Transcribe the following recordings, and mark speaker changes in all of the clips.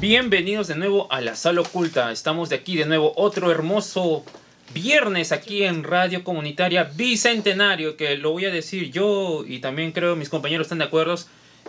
Speaker 1: Bienvenidos de nuevo a la sala oculta. Estamos de aquí de nuevo otro hermoso viernes aquí en Radio Comunitaria Bicentenario, que lo voy a decir yo y también creo mis compañeros están de acuerdo.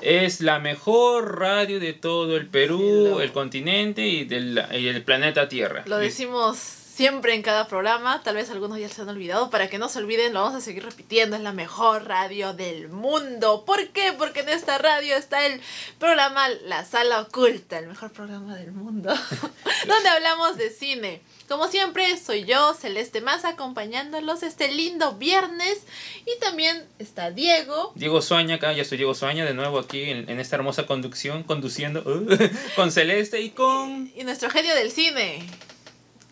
Speaker 1: Es la mejor radio de todo el Perú, el continente y del, y el planeta Tierra.
Speaker 2: Lo decimos siempre en cada programa, tal vez algunos ya se han olvidado, para que no se olviden, lo vamos a seguir repitiendo, es la mejor radio del mundo. ¿Por qué? Porque en esta radio está el programa La Sala Oculta, el mejor programa del mundo, donde hablamos de cine. Como siempre, soy yo, Celeste Más, acompañándolos este lindo viernes. Y también está Diego.
Speaker 1: Diego Suaña acá, yo soy Diego Suaña de nuevo aquí en, en esta hermosa conducción, conduciendo con Celeste y con...
Speaker 2: Y nuestro genio del cine.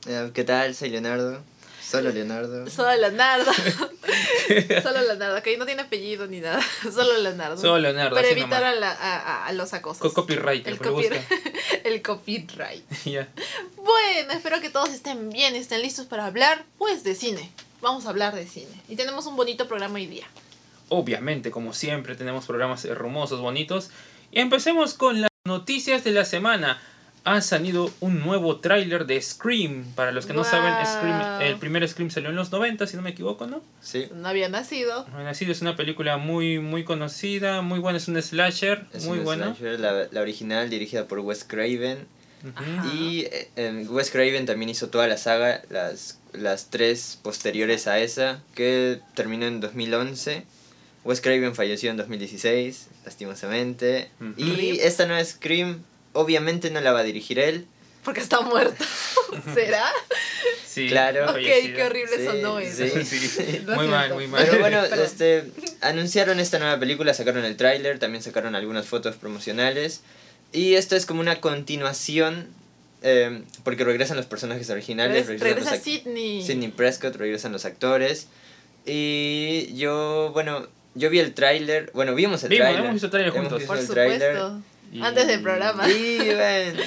Speaker 3: Eh, ¿Qué tal? Soy Leonardo. Solo Leonardo.
Speaker 2: Solo Leonardo. Solo Leonardo, que ahí no tiene apellido ni nada. Solo Leonardo.
Speaker 1: Solo Leonardo.
Speaker 2: Para
Speaker 1: así
Speaker 2: evitar
Speaker 1: nomás.
Speaker 2: a, la- a- a- a los acosos.
Speaker 1: Con copyright,
Speaker 2: el,
Speaker 1: que lo
Speaker 2: copy-
Speaker 1: busca.
Speaker 2: el copyright.
Speaker 1: Ya.
Speaker 2: Bueno, espero que todos estén bien, estén listos para hablar, pues, de cine. Vamos a hablar de cine. Y tenemos un bonito programa hoy día.
Speaker 1: Obviamente, como siempre, tenemos programas hermosos, bonitos. Y empecemos con las noticias de la semana. Ha salido un nuevo tráiler de Scream. Para los que no saben, Scream,
Speaker 2: Guau.
Speaker 1: el primer Scream salió en los 90, si no me equivoco, ¿no?
Speaker 3: Sí.
Speaker 2: No había nacido.
Speaker 1: Bueno, así es una película muy, muy conocida, muy buena, es un slasher,
Speaker 3: Es
Speaker 1: muy
Speaker 3: una
Speaker 1: buena.
Speaker 3: slasher, la, la original dirigida por Wes Craven.
Speaker 1: Ujú.
Speaker 3: Y eh, eh, Wes Craven también hizo toda la saga, las, las tres posteriores a esa, que terminó en 2011. Wes Craven falleció en 2016, lastimosamente.
Speaker 1: Ujú.
Speaker 3: Y esta nueva Scream, obviamente no la va a dirigir él.
Speaker 2: Porque está muerto. ¿Será?
Speaker 1: Sí,
Speaker 3: Claro.
Speaker 2: ok,
Speaker 1: fallecida.
Speaker 2: qué horrible
Speaker 3: Sí,
Speaker 2: sonó eso.
Speaker 3: sí.
Speaker 1: Sí,
Speaker 2: Lo
Speaker 1: muy
Speaker 2: siento.
Speaker 1: mal, muy mal.
Speaker 3: Pero bueno,
Speaker 2: Perdón.
Speaker 3: este, anunciaron esta nueva película, sacaron el tráiler, también sacaron algunas fotos promocionales. Y esto es como una continuación, eh, porque regresan los personajes originales,
Speaker 2: Regres-
Speaker 3: regresan los
Speaker 2: Regresa
Speaker 3: ac-
Speaker 2: Sidney.
Speaker 3: Sidney Prescott, regresan los actores. Y yo, bueno, yo vi el tráiler, bueno, vimos el
Speaker 1: Vimos,
Speaker 3: tráiler.
Speaker 1: hemos visto el tráiler
Speaker 3: hemos
Speaker 1: juntos.
Speaker 3: visto
Speaker 2: Por
Speaker 3: el tráiler.
Speaker 2: supuesto.
Speaker 1: Y-
Speaker 2: Antes del programa.
Speaker 3: Y bueno,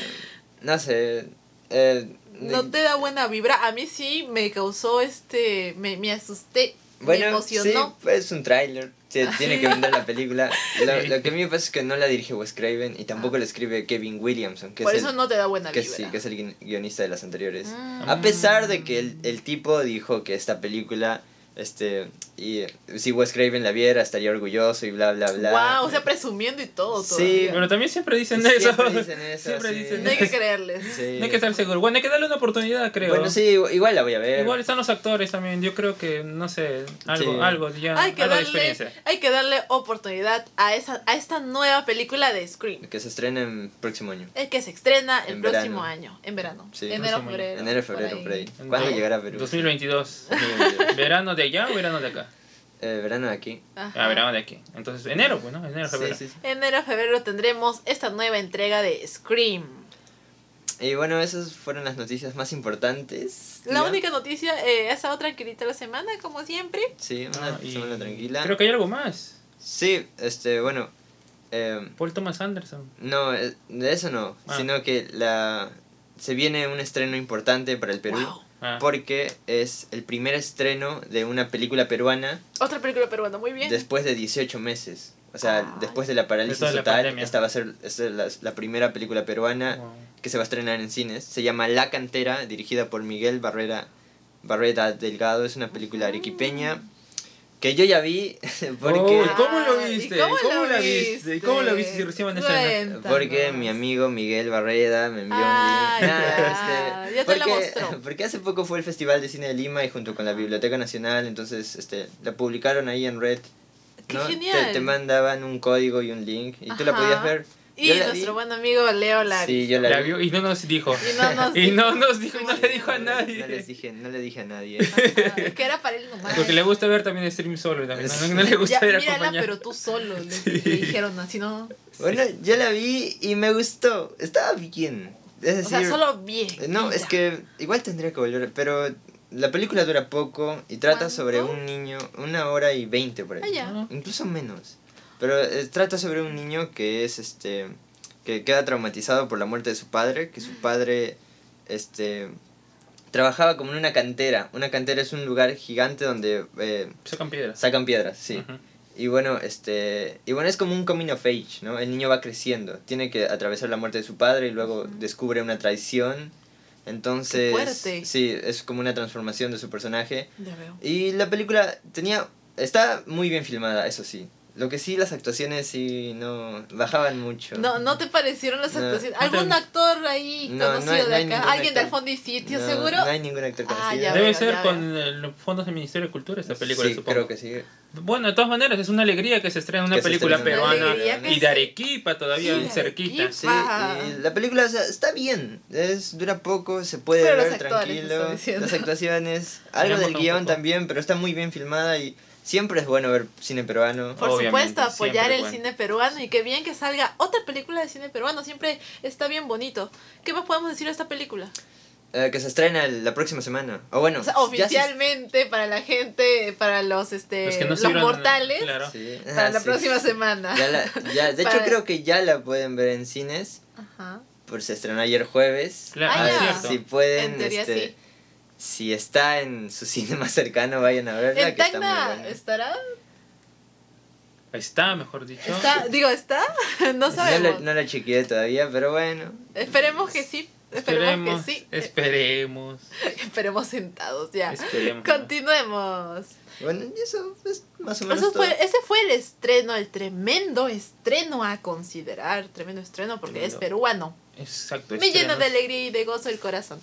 Speaker 3: no sé. eh,
Speaker 2: No te da buena vibra. A mí sí me causó este. Me, me asusté. me
Speaker 3: Bueno, sí,
Speaker 2: emocionó.
Speaker 3: pues, es un tráiler. Se tiene que vender la película. Lo,
Speaker 1: Sí.
Speaker 3: lo que a mí me pasa es que no la dirige Wes Craven y tampoco la escribe Kevin Williamson, que,
Speaker 2: Ah. Por
Speaker 3: es,
Speaker 2: eso
Speaker 3: el,
Speaker 2: no te da buena
Speaker 3: que,
Speaker 2: vibra.
Speaker 3: sí, que es el guion- guionista de las anteriores.
Speaker 2: Mm.
Speaker 3: A pesar de que el, el tipo dijo que esta película, este, y eh, si Wes Craven la viera estaría orgulloso y bla, bla, bla.
Speaker 2: Wow, o sea, presumiendo y todo.
Speaker 3: Sí,
Speaker 2: todavía.
Speaker 1: Pero también siempre dicen
Speaker 3: Siempre
Speaker 1: eso.
Speaker 3: dicen eso,
Speaker 1: Siempre
Speaker 3: sí.
Speaker 1: dicen
Speaker 2: No hay que creerles.
Speaker 3: Sí.
Speaker 1: No hay que estar seguro. Bueno, hay que darle una oportunidad, creo.
Speaker 3: Bueno, sí, igual, igual la voy a ver.
Speaker 1: Igual están los actores también, yo creo que, no sé, algo,
Speaker 3: Sí.
Speaker 1: algo, ya,
Speaker 2: Hay que,
Speaker 1: algo de
Speaker 2: darle,
Speaker 1: Ah, experiencia.
Speaker 2: hay que darle oportunidad a, esa, a esta nueva película de Scream.
Speaker 3: Que se estrena en próximo año.
Speaker 2: El que se estrena el
Speaker 3: En
Speaker 2: próximo
Speaker 3: verano.
Speaker 2: año, en verano.
Speaker 3: Sí.
Speaker 2: enero,
Speaker 1: Próximo año.
Speaker 2: febrero.
Speaker 3: Enero, febrero, por ahí. ¿Cuándo
Speaker 1: Sí.
Speaker 3: llegará a Perú?
Speaker 1: 2022. ¿Verano de allá o verano de acá?
Speaker 3: Eh, verano de aquí.
Speaker 2: Ajá.
Speaker 1: Ah, verano de aquí. Entonces, enero, bueno, enero, febrero.
Speaker 3: Sí, sí, sí.
Speaker 2: Enero, febrero tendremos esta nueva entrega de Scream.
Speaker 3: Y bueno, esas fueron las noticias más importantes.
Speaker 2: La
Speaker 3: digamos.
Speaker 2: única noticia eh, ha estado tranquilita la semana, como siempre.
Speaker 3: Sí, una
Speaker 1: Ah, y
Speaker 3: semana tranquila.
Speaker 1: Creo que hay algo más.
Speaker 3: Sí, este, bueno, eh,
Speaker 1: Paul Thomas Anderson.
Speaker 3: no, eh, de eso no,
Speaker 1: Ah.
Speaker 3: sino que la se viene un estreno importante para el Perú
Speaker 2: Wow.
Speaker 1: Ah,
Speaker 3: porque es el primer estreno de una película peruana
Speaker 2: Otra película peruana, muy bien.
Speaker 3: después de 18 meses. O sea,
Speaker 2: Ah.
Speaker 3: después de la parálisis
Speaker 1: Después de la
Speaker 3: total,
Speaker 1: pandemia.
Speaker 3: esta va a ser, esta es la, la primera película peruana
Speaker 1: wow.
Speaker 3: que se va a estrenar en cines. Se llama La Cantera, dirigida por Miguel Barrera, Barrera Delgado. Es una película arequipeña que yo ya vi porque,
Speaker 1: Uy, ¿Cómo lo
Speaker 2: Ah, ¿y
Speaker 1: viste? ¿Cómo la viste? ¿Cómo la viste si recién van a escenar?
Speaker 2: Cuéntanos.
Speaker 3: porque mi amigo Miguel Barrera me envió
Speaker 2: Ah,
Speaker 3: un link. Nah,
Speaker 2: ya.
Speaker 3: este,
Speaker 2: Ya te la
Speaker 3: porque-
Speaker 2: mostró.
Speaker 3: Porque hace poco fue el Festival de Cine de Lima y junto con la Biblioteca Nacional, entonces este, la publicaron ahí en red.
Speaker 2: ¡Qué
Speaker 3: ¿no? Te-
Speaker 2: genial!
Speaker 3: Te, mandaban un código y un link y tú la
Speaker 2: Ajá.
Speaker 3: podías ver.
Speaker 2: Y
Speaker 3: Yo la
Speaker 2: nuestro
Speaker 3: vi.
Speaker 2: buen amigo Leo Lari.
Speaker 3: Sí, yo la,
Speaker 1: La
Speaker 3: vi.
Speaker 1: vio y no nos dijo.
Speaker 2: Y no nos
Speaker 1: Y no
Speaker 2: dijo.
Speaker 1: nos dijo, y no le dijo a
Speaker 3: No,
Speaker 1: nadie.
Speaker 3: No les dije, no le dije a nadie.
Speaker 2: Ajá, es que era para él nomás.
Speaker 1: Porque le gusta ver también stream solo. También. No, no le gusta
Speaker 2: Ya,
Speaker 1: ver
Speaker 2: mírala,
Speaker 1: acompañado.
Speaker 2: pero tú solo. Le, le dijeron así, no.
Speaker 3: Bueno, yo la vi y me gustó. Estaba bien. Es
Speaker 2: O sea,
Speaker 3: decir,
Speaker 2: solo bien.
Speaker 3: Eh, No,
Speaker 2: y
Speaker 3: es
Speaker 2: ya.
Speaker 3: que igual tendría que volver, pero la película dura poco y trata
Speaker 2: ¿Cuánto?
Speaker 3: sobre un niño, una hora y veinte por ahí.
Speaker 2: Ah, ya.
Speaker 3: Incluso menos. Pero eh, trata sobre un niño que es este que queda traumatizado por la muerte de su padre, que su padre este trabajaba como en una cantera. Una cantera es un lugar gigante donde eh,
Speaker 1: Sacan piedras.
Speaker 3: sacan piedras, sí.
Speaker 1: Ujú.
Speaker 3: Y bueno, este, y bueno, es como un coming of age, ¿no? El niño va creciendo, tiene que atravesar la muerte de su padre y luego descubre una traición.
Speaker 2: Qué
Speaker 3: Entonces,
Speaker 2: fuerte.
Speaker 3: sí, es como una transformación de su personaje.
Speaker 2: Ya veo.
Speaker 3: Y la película tenía está muy bien filmada, eso sí. Lo que sí las actuaciones sí no bajaban mucho.
Speaker 2: No, ¿no te parecieron las
Speaker 3: No.
Speaker 2: actuaciones?
Speaker 1: No
Speaker 2: ¿Algún
Speaker 1: te-
Speaker 2: actor ahí
Speaker 3: No, no
Speaker 2: conocido
Speaker 3: hay- no
Speaker 2: de
Speaker 3: hay
Speaker 2: acá?
Speaker 3: ningún
Speaker 2: ¿Alguien del
Speaker 3: actor.
Speaker 2: fondo y sitio,
Speaker 3: No,
Speaker 2: seguro?
Speaker 3: No hay ningún actor
Speaker 2: Ah,
Speaker 3: conocido.
Speaker 2: ya
Speaker 1: Debe
Speaker 2: veo,
Speaker 1: ser
Speaker 2: ya
Speaker 1: con eh, los fondos del Ministerio de Cultura esta película,
Speaker 3: sí,
Speaker 1: supongo.
Speaker 3: creo que sí.
Speaker 1: Bueno, de todas maneras, es una alegría que se estrene una
Speaker 3: Que se
Speaker 1: película
Speaker 3: estrene una
Speaker 1: peruana
Speaker 3: alegría que
Speaker 1: y de
Speaker 2: sí.
Speaker 1: Arequipa todavía
Speaker 2: Sí, de
Speaker 1: cerquita.
Speaker 2: Arequipa.
Speaker 3: Sí,
Speaker 2: Ah.
Speaker 3: y la película o sea, está bien, es dura poco, se puede
Speaker 2: Pero los
Speaker 3: ver
Speaker 2: actores, te
Speaker 3: tranquilo,
Speaker 2: estoy diciendo.
Speaker 3: las actuaciones, algo
Speaker 1: Miramos
Speaker 3: del
Speaker 1: un
Speaker 3: guión
Speaker 1: poco.
Speaker 3: también, pero está muy bien filmada y siempre es bueno ver cine peruano.
Speaker 2: Por
Speaker 1: Obviamente,
Speaker 2: supuesto, apoyar
Speaker 1: siempre
Speaker 2: el
Speaker 1: bueno.
Speaker 2: cine peruano y que bien que salga otra película de cine peruano, siempre está bien bonito. ¿Qué más podemos decir de esta película?
Speaker 3: eh, que se estrena el- la próxima semana, o bueno,
Speaker 2: O sea,
Speaker 3: ya se-
Speaker 2: oficialmente para la gente, para los este
Speaker 1: Los que no
Speaker 2: los
Speaker 1: estuvieron,
Speaker 2: mortales,
Speaker 1: claro.
Speaker 3: sí,
Speaker 2: para
Speaker 3: ah,
Speaker 2: la
Speaker 3: sí.
Speaker 2: próxima semana.
Speaker 3: Ya la- ya- de hecho
Speaker 2: Para-
Speaker 3: creo que ya la pueden ver en cines,
Speaker 2: Ajá.
Speaker 3: pues se estrenó ayer jueves.
Speaker 1: Claro,
Speaker 2: Ah,
Speaker 3: A ver
Speaker 2: ya.
Speaker 3: Si
Speaker 1: cierto.
Speaker 3: pueden,
Speaker 2: En teoría,
Speaker 3: este,
Speaker 2: sí.
Speaker 3: si está en su cine más cercano, vayan a verla,
Speaker 2: ¿En
Speaker 3: que está muy
Speaker 2: Tacna
Speaker 3: buena.
Speaker 2: estará?
Speaker 1: Ahí está, mejor dicho.
Speaker 2: ¿Está? Digo, ¿está? No
Speaker 3: No la,
Speaker 2: sabemos.
Speaker 3: no la chequeé todavía, pero bueno.
Speaker 2: Esperemos que sí.
Speaker 1: Esperemos,
Speaker 2: Esperemos
Speaker 1: Eh.
Speaker 2: que sí.
Speaker 1: esperemos,
Speaker 2: Esperemos sentados ya.
Speaker 1: esperemos.
Speaker 2: Continuemos.
Speaker 3: Bueno, y eso es más o menos
Speaker 2: Eso fue,
Speaker 3: todo.
Speaker 2: ese fue el estreno, el tremendo estreno a considerar, tremendo estreno porque
Speaker 3: Tremendo.
Speaker 2: es peruano.
Speaker 1: Exacto.
Speaker 2: Me llena
Speaker 1: estrenos.
Speaker 2: de alegría y de gozo el corazón.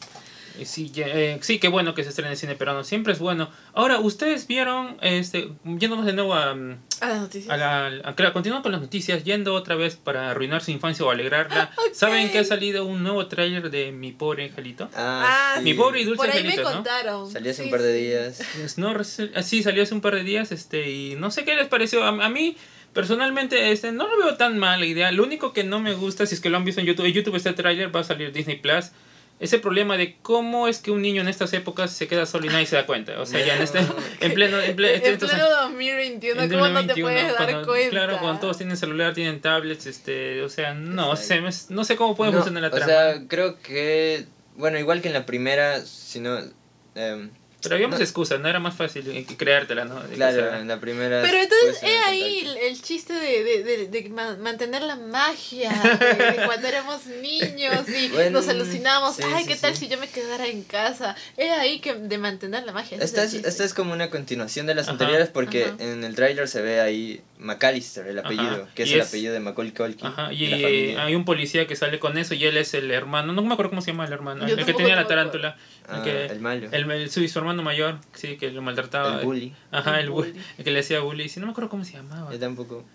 Speaker 1: Y Sí, ya, eh, sí, qué bueno que se estrene cine peruano, siempre es bueno. Ahora, ustedes vieron, este, yéndonos de nuevo a, mm,
Speaker 2: A las noticias.
Speaker 1: a la... a- claro, continuando con las noticias, yendo otra vez para arruinar su infancia o alegrarla. ¿Saben que ha salido un nuevo tráiler de Mi Pobre Angelito?
Speaker 2: Ah,
Speaker 1: Mi pobre y dulce
Speaker 2: Por ahí me
Speaker 1: angelito, ¿no?
Speaker 2: contaron.
Speaker 3: Salí hace
Speaker 2: Sí,
Speaker 3: un par de
Speaker 2: sí.
Speaker 3: días.
Speaker 1: Pues No, reci- ah, sí, salió hace un par de días, este, y no sé qué les pareció. A, a mí, personalmente, este, no lo veo tan mal la idea. Lo único que no me gusta, si es que lo han visto en YouTube, en YouTube este tráiler va a salir Disney Plus. Ese problema de cómo es que un niño en estas épocas se queda solo y nadie se da cuenta. O sea, ya en este, en pleno, en ple-
Speaker 3: este,
Speaker 2: En
Speaker 1: estos-
Speaker 2: pleno 2021,
Speaker 1: en
Speaker 2: ¿cómo no te
Speaker 1: 2021,
Speaker 2: puedes dar
Speaker 1: cuando-
Speaker 2: cuenta?
Speaker 1: Claro, cuando todos tienen celular, tienen tablets, este, o sea, no,
Speaker 3: Exacto.
Speaker 1: se me- no sé cómo puede
Speaker 3: No,
Speaker 1: funcionar la
Speaker 3: o
Speaker 1: trama. ¿eh?
Speaker 3: sea, creo que. Bueno, igual que en la primera, si no. em,
Speaker 1: Pero habíamos
Speaker 3: no.
Speaker 1: excusas, no era más fácil eh, creártela, ¿no? O
Speaker 3: claro,
Speaker 1: sea,
Speaker 3: en la primera.
Speaker 2: Pero entonces
Speaker 3: puedes
Speaker 2: es
Speaker 3: tener
Speaker 2: ahí el,
Speaker 3: contacto.
Speaker 2: el chiste de, de, de- de ma- mantener la magia de, de cuando éramos niños y
Speaker 3: Bueno,
Speaker 2: nos alucinamos.
Speaker 3: sí,
Speaker 2: Ay,
Speaker 3: sí,
Speaker 2: ¿qué tal
Speaker 3: sí.
Speaker 2: si yo me quedara en casa? Es ahí que de mantener la magia. ese
Speaker 3: Esta
Speaker 2: el
Speaker 3: es,
Speaker 2: chiste.
Speaker 3: esta es como una continuación de las
Speaker 1: Ajá,
Speaker 3: anteriores porque
Speaker 2: ajá.
Speaker 3: en el tráiler se ve ahí McAllister, el
Speaker 1: Ajá,
Speaker 3: apellido, que es
Speaker 1: y
Speaker 3: el
Speaker 1: es-
Speaker 3: apellido de Macaulay Culkin.
Speaker 1: Ajá,
Speaker 3: de
Speaker 1: y
Speaker 3: la
Speaker 1: eh,
Speaker 3: familia.
Speaker 1: hay un policía que sale con eso y él es el hermano, no me acuerdo cómo se llama el hermano,
Speaker 2: Yo
Speaker 1: el que
Speaker 2: tampoco
Speaker 1: tenía
Speaker 2: me
Speaker 1: la tarántula,
Speaker 3: Ah,
Speaker 1: que-
Speaker 3: el malo. El,
Speaker 1: el, el- su, su hermano mayor, sí, que lo maltrataba.
Speaker 3: bully.
Speaker 1: Ajá,
Speaker 2: El
Speaker 1: el, bu-
Speaker 2: bully.
Speaker 1: el que le hacía bullying, sí, no me acuerdo cómo se llamaba,
Speaker 3: Yo tampoco.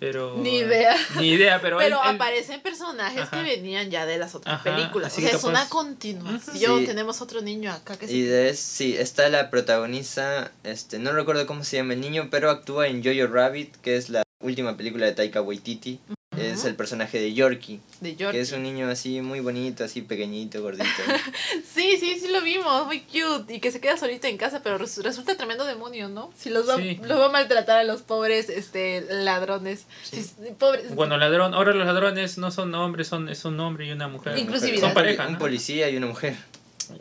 Speaker 1: pero...
Speaker 2: Ni idea.
Speaker 1: Ni idea, pero...
Speaker 2: Pero,
Speaker 1: él- él-
Speaker 2: aparecen personajes
Speaker 1: Ajá.
Speaker 2: que venían ya de las otras
Speaker 1: Ajá,
Speaker 2: películas. O
Speaker 1: así
Speaker 2: sea,
Speaker 1: que pues,
Speaker 2: es una
Speaker 1: capaz-
Speaker 2: continuación.
Speaker 3: Sí.
Speaker 2: Tenemos otro niño acá que
Speaker 3: Y
Speaker 2: se...
Speaker 3: de sí, está la protagonista, este, no recuerdo cómo se llama el niño, pero actúa en Jojo Rabbit, que es la última película de Taika Waititi. Es el personaje de Yorkie,
Speaker 2: de
Speaker 3: que
Speaker 2: George.
Speaker 3: es un niño así muy bonito, así pequeñito, gordito.
Speaker 2: Sí, sí, sí lo vimos, muy cute. Y que se queda solito en casa, pero res- resulta tremendo demonio, ¿no? Si los va,
Speaker 1: Sí.
Speaker 2: los va a maltratar a los pobres este, ladrones. Si- pobres.
Speaker 1: Bueno, ladrón, ahora los ladrones no son hombres, son, es un hombre y una mujer.
Speaker 2: Inclusividad.
Speaker 1: Son pareja,
Speaker 3: Un
Speaker 1: ¿no?
Speaker 3: policía y una mujer.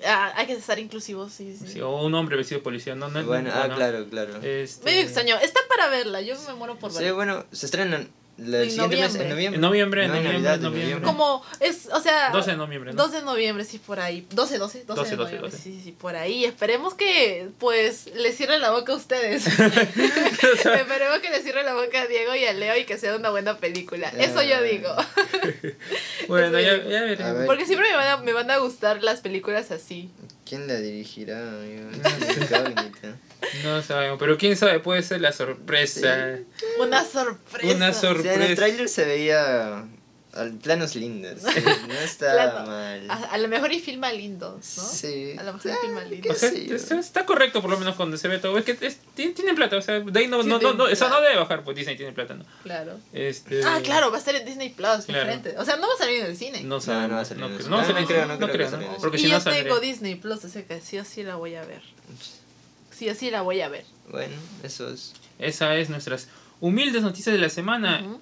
Speaker 2: Ah, hay que estar inclusivos, sí, sí.
Speaker 1: Sí, o un hombre vestido de policía, no, no,
Speaker 3: Bueno, ah,
Speaker 1: bueno,
Speaker 3: claro, claro.
Speaker 1: este-
Speaker 2: Medio extraño. Está para verla, yo me muero por
Speaker 3: Sí,
Speaker 2: verla.
Speaker 3: bueno, se estrenan el
Speaker 2: En
Speaker 3: siguiente mes, en
Speaker 2: noviembre.
Speaker 3: noviembre.
Speaker 1: En noviembre, en
Speaker 3: No, en
Speaker 1: noviembre,
Speaker 3: Navidad, en
Speaker 1: noviembre.
Speaker 3: noviembre.
Speaker 2: Como es, o sea.
Speaker 1: 12 de noviembre, ¿no?
Speaker 2: 2 de noviembre, sí, por ahí. 12, 12, 12,
Speaker 1: 12, 12,
Speaker 2: de noviembre.
Speaker 1: 12.
Speaker 2: Sí, sí, sí, por ahí. Esperemos que, pues, les cierre la boca a ustedes. Esperemos que les cierre la boca a Diego y a Leo y que sea una buena película. Eso yo
Speaker 3: Eh.
Speaker 2: digo.
Speaker 1: Bueno, ya,
Speaker 2: Sí.
Speaker 1: ya veremos.
Speaker 3: A ver.
Speaker 2: Porque siempre me van, a, me van a gustar las películas así.
Speaker 3: ¿Quién la dirigirá? amigo? Es incógnita.
Speaker 1: No sabemos, pero quién sabe, puede ser la sorpresa.
Speaker 2: Una sorpresa.
Speaker 1: Una
Speaker 3: O sea, en el
Speaker 1: sorpresa.
Speaker 3: tráiler se veía al- planos lindos. sí, no está
Speaker 2: Plano.
Speaker 3: mal.
Speaker 2: A, a lo mejor y filma lindos, ¿no?
Speaker 3: Sí. Ah,
Speaker 2: A lo mejor y filma
Speaker 3: ¿Qué
Speaker 1: O
Speaker 2: lindos.
Speaker 1: sea,
Speaker 3: sé yo?
Speaker 1: es- está correcto por lo menos cuando se ve todo. Es que es- ti- tienen plata, o sea, de ahí no,
Speaker 2: Sí,
Speaker 1: no, no,
Speaker 2: tienen
Speaker 1: no- eso no
Speaker 2: plata.
Speaker 1: debe bajar, pues Disney tiene plata, ¿no?
Speaker 2: Claro.
Speaker 1: Este,
Speaker 2: Ah, claro, va a estar en Disney
Speaker 1: Claro.
Speaker 2: Plus, diferente. O sea, no va a salir en el cine.
Speaker 1: No
Speaker 3: No, no va a
Speaker 1: sabemos.
Speaker 3: salir
Speaker 1: No
Speaker 3: en
Speaker 1: creo,
Speaker 3: eso. Ah,
Speaker 1: no va a
Speaker 3: No, no
Speaker 1: salir en
Speaker 3: creo,
Speaker 1: eso.
Speaker 3: no
Speaker 1: No
Speaker 3: creo que
Speaker 1: creo,
Speaker 3: salga en
Speaker 1: ¿no?
Speaker 3: eso.
Speaker 1: Porque
Speaker 2: y
Speaker 1: si
Speaker 2: yo
Speaker 1: no saldría.
Speaker 2: tengo Disney Plus, así que sí o sí la voy a ver. Sí o sí la voy a ver.
Speaker 3: Bueno, eso es.
Speaker 1: Esa es nuestras humildes noticias de la semana.
Speaker 2: Ujú.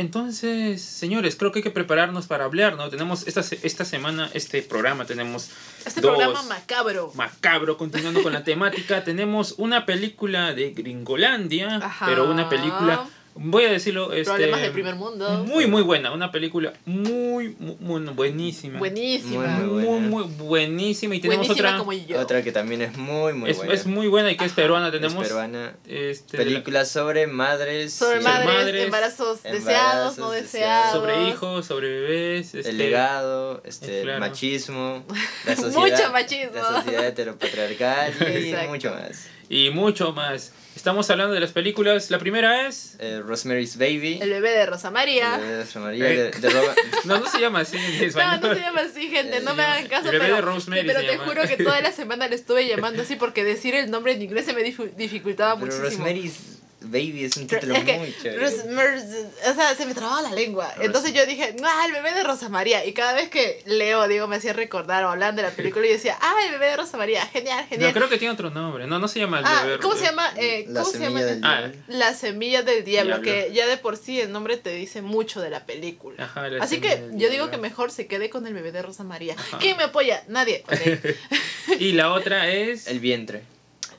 Speaker 1: Entonces, señores, creo que hay que prepararnos para hablar, ¿no? Tenemos esta, se- esta semana, este programa, tenemos
Speaker 2: Este
Speaker 1: dos-
Speaker 2: programa macabro.
Speaker 1: macabro, continuando con la temática, tenemos una película de Gringolandia,
Speaker 2: Ajá.
Speaker 1: pero una película, voy a decirlo, este,
Speaker 2: Problemas del primer mundo.
Speaker 1: muy, muy buena, una película muy, muy, muy buenísima.
Speaker 2: Buenísima.
Speaker 3: Muy,
Speaker 1: Muy,
Speaker 3: buena.
Speaker 1: muy buenísima. Y tenemos
Speaker 2: Buenísima
Speaker 1: otra,
Speaker 2: como yo.
Speaker 3: Otra que también es muy, muy
Speaker 1: es,
Speaker 3: buena.
Speaker 1: es muy buena y que es peruana,
Speaker 3: Es
Speaker 1: tenemos...
Speaker 3: peruana.
Speaker 1: este, de la-
Speaker 3: Película sobre madres.
Speaker 2: Sobre
Speaker 3: y
Speaker 2: madres,
Speaker 1: madres,
Speaker 2: embarazos,
Speaker 3: embarazos
Speaker 2: deseados, no deseados.
Speaker 3: deseados.
Speaker 1: sobre hijos, sobre bebés, este,
Speaker 3: El legado, este,
Speaker 1: es claro.
Speaker 3: machismo, la sociedad,
Speaker 2: Mucho machismo.
Speaker 3: la sociedad heteropatriarcal y
Speaker 2: Exacto.
Speaker 3: mucho más.
Speaker 1: y mucho más. Estamos hablando de las películas. La primera es.
Speaker 3: Eh, Rosemary's Baby,
Speaker 2: El bebé de Rosa María.
Speaker 3: el bebé de Rosa María, de, de Robert-
Speaker 1: No, no se llama así en
Speaker 2: No,
Speaker 1: español.
Speaker 2: no se llama así, gente, no me hagan caso,
Speaker 1: El bebé
Speaker 2: pero,
Speaker 1: de Rosemary
Speaker 2: pero
Speaker 1: se
Speaker 2: te
Speaker 1: llama.
Speaker 2: juro que toda la semana le estuve llamando así porque decir el nombre en inglés se me difu- dificultaba
Speaker 3: Pero
Speaker 2: muchísimo.
Speaker 3: Rosemary's Baby es un
Speaker 2: Pero
Speaker 3: título
Speaker 2: es que
Speaker 3: muy chévere.
Speaker 2: Rosemary's- o sea, se me trababa la lengua. Entonces yo dije, no, ah, el bebé de Rosa María. Y cada vez que leo, digo, me hacía recordar o hablan de la película, y decía, ah, el bebé de Rosa María, genial,
Speaker 1: No,
Speaker 2: genial.
Speaker 1: creo que tiene otro nombre. No, no se llama el
Speaker 2: ah,
Speaker 1: bebé.
Speaker 2: ¿cómo se llama? Eh,
Speaker 3: La
Speaker 2: ¿Cómo se llama?
Speaker 3: semilla del
Speaker 1: Ah,
Speaker 3: diablo.
Speaker 2: La semilla del diablo,
Speaker 1: Diablo.
Speaker 2: que ya de por sí el nombre te dice mucho de la película.
Speaker 1: Ajá, la
Speaker 2: Así que
Speaker 1: semilla del
Speaker 2: yo digo
Speaker 1: diablo.
Speaker 2: que mejor se quede con el bebé de Rosa María. ¿Quién me apoya? Nadie. Ok.
Speaker 1: Y la otra es.
Speaker 3: El vientre.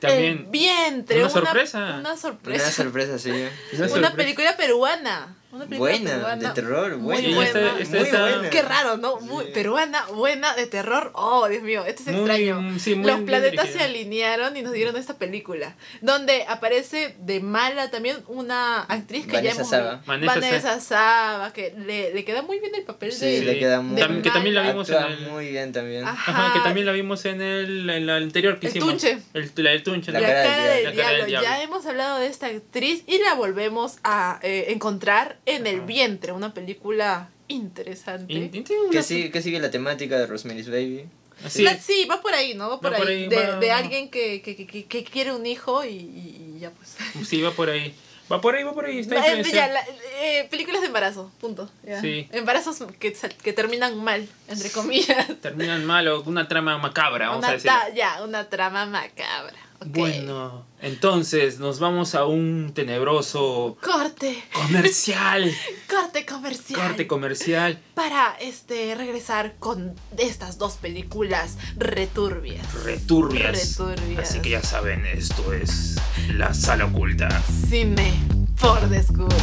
Speaker 2: El
Speaker 1: también.
Speaker 2: vientre.
Speaker 1: una sorpresa.
Speaker 2: Una
Speaker 3: Una
Speaker 2: sorpresa. Una,
Speaker 3: sorpresa, sí.
Speaker 1: Una sorpresa.
Speaker 2: película peruana. Una película
Speaker 3: Buena,
Speaker 2: peruana.
Speaker 3: de terror,
Speaker 2: Muy
Speaker 3: buena.
Speaker 2: buena. Sí, esta-
Speaker 1: esta
Speaker 3: muy
Speaker 1: está-
Speaker 3: buena.
Speaker 2: Qué raro, ¿no? Muy
Speaker 3: Sí.
Speaker 2: peruana, buena, de terror. Oh, Dios mío, esto es
Speaker 1: Muy-
Speaker 2: extraño.
Speaker 1: sí, muy
Speaker 2: Los
Speaker 1: bien
Speaker 2: planetas se
Speaker 1: dirigida.
Speaker 2: alinearon y nos dieron esta película. Donde aparece de mala también una actriz que
Speaker 3: Vanessa
Speaker 2: ya hemos
Speaker 3: Saba.
Speaker 1: Vanessa Sa-
Speaker 2: Vanessa Saba, que le, le queda muy bien el papel
Speaker 3: Sí,
Speaker 2: de.
Speaker 3: le queda muy
Speaker 1: Tam- que también la
Speaker 2: mala.
Speaker 1: vimos en
Speaker 3: actúa
Speaker 1: el-
Speaker 3: muy bien también.
Speaker 1: Ajá, que también la vimos en el, en la anterior que
Speaker 2: El
Speaker 1: hicimos.
Speaker 2: Tunche.
Speaker 1: El, la del Tunche.
Speaker 3: La
Speaker 2: La,
Speaker 1: ¿no?
Speaker 3: cara
Speaker 2: cara,
Speaker 3: del
Speaker 2: del,
Speaker 1: diablo. La cara
Speaker 2: diablo.
Speaker 1: del diablo.
Speaker 2: Ya hemos hablado de esta actriz y la volvemos a eh, encontrar en El
Speaker 1: Ajá.
Speaker 2: vientre, una película interesante.
Speaker 1: Y- y tiene una-
Speaker 3: Que, sí, que sigue la temática de Rosemary's Baby.
Speaker 1: Sí,
Speaker 2: La- sí, va por ahí, ¿no? Va por
Speaker 1: Va
Speaker 2: ahí.
Speaker 1: por ahí,
Speaker 2: de,
Speaker 1: va,
Speaker 2: de
Speaker 1: va.
Speaker 2: alguien que, que, que- que quiere un hijo y, y- y ya pues.
Speaker 1: sí, va por ahí. Va por ahí, va por ahí. Está
Speaker 2: Eh,
Speaker 1: diferenciado.
Speaker 2: ya, la- eh, películas de embarazo, punto. ya.
Speaker 1: Sí.
Speaker 2: Embarazos que, sal- que terminan mal, entre comillas.
Speaker 1: Terminan mal o una trama macabra, vamos a
Speaker 2: Una,
Speaker 1: decir.
Speaker 2: ta- ya, una trama macabra. ok.
Speaker 1: Bueno, entonces nos vamos a un tenebroso
Speaker 2: Corte,
Speaker 1: comercial.
Speaker 2: corte comercial.
Speaker 1: corte comercial.
Speaker 2: para este regresar con estas dos películas returbias.
Speaker 1: Returbias.
Speaker 2: Returbias.
Speaker 1: Así que ya saben, esto es La Sala Oculta.
Speaker 2: Cine por descubrir.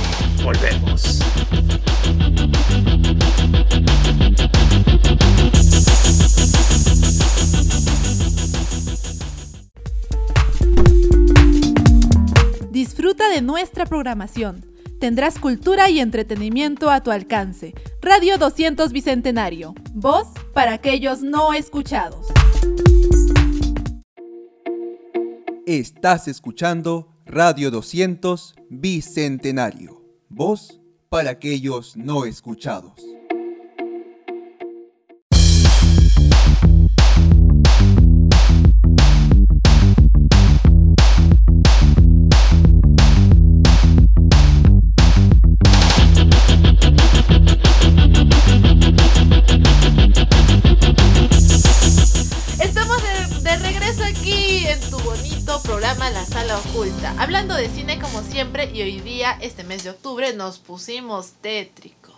Speaker 1: Volvemos.
Speaker 4: Disfruta de nuestra programación. Tendrás cultura y entretenimiento a tu alcance. Radio 200 Bicentenario. Voz para aquellos no escuchados.
Speaker 5: Estás escuchando Radio 200 Bicentenario. Voz para aquellos no escuchados.
Speaker 2: Estamos de, de regreso aquí en tu bonito programa La Sala Oculta. Hablando de cine como siempre y hoy día, este mes de octubre, nos pusimos tétricos.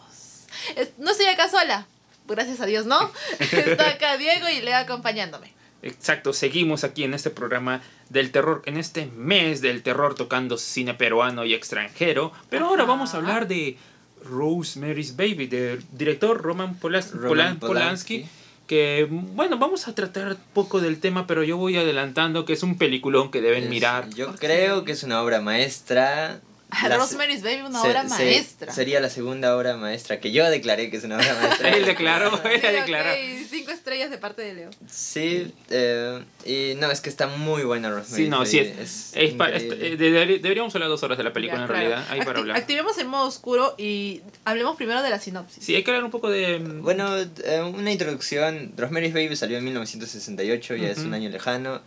Speaker 2: Es- no estoy acá sola. Gracias a Dios, ¿no? Está acá Diego y Leo acompañándome.
Speaker 1: Exacto, seguimos aquí en este programa del terror, en este mes del terror tocando cine peruano y extranjero. Pero ahora
Speaker 2: Ajá.
Speaker 1: vamos a hablar de Rosemary's Baby, del director Roman Polas- Polan-
Speaker 3: Roman
Speaker 1: Polanski.
Speaker 3: Polanski.
Speaker 1: Que bueno, vamos a tratar un poco del tema, pero yo voy adelantando que es un peliculón que deben
Speaker 3: Es-
Speaker 1: mirar.
Speaker 3: Yo creo que es una obra maestra la-
Speaker 2: Ah, Rosemary's Baby, una
Speaker 3: se-
Speaker 2: obra
Speaker 3: se-
Speaker 2: maestra.
Speaker 3: Sería la segunda obra maestra que yo declaré que es una obra maestra.
Speaker 1: Él declaró,
Speaker 2: Sí,
Speaker 1: él
Speaker 2: ok,
Speaker 1: declaró.
Speaker 2: Cinco estrellas de parte de Leo.
Speaker 3: Sí, eh, y no, es que está muy buena Rosemary.
Speaker 1: Sí, no, sí es. es pa- es-
Speaker 3: increíble.
Speaker 1: eh, de- deberíamos hablar dos horas de la película
Speaker 2: Ya,
Speaker 1: en
Speaker 2: claro.
Speaker 1: realidad. Hay para
Speaker 2: Acti-
Speaker 1: hablar.
Speaker 2: Activemos el modo oscuro y hablemos primero de la sinopsis.
Speaker 1: Sí, hay que hablar un poco de. mm,
Speaker 3: Bueno, eh, una introducción. Rosemary's Baby salió en 1968, ya es
Speaker 1: Ujú.
Speaker 3: un año lejano.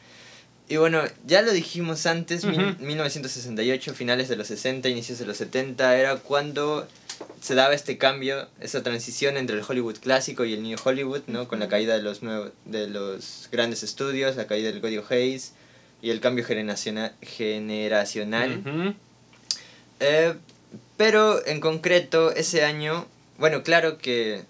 Speaker 3: Y bueno, ya lo dijimos antes, mil-
Speaker 1: Ujú.
Speaker 3: 1968, finales de los 60, inicios de los 70, era cuando se daba este cambio, esa transición entre el Hollywood clásico y el New Hollywood, ¿no? Con la caída de los, nuevo- de los grandes estudios, la caída del código Hayes y el cambio generaciona- generacional.
Speaker 1: ujú.
Speaker 3: Eh, pero en concreto, ese año, bueno, claro que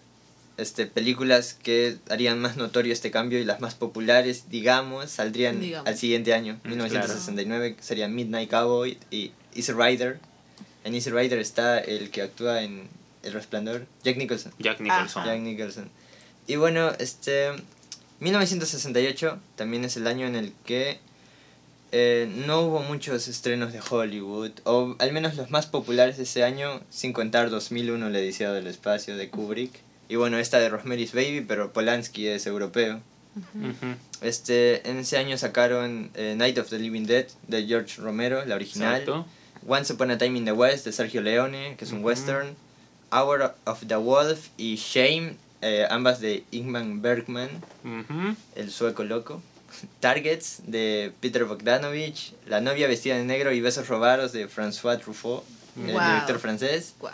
Speaker 3: este, películas que harían más notorio este cambio y las más populares, digamos, saldrían
Speaker 2: Digamos.
Speaker 3: al siguiente año,
Speaker 1: Mm,
Speaker 3: 1969, que serían Midnight Cowboy y Easy Rider. En Easy Rider está el que actúa en El Resplandor, Jack Nicholson.
Speaker 2: Ah.
Speaker 1: Jack Nicholson.
Speaker 3: Jack Nicholson. Y bueno, este. 1968 también es el año en el que eh, no hubo muchos estrenos de Hollywood, o al menos los más populares de ese año, sin contar 2001, La Odisea del Espacio de Kubrick. Y bueno, esta de Rosemary's Baby, pero Polanski es europeo.
Speaker 1: Ujú.
Speaker 3: Este, en ese año sacaron eh, Night of the Living Dead de George Romero, la original.
Speaker 1: Exacto.
Speaker 3: Once Upon a Time in the West de Sergio Leone, que es un
Speaker 1: Ujú.
Speaker 3: western. Hour of the Wolf y Shame, eh, ambas de Ingmar Bergman,
Speaker 1: Ujú.
Speaker 3: el sueco loco. Targets de Peter Bogdanovich, La novia vestida de negro y Besos robados de François Truffaut, el
Speaker 2: Wow.
Speaker 3: director francés.
Speaker 2: Wow.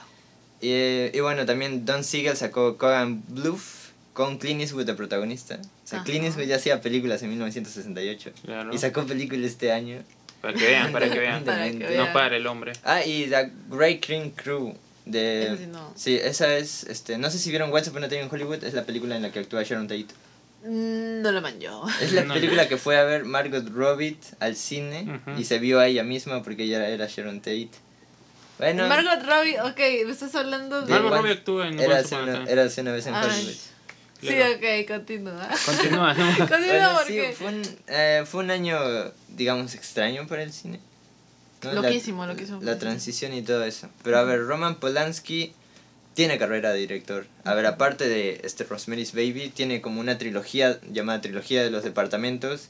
Speaker 3: Y, eh, y bueno, también Don Siegel sacó Cogan Bluff con Clint Eastwood de protagonista. O sea,
Speaker 2: Ajá.
Speaker 3: Clint Eastwood ya hacía películas en 1968
Speaker 1: Claro.
Speaker 3: y sacó películas este año.
Speaker 1: Para que vean, para que vean.
Speaker 2: Para que vean.
Speaker 1: No para el hombre.
Speaker 3: Ah, y The Great Green Crew de...
Speaker 2: Esa sí no.
Speaker 3: esa es, este, no sé si vieron Once Upon a Time in Hollywood, es la película en la que actúa Sharon Tate.
Speaker 2: Mm, No lo manjo.
Speaker 3: Es la
Speaker 1: No, no.
Speaker 3: película que fue a ver Margot Robbie al cine
Speaker 1: Ujú.
Speaker 3: y se vio a ella misma porque ella era Sharon Tate. Bueno,
Speaker 2: Margot Robbie, ok, me estás hablando de.
Speaker 3: de
Speaker 1: Margot
Speaker 3: Once-
Speaker 1: Robbie actúa en
Speaker 3: era
Speaker 1: Once
Speaker 3: hace
Speaker 1: Upon a
Speaker 3: una,
Speaker 1: Time.
Speaker 3: era hace una vez en
Speaker 2: Ay,
Speaker 3: Hollywood.
Speaker 2: Sí, ok, continúa.
Speaker 1: Continúa, ¿no?
Speaker 2: Continúa
Speaker 3: Bueno, sí,
Speaker 2: porque.
Speaker 3: fue un, eh, fue un año, digamos, extraño para el cine. ¿no? La-
Speaker 2: Loquísimo, loquísimo.
Speaker 3: La transición y todo eso. Pero a ver, Roman Polanski tiene carrera de director. A ver, aparte de este Rosemary's Baby, tiene como una trilogía llamada Trilogía de los Departamentos.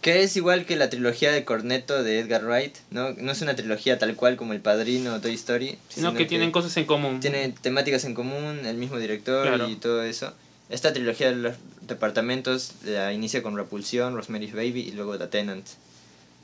Speaker 3: Que es igual que la trilogía de Cornetto de Edgar Wright, ¿no? No es una trilogía tal cual como El Padrino o Toy Story.
Speaker 1: Sino que tienen cosas en común.
Speaker 3: Tiene temáticas en común, el mismo director
Speaker 1: Claro.
Speaker 3: y todo eso. Esta trilogía de los departamentos la inicia con Repulsión, Rosemary's Baby y luego The Tenant.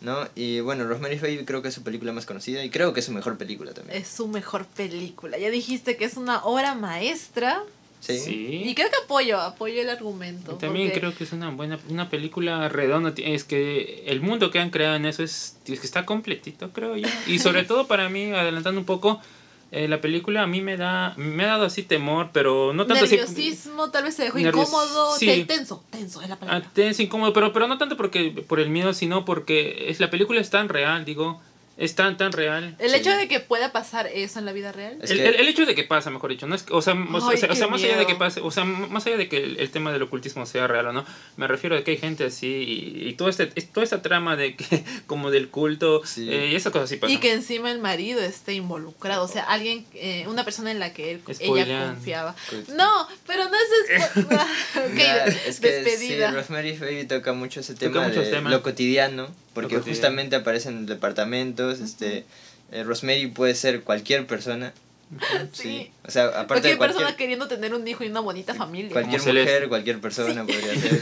Speaker 3: ¿No? Y bueno, Rosemary's Baby creo que es su película más conocida y creo que es su mejor película también.
Speaker 2: Es su mejor película. Ya dijiste que es una obra maestra.
Speaker 3: Sí.
Speaker 2: Y creo que apoyo, apoyo el argumento.
Speaker 1: También
Speaker 2: porque-
Speaker 1: creo que es una buena una película redonda. Ti- Es que el mundo que han creado en eso es, es que está completito, creo yo. Y sobre todo para mí, adelantando un poco, eh, la película a mí me da me ha dado así temor, pero no tanto así.
Speaker 2: Nerviosismo, tal vez se dejó
Speaker 1: Nervios-
Speaker 2: incómodo.
Speaker 1: sí.
Speaker 2: te- Tenso, tenso es la
Speaker 1: Ah,
Speaker 2: palabra.
Speaker 1: te- es incómodo, pero, pero no tanto porque por el miedo, sino porque es, la película es tan real, digo. Es tan, tan real.
Speaker 2: El
Speaker 3: Ah, sí.
Speaker 2: hecho de que pueda pasar eso en la vida real.
Speaker 3: Es
Speaker 1: el,
Speaker 3: que-
Speaker 1: el- el hecho de que pasa, mejor dicho, no es, o sea, o sea,
Speaker 2: Ay,
Speaker 1: o sea,
Speaker 2: qué
Speaker 1: más allá de que
Speaker 2: miedo.
Speaker 1: pase, o sea, m- más allá de que el, el tema del ocultismo sea real o no, me refiero a que hay gente así y, y todo este, es- toda esta trama de que, como del culto,
Speaker 3: Sí.
Speaker 1: eh, y esas cosas así pasan.
Speaker 2: Y que encima el marido esté involucrado. O sea, alguien, eh, una persona en la que él, ella
Speaker 1: Spoileando.
Speaker 2: confiaba.
Speaker 3: Pues-
Speaker 2: No, pero no es. espo- ok,
Speaker 3: Nah, es que
Speaker 2: despedida.
Speaker 3: sí, Rosemary's Baby toca mucho ese tema
Speaker 1: muchos
Speaker 3: de
Speaker 1: temas.
Speaker 3: lo cotidiano, porque
Speaker 1: Lo cotidiano.
Speaker 3: justamente aparecen departamentos, este eh, Rosemary puede ser cualquier persona.
Speaker 2: Sí.
Speaker 3: O sea, aparte
Speaker 2: cualquier
Speaker 3: de cualquier
Speaker 2: persona queriendo tener un hijo y una bonita familia.
Speaker 3: Cualquier
Speaker 1: Como
Speaker 3: mujer,
Speaker 1: Celeste.
Speaker 3: cualquier persona podría ser.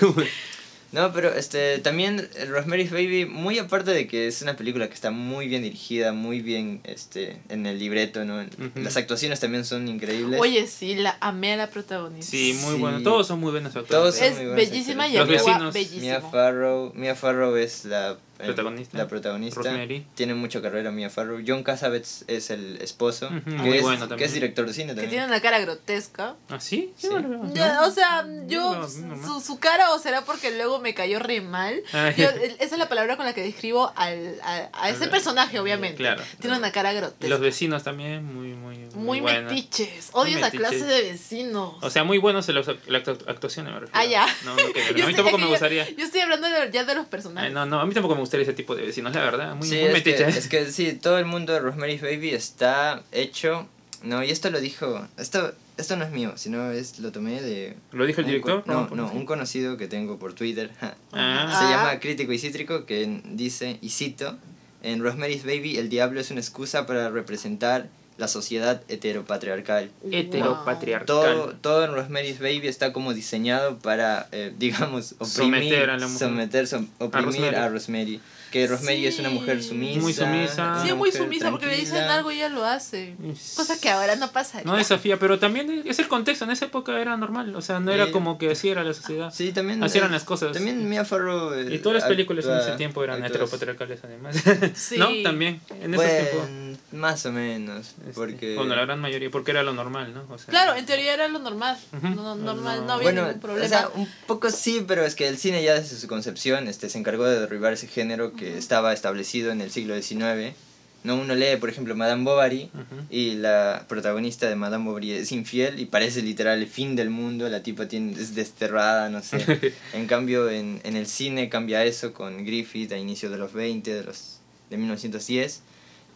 Speaker 3: No, pero este también eh, Rosemary's Baby, muy aparte de que es una película que está muy bien dirigida, muy bien este en el libreto, ¿no?
Speaker 1: Ujú.
Speaker 3: Las actuaciones también son increíbles.
Speaker 2: Oye, sí, la amé a la protagonista.
Speaker 1: Sí, muy
Speaker 3: Sí.
Speaker 1: bueno. Todos son muy buenos actores.
Speaker 3: Todos son
Speaker 2: es
Speaker 3: muy buenos
Speaker 2: bellísima y
Speaker 1: actores. Los
Speaker 2: actúa
Speaker 1: vecinos.
Speaker 3: Mia
Speaker 2: bellísimo.
Speaker 3: Farrow, Mia Farrow es la eh,
Speaker 1: Protagonista.
Speaker 3: La protagonista.
Speaker 1: Rosemary.
Speaker 3: Tiene mucha carrera Mia Farrow. John Cassavetes es el esposo,
Speaker 1: Ujú,
Speaker 3: que,
Speaker 1: muy
Speaker 3: es,
Speaker 1: bueno
Speaker 3: que es
Speaker 1: también.
Speaker 3: director de cine
Speaker 2: Que
Speaker 3: también.
Speaker 2: tiene una cara grotesca.
Speaker 1: ¿Ah, sí?
Speaker 3: Sí.
Speaker 1: no, no, no.
Speaker 2: Ya, o sea,
Speaker 1: no,
Speaker 2: yo,
Speaker 1: no,
Speaker 2: su, su cara, o será porque luego me cayó re mal.
Speaker 1: Ay.
Speaker 2: Yo- esa es la palabra con la que describo al, a, a ese personaje, obviamente.
Speaker 1: Claro.
Speaker 2: Tiene una cara
Speaker 1: Los
Speaker 2: grotesca.
Speaker 1: vecinos también, muy, muy,
Speaker 2: Muy
Speaker 1: muy buenos.
Speaker 2: metiches. Odio
Speaker 1: Muy
Speaker 2: esa
Speaker 1: metiches.
Speaker 2: clase de vecinos.
Speaker 1: O sea, muy buenos en las act- las actu- actuaciones, me refiero.
Speaker 2: Ah, ya.
Speaker 1: No, no, que-
Speaker 2: Yo
Speaker 1: a mí
Speaker 2: sé
Speaker 1: tampoco
Speaker 2: que
Speaker 1: me
Speaker 2: yo-
Speaker 1: gustaría.
Speaker 2: Yo estoy hablando de- ya de los personajes.
Speaker 1: Ay, no, no, a mí tampoco me gustar ese tipo de vecinos, la verdad. Muy,
Speaker 3: sí,
Speaker 1: muy
Speaker 3: es, que,
Speaker 1: metiche.
Speaker 3: es que sí, todo el mundo de Rosemary's Baby está hecho. No, y esto lo dijo. Esto, esto no es mío, sino es lo tomé de.
Speaker 1: ¿Lo dijo el
Speaker 3: un co-
Speaker 1: director?
Speaker 3: No,
Speaker 1: por-
Speaker 3: no, un conocido que tengo por Twitter. ja.
Speaker 1: Ah,
Speaker 3: Se
Speaker 2: Ah.
Speaker 3: llama Crítico y Cítrico, que dice, y cito, en Rosemary's Baby el diablo es una excusa para representar la sociedad heteropatriarcal.
Speaker 1: heteropatriarcal.
Speaker 3: Todo, todo en Rosemary's Baby está como diseñado para, eh, digamos, oprimir,
Speaker 1: Someter a la mujer.
Speaker 3: someter, som- oprimir a Rosemary.
Speaker 1: Rosemary.
Speaker 3: Que Rosemary es una
Speaker 2: Sí.
Speaker 3: mujer sumisa.
Speaker 1: Muy sumisa.
Speaker 3: una
Speaker 2: Sí, es muy
Speaker 3: mujer
Speaker 2: sumisa porque le dicen
Speaker 3: tranquila.
Speaker 2: algo y ella lo hace.
Speaker 1: Es-
Speaker 2: Cosa que ahora no pasa.
Speaker 1: No desafía, pero también es el contexto. En esa época era normal, o sea, no era
Speaker 3: Sí.
Speaker 1: como que así era la sociedad.
Speaker 3: Sí, también.
Speaker 1: Así eran
Speaker 3: eh,
Speaker 1: las cosas.
Speaker 3: También Mia Farrow. eh,
Speaker 1: Y todas las películas en
Speaker 3: actúa-
Speaker 1: ese tiempo eran
Speaker 3: actúa-
Speaker 1: heteropatriarcales, además.
Speaker 2: Sí.
Speaker 1: ¿No? También, en esos tiempos.
Speaker 3: Bueno, más o menos.
Speaker 1: Este,
Speaker 3: Porque.
Speaker 1: Bueno, la gran mayoría, porque era lo normal, ¿no? O sea,
Speaker 2: Claro, en teoría era lo normal.
Speaker 1: Ujú.
Speaker 2: no, normal,
Speaker 1: No.
Speaker 2: no había
Speaker 3: Bueno,
Speaker 2: ningún problema.
Speaker 3: o sea, un poco sí, pero es que el cine ya desde su concepción este, se encargó de derribar ese género que estaba establecido en el siglo XIX. No uno lee, por ejemplo, Madame Bovary
Speaker 1: Ujú.
Speaker 3: y la protagonista de Madame Bovary es infiel y parece literal el fin del mundo, la tipa tiene, es desterrada, no sé. en cambio, en, en el cine cambia eso con Griffith a inicios de los 20, de, los, de 1910.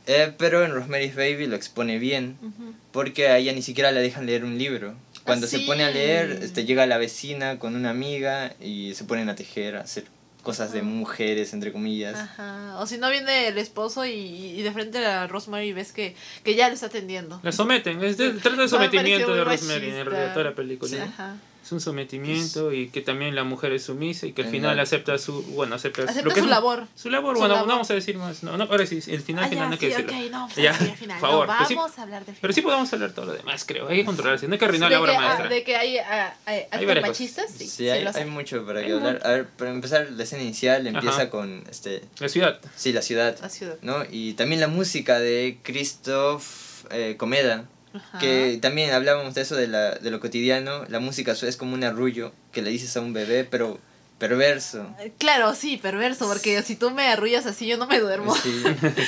Speaker 3: Eh, pero en Rosemary's Baby lo expone bien
Speaker 2: Ujú. Ah,
Speaker 3: porque a ella ni siquiera la dejan leer un libro. Cuando se
Speaker 2: sí.
Speaker 3: pone a leer, este, llega la vecina con una amiga y se ponen a tejer, a hacer cosas de
Speaker 2: Ajá.
Speaker 3: mujeres, entre comillas.
Speaker 2: Ajá. O si no viene el esposo y, y de frente a Rosemary ves que, que ya lo está atendiendo.
Speaker 1: La someten, es de- trata de
Speaker 2: Me pareció
Speaker 1: sometimiento
Speaker 2: muy
Speaker 1: de Rosemary en
Speaker 2: machista.
Speaker 1: realidad toda la película.
Speaker 3: Sí.
Speaker 2: Ajá.
Speaker 1: Es un sometimiento y que también la mujer es sumisa y que al
Speaker 3: En
Speaker 1: final
Speaker 3: la-
Speaker 1: acepta su, bueno, acepta,
Speaker 2: Acepta
Speaker 1: que
Speaker 2: su
Speaker 1: es-
Speaker 2: labor.
Speaker 1: Su labor,
Speaker 2: Su
Speaker 1: bueno,
Speaker 2: labor.
Speaker 1: no vamos a decir más. No, no, ahora sí, el final,
Speaker 2: Ah,
Speaker 1: final
Speaker 2: ya,
Speaker 1: no hay que
Speaker 2: sí,
Speaker 1: decirlo.
Speaker 2: ok, no, pues
Speaker 1: Ya,
Speaker 2: sí, al final.
Speaker 1: por favor,
Speaker 2: no,
Speaker 1: pero sí-
Speaker 2: vamos a hablar de final.
Speaker 1: Pero sí podemos hablar todo lo demás, creo. Hay que controlarse, no hay que arruinar
Speaker 2: De
Speaker 1: la obra
Speaker 2: que, ah,
Speaker 1: maestra.
Speaker 2: de que hay ah, hay actos
Speaker 1: varias cosas.
Speaker 2: machistas, sí,
Speaker 3: Sí,
Speaker 2: sí
Speaker 3: hay,
Speaker 2: los
Speaker 3: hay
Speaker 2: hay.
Speaker 3: mucho para
Speaker 1: Hay
Speaker 3: que hablar.
Speaker 1: mucho.
Speaker 3: A ver, para empezar, la escena inicial empieza
Speaker 1: Ajá.
Speaker 3: con, este,
Speaker 1: La ciudad.
Speaker 3: sí, la ciudad,
Speaker 2: La ciudad.
Speaker 3: ¿no? Y también la música de Christoph eh, Comeda,
Speaker 2: Ajá.
Speaker 3: que también hablábamos de eso, de, la, de lo cotidiano. La música su- es como un arrullo que le dices a un bebé, pero perverso.
Speaker 2: Claro, sí, perverso, porque si tú me arrullas así, yo no me duermo.
Speaker 3: Sí,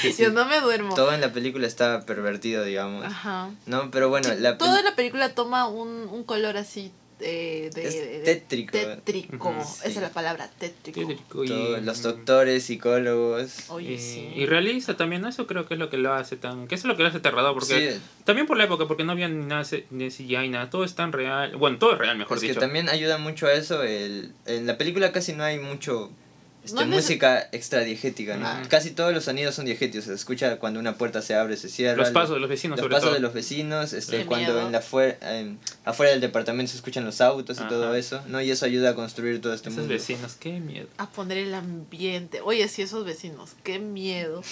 Speaker 3: sí.
Speaker 2: Yo no Ah. me duermo.
Speaker 3: Todo en la película está pervertido, digamos.
Speaker 2: Ajá.
Speaker 3: No, pero bueno, la
Speaker 2: Toda
Speaker 3: pel-
Speaker 2: la película toma un, un color así eh, de,
Speaker 3: Es
Speaker 2: de-
Speaker 3: tétrico.
Speaker 2: tétrico.
Speaker 1: Ujú,
Speaker 2: Esa es
Speaker 3: sí.
Speaker 2: la palabra, tétrico.
Speaker 1: Tétrico y-
Speaker 3: todo- los doctores, psicólogos.
Speaker 2: Oye,
Speaker 1: y,
Speaker 2: sí.
Speaker 1: y realista también, ¿no? eso creo que es lo que lo hace tan. que eso es lo que lo hace aterrador, porque.
Speaker 3: Sí,
Speaker 1: También por la época, porque no había ni nada de de CGI, nada. Todo es tan real. Bueno, todo es real, mejor
Speaker 3: es que
Speaker 1: dicho.
Speaker 3: también ayuda mucho a eso. El, en la película casi no hay mucho este,
Speaker 2: No es neces-
Speaker 3: música extra diegética. ¿no?
Speaker 1: Ah.
Speaker 3: Casi todos los sonidos son diegéticos. Se escucha cuando una puerta se abre, se cierra.
Speaker 1: Los pasos de los vecinos,
Speaker 3: los
Speaker 1: sobre
Speaker 3: pasos
Speaker 1: todo.
Speaker 3: de los vecinos, este,
Speaker 2: Qué
Speaker 3: cuando
Speaker 2: miedo.
Speaker 3: en la fuer- en- afuera del departamento se escuchan los autos y
Speaker 1: Ajá.
Speaker 3: todo eso, ¿no? Y eso ayuda a construir todo este
Speaker 1: Esos
Speaker 3: mundo.
Speaker 1: vecinos, qué miedo.
Speaker 2: a poner el ambiente. Oye, sí, esos vecinos, qué miedo.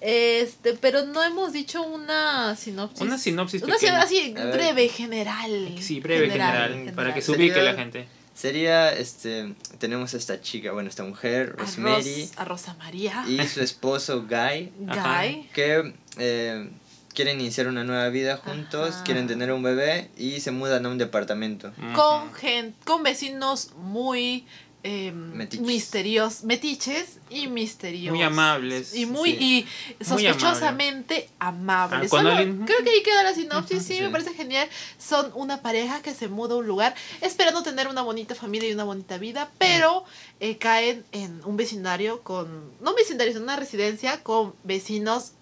Speaker 2: Este, pero no hemos dicho una sinopsis.
Speaker 1: Una sinopsis
Speaker 2: Una
Speaker 1: pequeña.
Speaker 2: así,
Speaker 3: A ver.
Speaker 2: breve, general.
Speaker 1: Sí, breve, general,
Speaker 3: general.
Speaker 1: para que se
Speaker 3: Sería-
Speaker 1: ubique la gente.
Speaker 3: Sería, este, tenemos a esta chica, bueno, esta mujer,
Speaker 2: A, Ros-
Speaker 3: Rosemary,
Speaker 2: a Rosa María,
Speaker 3: y su esposo Guy,
Speaker 1: Ajá.
Speaker 2: Guy.
Speaker 3: que eh, quieren iniciar una nueva vida juntos,
Speaker 2: Ajá.
Speaker 3: quieren tener un bebé y se mudan a un departamento.
Speaker 1: Ujú.
Speaker 2: Con, gen- con vecinos muy eh,
Speaker 3: Metiches.
Speaker 2: misterios- metiches y misteriosos.
Speaker 1: Muy amables.
Speaker 2: Y muy y sospechosamente
Speaker 1: Ah,
Speaker 2: amables.
Speaker 1: cuando
Speaker 2: Solo-
Speaker 1: alguien-
Speaker 2: Creo que ahí queda la sinopsis, sí,
Speaker 3: sí.
Speaker 2: me parece genial. Son una pareja que se muda a un lugar esperando tener una bonita familia y una bonita vida, pero eh, caen en un vecindario con, no un vecindario, sino una residencia con vecinos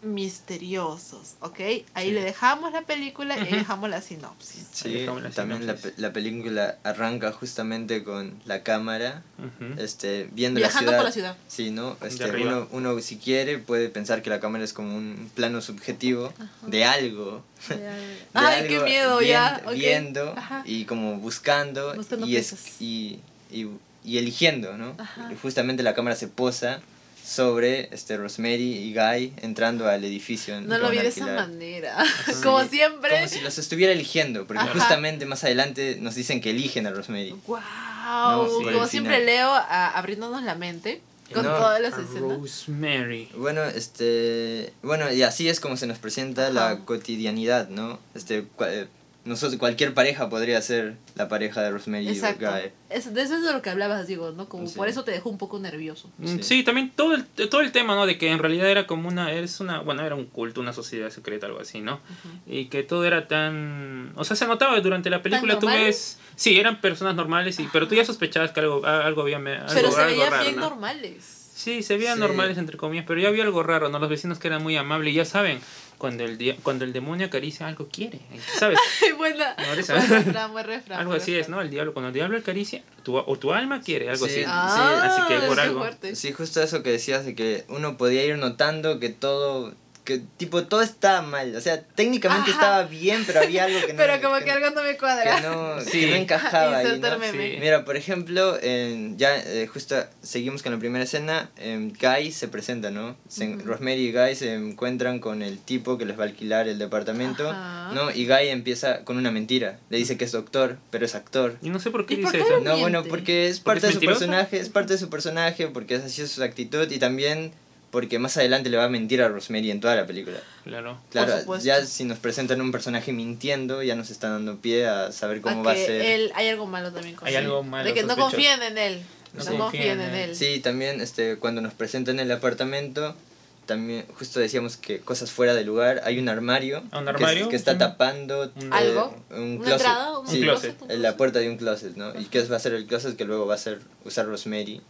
Speaker 2: misteriosos, ¿ok? Ahí
Speaker 3: Sí.
Speaker 2: le dejamos la película y ahí
Speaker 1: Ujú.
Speaker 2: dejamos la sinopsis.
Speaker 1: Ahí
Speaker 3: Sí,
Speaker 1: dejamos la
Speaker 3: también la,
Speaker 1: sinopsis.
Speaker 3: pe- la película arranca justamente con la cámara,
Speaker 1: Ujú.
Speaker 3: este, viendo
Speaker 2: Viajando
Speaker 3: la ciudad.
Speaker 2: por la ciudad.
Speaker 3: Sí, ¿no? Este,
Speaker 1: arriba.
Speaker 3: uno, uno si quiere puede pensar que la cámara es como un plano subjetivo de algo. de
Speaker 2: Ay,
Speaker 3: algo
Speaker 2: qué miedo,
Speaker 3: vien-
Speaker 2: ya. ok.
Speaker 3: Viendo
Speaker 2: Ajá.
Speaker 3: y como buscando,
Speaker 2: Buscando
Speaker 3: y, es-
Speaker 2: piezas.
Speaker 3: y, y, y eligiendo, ¿no?
Speaker 2: Ajá.
Speaker 3: Y justamente la cámara se posa sobre este Rosemary y Guy entrando al edificio. en-
Speaker 2: No
Speaker 3: que
Speaker 2: lo
Speaker 3: van
Speaker 2: vi
Speaker 3: a
Speaker 2: de esa
Speaker 3: alquilar.
Speaker 2: manera. Como
Speaker 3: Sí,
Speaker 2: siempre.
Speaker 3: Como si los estuviera eligiendo, porque
Speaker 2: Ajá.
Speaker 3: justamente más adelante nos dicen que eligen a Rosemary.
Speaker 2: Wow,
Speaker 3: sí,
Speaker 2: como
Speaker 3: al
Speaker 2: siempre
Speaker 3: final.
Speaker 2: leo a- abriéndonos la mente con
Speaker 3: No,
Speaker 2: todas las
Speaker 1: A
Speaker 2: escenas.
Speaker 1: Rosemary.
Speaker 3: Bueno, este, bueno, y así es como se nos presenta la
Speaker 2: Ajá.
Speaker 3: cotidianidad, ¿no? Este, cua- eh, nosotros, cualquier pareja podría ser la pareja de Rosemary
Speaker 2: Exacto.
Speaker 3: y Guy.
Speaker 2: Es- de eso es de lo que hablabas, digo, ¿no? Como
Speaker 3: Sí.
Speaker 2: por eso te dejó un poco nervioso.
Speaker 1: Mm, Sí.
Speaker 3: Sí.
Speaker 1: también todo el, eh, todo el tema, ¿no? De que en realidad era como una, es una, bueno, era un culto, una sociedad secreta, algo así, ¿no? Y que todo era tan, o sea, se notaba durante la película, tú
Speaker 2: normal? Ah.
Speaker 1: ves, sí, eran personas normales, y, pero tú ya sospechabas que algo, a- algo había, me- algo,
Speaker 2: Pero se
Speaker 1: algo
Speaker 2: veían
Speaker 1: raro,
Speaker 2: bien
Speaker 1: ¿no?
Speaker 2: normales.
Speaker 1: Sí, se veían
Speaker 3: Sí.
Speaker 1: normales entre comillas, pero ya había algo raro, ¿no? Los vecinos que eran muy amables y ya saben, cuando el, dia- cuando el demonio acaricia algo quiere, eh, ¿sabes?
Speaker 2: Ay, buena.
Speaker 1: No, ahorita.
Speaker 2: Buen refrán, buen refrán,
Speaker 1: algo
Speaker 2: buen
Speaker 1: así es,
Speaker 2: refrán.
Speaker 1: ¿no? El diablo, cuando el diablo acaricia, tu, o tu alma quiere, algo
Speaker 3: Sí.
Speaker 1: así.
Speaker 2: Ah,
Speaker 1: así que por
Speaker 2: qué
Speaker 1: algo.
Speaker 2: fuerte.
Speaker 3: Sí, justo eso que decías de que uno podía ir notando que todo, que tipo todo estaba mal. O sea, técnicamente
Speaker 2: Ajá.
Speaker 3: estaba bien, pero había algo que no.
Speaker 2: Pero como que algo no me cuadra.
Speaker 3: que no,
Speaker 1: Sí.
Speaker 3: que no encajaba ahí, ¿no?
Speaker 2: Insertar meme.
Speaker 1: Sí.
Speaker 3: Mira, por ejemplo, en- ya eh, justo seguimos con la primera escena, em, Guy se presenta, ¿no? Se,
Speaker 2: Ujú.
Speaker 3: Rosemary y Guy se encuentran con el tipo que les va a alquilar el departamento,
Speaker 2: Ajá.
Speaker 3: ¿no? Y Guy empieza con una mentira, le dice que es doctor, pero es actor.
Speaker 1: Y no sé por qué
Speaker 2: ¿Y por
Speaker 1: dice
Speaker 2: qué?
Speaker 1: eso.
Speaker 3: No,
Speaker 2: miente.
Speaker 3: bueno, porque es
Speaker 1: ¿Porque
Speaker 3: parte
Speaker 1: es
Speaker 3: de su
Speaker 1: mentiroso?
Speaker 3: personaje, es parte de su personaje, porque es así es su actitud y también porque más adelante le va a mentir a Rosemary en toda la película.
Speaker 1: Claro.
Speaker 3: Claro,
Speaker 2: supuesto.
Speaker 3: ya si nos presentan un personaje mintiendo, ya nos están dando pie a saber cómo
Speaker 2: A
Speaker 3: va a
Speaker 2: que
Speaker 3: ser.
Speaker 2: Él, hay algo malo también con
Speaker 1: Hay
Speaker 2: él.
Speaker 1: algo malo,
Speaker 2: De que no
Speaker 1: sospechoso.
Speaker 2: confíen en él. No,
Speaker 1: No
Speaker 2: confíen en él.
Speaker 3: Sí, también este, cuando nos presentan el apartamento, también justo decíamos que cosas fuera de lugar, hay un armario,
Speaker 1: Un
Speaker 3: que-
Speaker 1: armario,
Speaker 3: que, está
Speaker 1: un-
Speaker 3: tapando
Speaker 1: un-
Speaker 3: eh,
Speaker 2: ¿Algo?
Speaker 3: un
Speaker 2: ¿Una
Speaker 3: closet,
Speaker 2: entrada? ¿Un
Speaker 3: sí,
Speaker 1: closet?
Speaker 3: en la puerta de un closet, ¿no? Y que va a ser el closet que luego va a ser usar Rosemary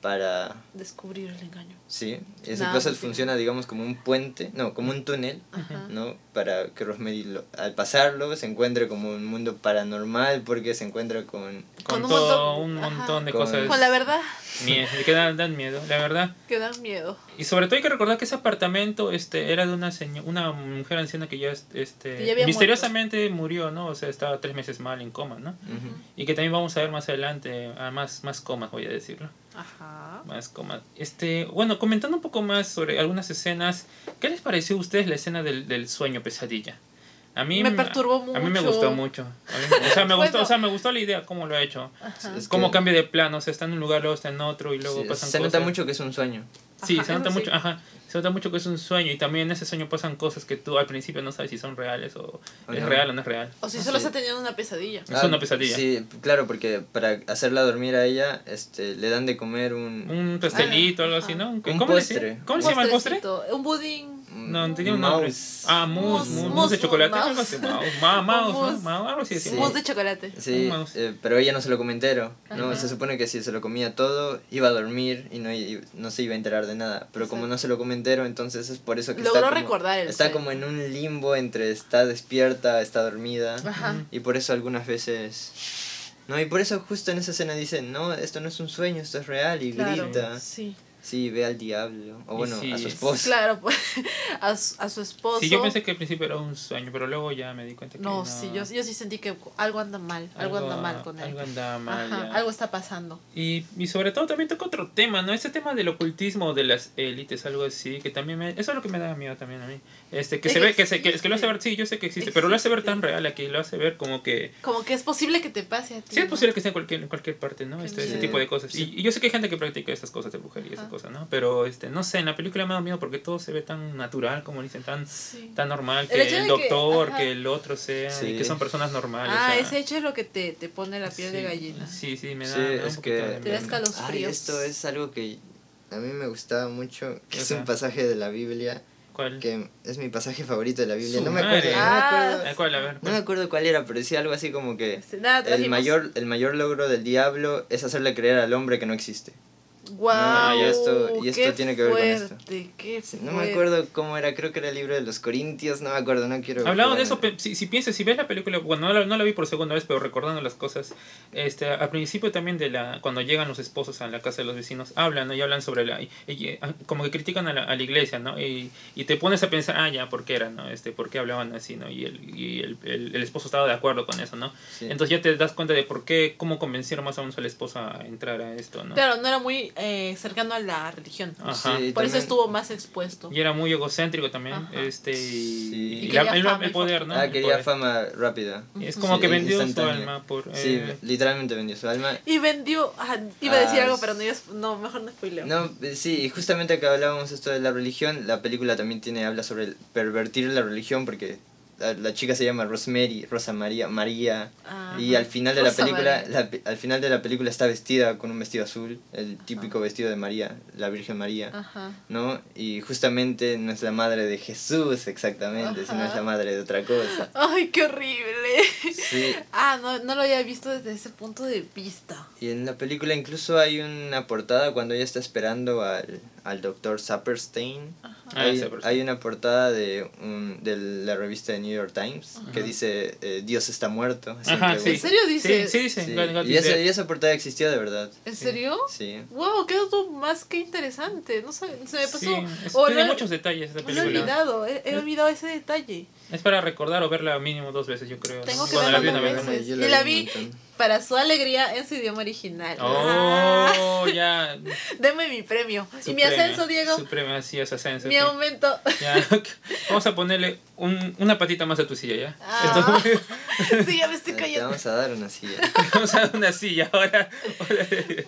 Speaker 3: para
Speaker 2: Descubrir el engaño.
Speaker 3: sí, ese
Speaker 2: Nada,
Speaker 3: closet
Speaker 2: mentira.
Speaker 3: funciona digamos como un puente, no, como un túnel.
Speaker 2: Ajá.
Speaker 3: ¿no? Para que Rosemary lo- al pasarlo se encuentre como un mundo paranormal porque se encuentra con...
Speaker 1: Con,
Speaker 2: Con un
Speaker 1: todo
Speaker 2: montón-
Speaker 1: un
Speaker 2: ajá.
Speaker 1: montón de
Speaker 3: Con-
Speaker 1: cosas.
Speaker 2: Con la verdad,
Speaker 1: mie- que dan, dan miedo, la verdad.
Speaker 2: que da miedo.
Speaker 1: Y sobre todo hay que recordar que ese apartamento este, era de una seño- una mujer anciana que ya, este,
Speaker 2: Que ya había
Speaker 1: misteriosamente murió, ¿no? O sea, estaba tres meses mal en coma, ¿no?
Speaker 3: Ujú.
Speaker 1: Y que también vamos a ver más adelante, ah, más, más comas, voy a decirlo.
Speaker 2: Ajá.
Speaker 1: Más comas. Este, bueno, comentando un poco más sobre algunas escenas, ¿qué les pareció a ustedes la escena del, del sueño pesadilla? A mí
Speaker 2: Me perturbó
Speaker 1: A mí me
Speaker 2: mucho.
Speaker 1: gustó mucho. A mí me- o, sea, me
Speaker 2: Bueno.
Speaker 1: gustó, o sea, me gustó la idea, cómo lo ha hecho.
Speaker 2: Ajá.
Speaker 3: Es
Speaker 1: Cómo
Speaker 3: que-
Speaker 1: cambia de plano, o sea, está en un lugar, luego está en otro y luego
Speaker 3: Sí,
Speaker 1: pasan
Speaker 3: se
Speaker 1: cosas.
Speaker 3: nota mucho que es un sueño.
Speaker 1: Sí,
Speaker 2: Ajá,
Speaker 1: se nota
Speaker 2: eso sí.
Speaker 1: mucho, ajá, se nota mucho que es un sueño y también en ese sueño pasan cosas que tú al principio no sabes si son reales o
Speaker 3: O
Speaker 1: es
Speaker 3: no.
Speaker 1: real o no es real.
Speaker 2: O si solo
Speaker 3: Sí.
Speaker 2: está teniendo una pesadilla.
Speaker 1: Es una pesadilla.
Speaker 3: Ah, Sí, claro, porque para hacerla dormir a ella este, le dan de comer un...
Speaker 1: Un pastelito, algo así,
Speaker 2: ajá.
Speaker 1: ¿no?
Speaker 3: Un
Speaker 1: ¿Cómo, le decía?
Speaker 3: postre.
Speaker 1: ¿Cómo se llama el postre?
Speaker 2: Postrecito, Un pudín.
Speaker 1: No, tenía
Speaker 3: tenía
Speaker 1: un nombre.
Speaker 3: Mouse.
Speaker 1: Ah, mousse,
Speaker 2: Mousse,
Speaker 1: mousse,
Speaker 2: mousse,
Speaker 1: de chocolate.
Speaker 2: mousse.
Speaker 1: algo así. Mouse, ma- mouse, ¿no?
Speaker 2: Mousse.
Speaker 1: Mouse, algo así
Speaker 3: Sí.
Speaker 1: decimos.
Speaker 2: Mousse de chocolate.
Speaker 3: Sí,
Speaker 1: Un mouse.
Speaker 3: eh, pero ella no se lo comió entero, ¿no?
Speaker 2: Ajá.
Speaker 3: Se supone que si se lo comía todo, iba a dormir y no, i- no se iba a enterar de nada. Pero como
Speaker 2: Exacto.
Speaker 3: no se lo comió entero, entonces es por eso que
Speaker 2: Logró
Speaker 3: está como,
Speaker 2: recordar el
Speaker 3: Está
Speaker 2: sueño.
Speaker 3: como en un limbo entre está despierta, está dormida.
Speaker 2: Ajá.
Speaker 3: Y por eso algunas veces... No, y por eso justo en esa escena dicen, no, esto no es un sueño, esto es real, y
Speaker 2: Claro.
Speaker 3: grita.
Speaker 2: Sí.
Speaker 3: Sí, ve al diablo. O
Speaker 1: Y
Speaker 3: bueno,
Speaker 1: sí,
Speaker 3: a su
Speaker 1: es-
Speaker 3: esposa.
Speaker 2: Claro, pues. A su, a su esposo.
Speaker 1: Sí, yo pensé que al principio era un sueño, pero luego ya me di cuenta que.
Speaker 2: No,
Speaker 1: No,
Speaker 2: sí, yo, yo sí sentí que algo anda mal. Algo, anda mal con él.
Speaker 1: Algo andaba mal.
Speaker 2: Ajá,
Speaker 1: ya.
Speaker 2: algo está pasando.
Speaker 1: Y, y sobre todo también toca otro tema, ¿no? Ese tema del ocultismo de las élites, algo así, que también me- Eso es lo que me da miedo también a mí. Este, que
Speaker 2: Es
Speaker 1: se
Speaker 2: que
Speaker 1: ve, que, se, que, que lo hace
Speaker 2: existe.
Speaker 1: ver, sí, yo sé que existe, pero lo hace ver tan real aquí, lo hace ver como que...
Speaker 2: Como que es posible que te pase a ti.
Speaker 1: Sí, es
Speaker 2: ¿no?
Speaker 1: posible que sea en cualquier, en cualquier parte, ¿no?
Speaker 2: Qué
Speaker 1: Este, ese
Speaker 3: miedo.
Speaker 1: tipo de cosas.
Speaker 3: Sí.
Speaker 1: Y, y yo sé que hay gente que practica estas cosas de brujería y esas
Speaker 2: Ajá.
Speaker 1: cosas, ¿no? Pero, este, no sé, en la película me da miedo porque todo se ve tan natural, como dicen, tan,
Speaker 2: Sí.
Speaker 1: tan normal,
Speaker 2: El
Speaker 1: que
Speaker 2: hecho
Speaker 1: el,
Speaker 2: de que-
Speaker 1: doctor, que,
Speaker 2: ajá.
Speaker 1: el otro sea, y
Speaker 3: Sí.
Speaker 1: que son personas normales.
Speaker 2: Ah,
Speaker 1: o sea,
Speaker 2: ese hecho es lo que te, te pone la piel de
Speaker 1: sí,
Speaker 2: gallina.
Speaker 1: Sí, sí, me da,
Speaker 3: Sí,
Speaker 1: me da
Speaker 3: es
Speaker 1: un poquito
Speaker 3: que-
Speaker 1: de
Speaker 3: Te
Speaker 2: Te
Speaker 1: miedo.
Speaker 2: das
Speaker 3: Ay,
Speaker 2: calosfríos.
Speaker 3: esto es algo que a mí me gustaba mucho, que
Speaker 1: O
Speaker 3: es
Speaker 1: sea.
Speaker 3: un pasaje de la Biblia,
Speaker 1: ¿Cuál?
Speaker 3: que es mi pasaje favorito de la Biblia.
Speaker 1: Su
Speaker 3: No me acuerdo,
Speaker 1: madre.
Speaker 3: no me
Speaker 2: Ah,
Speaker 3: acuerdo,
Speaker 1: ¿A cuál? A ver.
Speaker 3: no me acuerdo cuál era, pero decía algo así como que
Speaker 2: Este, Nada,
Speaker 3: el
Speaker 2: trajimos-
Speaker 3: mayor, el mayor logro del diablo es hacerle creer al hombre que no existe.
Speaker 2: ¡Guau!
Speaker 3: No, y esto- y esto
Speaker 2: qué
Speaker 3: tiene que ver con esto.
Speaker 2: fuerte, qué
Speaker 3: Sí, No me
Speaker 2: fuerte.
Speaker 3: acuerdo cómo era, creo que era el libro de los Corintios, no me acuerdo, no quiero...
Speaker 1: Hablando de
Speaker 3: jugar.
Speaker 1: eso, pe- si, si piensas, si ves la película, bueno, no la, no la vi por segunda vez, pero recordando las cosas, este, al principio también de la, cuando llegan los esposos a la casa de los vecinos, hablan, ¿no? Y hablan sobre la, y- y- ah, como que critican a la, a la iglesia, ¿no? Y, y te pones a pensar, ah, ya, ¿por qué era, no? Este, ¿por qué hablaban así, no? Y el, y el, el- el esposo estaba de acuerdo con eso, ¿no?
Speaker 3: Sí.
Speaker 1: Entonces ya te das cuenta de por qué, cómo convencieron más o menos a la esposa a entrar a esto, ¿no?
Speaker 2: Claro, no era muy eh, cercano a la religión.
Speaker 1: Ah,
Speaker 3: Sí,
Speaker 1: Ajá.
Speaker 3: y
Speaker 2: Por eso
Speaker 3: también-
Speaker 2: estuvo más expuesto.
Speaker 1: Y era muy egocéntrico también,
Speaker 2: Ajá.
Speaker 1: este, y,
Speaker 3: Sí.
Speaker 1: y
Speaker 3: Y
Speaker 1: la-
Speaker 2: quería
Speaker 1: el,
Speaker 2: fama y
Speaker 1: el poder, ¿no?
Speaker 3: Ah,
Speaker 1: El
Speaker 3: quería
Speaker 1: poder.
Speaker 3: fama rápida.
Speaker 1: Es como
Speaker 3: Sí,
Speaker 1: que vendió su
Speaker 3: instantánea.
Speaker 1: alma por...
Speaker 3: Sí,
Speaker 1: Mm. eh,
Speaker 3: literalmente vendió su alma.
Speaker 2: Y vendió. ah, iba a decir
Speaker 3: Ah,
Speaker 2: algo,
Speaker 3: sí.
Speaker 2: pero no, iba a- no, mejor no spoileo.
Speaker 3: No, eh, sí, y justamente que hablábamos esto de la religión, la película también tiene habla sobre el pervertir la religión porque la, la chica se llama Rosemary, Rosa María, María.
Speaker 2: Ah,
Speaker 3: Y al final de la
Speaker 2: Rosa
Speaker 3: película,
Speaker 2: María.
Speaker 3: la pe- al final de la película está vestida con un vestido azul, el típico vestido de María, la Virgen María,
Speaker 2: Ajá.
Speaker 3: ¿no? Y justamente no es la madre de Jesús exactamente, sino es
Speaker 2: Ajá.
Speaker 3: la madre de otra cosa.
Speaker 2: Ay, qué horrible.
Speaker 3: Sí.
Speaker 2: Ah, no, no lo había visto desde ese punto de vista.
Speaker 3: Y en la película incluso hay una portada cuando ella está esperando al, al doctor Saperstein.
Speaker 1: Ah,
Speaker 3: hay,
Speaker 1: Saperstein.
Speaker 3: hay una portada de, un- de la revista de New York Times que dice eh, Dios está muerto. así
Speaker 1: Ajá,
Speaker 3: en
Speaker 1: sí.
Speaker 2: ¿En
Speaker 3: pregunta.
Speaker 2: serio dice?
Speaker 1: Sí, sí, dice.
Speaker 3: Sí.
Speaker 1: God- God
Speaker 3: Y,
Speaker 1: is
Speaker 3: esa,
Speaker 1: dead.
Speaker 3: y esa portada existía de verdad.
Speaker 2: ¿En
Speaker 1: Sí.
Speaker 2: serio?
Speaker 3: Sí.
Speaker 2: Wow, qué dato más que interesante. No sé, se me pasó.
Speaker 1: Sí, es-
Speaker 2: o
Speaker 1: tiene
Speaker 2: no-
Speaker 1: muchos detalles esta
Speaker 2: no lo he
Speaker 1: película.
Speaker 2: olvidado, he, he olvidado ese detalle.
Speaker 1: Es para recordar o verla mínimo dos veces, yo creo.
Speaker 2: Tengo que
Speaker 1: Cuando la vi
Speaker 2: verla
Speaker 1: una
Speaker 2: dos
Speaker 1: vez, ¿no?
Speaker 2: veces.
Speaker 3: Yo
Speaker 2: Y la
Speaker 3: un
Speaker 2: vi-
Speaker 3: montón.
Speaker 2: Para su alegría en su idioma original. Ah,
Speaker 1: Oh, ya.
Speaker 2: deme mi premio.
Speaker 1: Su
Speaker 2: y mi
Speaker 1: premio,
Speaker 2: ascenso, Diego.
Speaker 1: Su premio, así es ascenso.
Speaker 2: Mi
Speaker 1: ok.
Speaker 2: aumento.
Speaker 1: Ya, ok. Vamos a ponerle un- una patita más a tu silla, ¿ya?
Speaker 2: Ah.
Speaker 1: Esto-
Speaker 2: sí, ya me estoy
Speaker 3: Eh, Te
Speaker 2: cayendo.
Speaker 3: vamos a dar una silla.
Speaker 1: vamos a dar una silla ahora.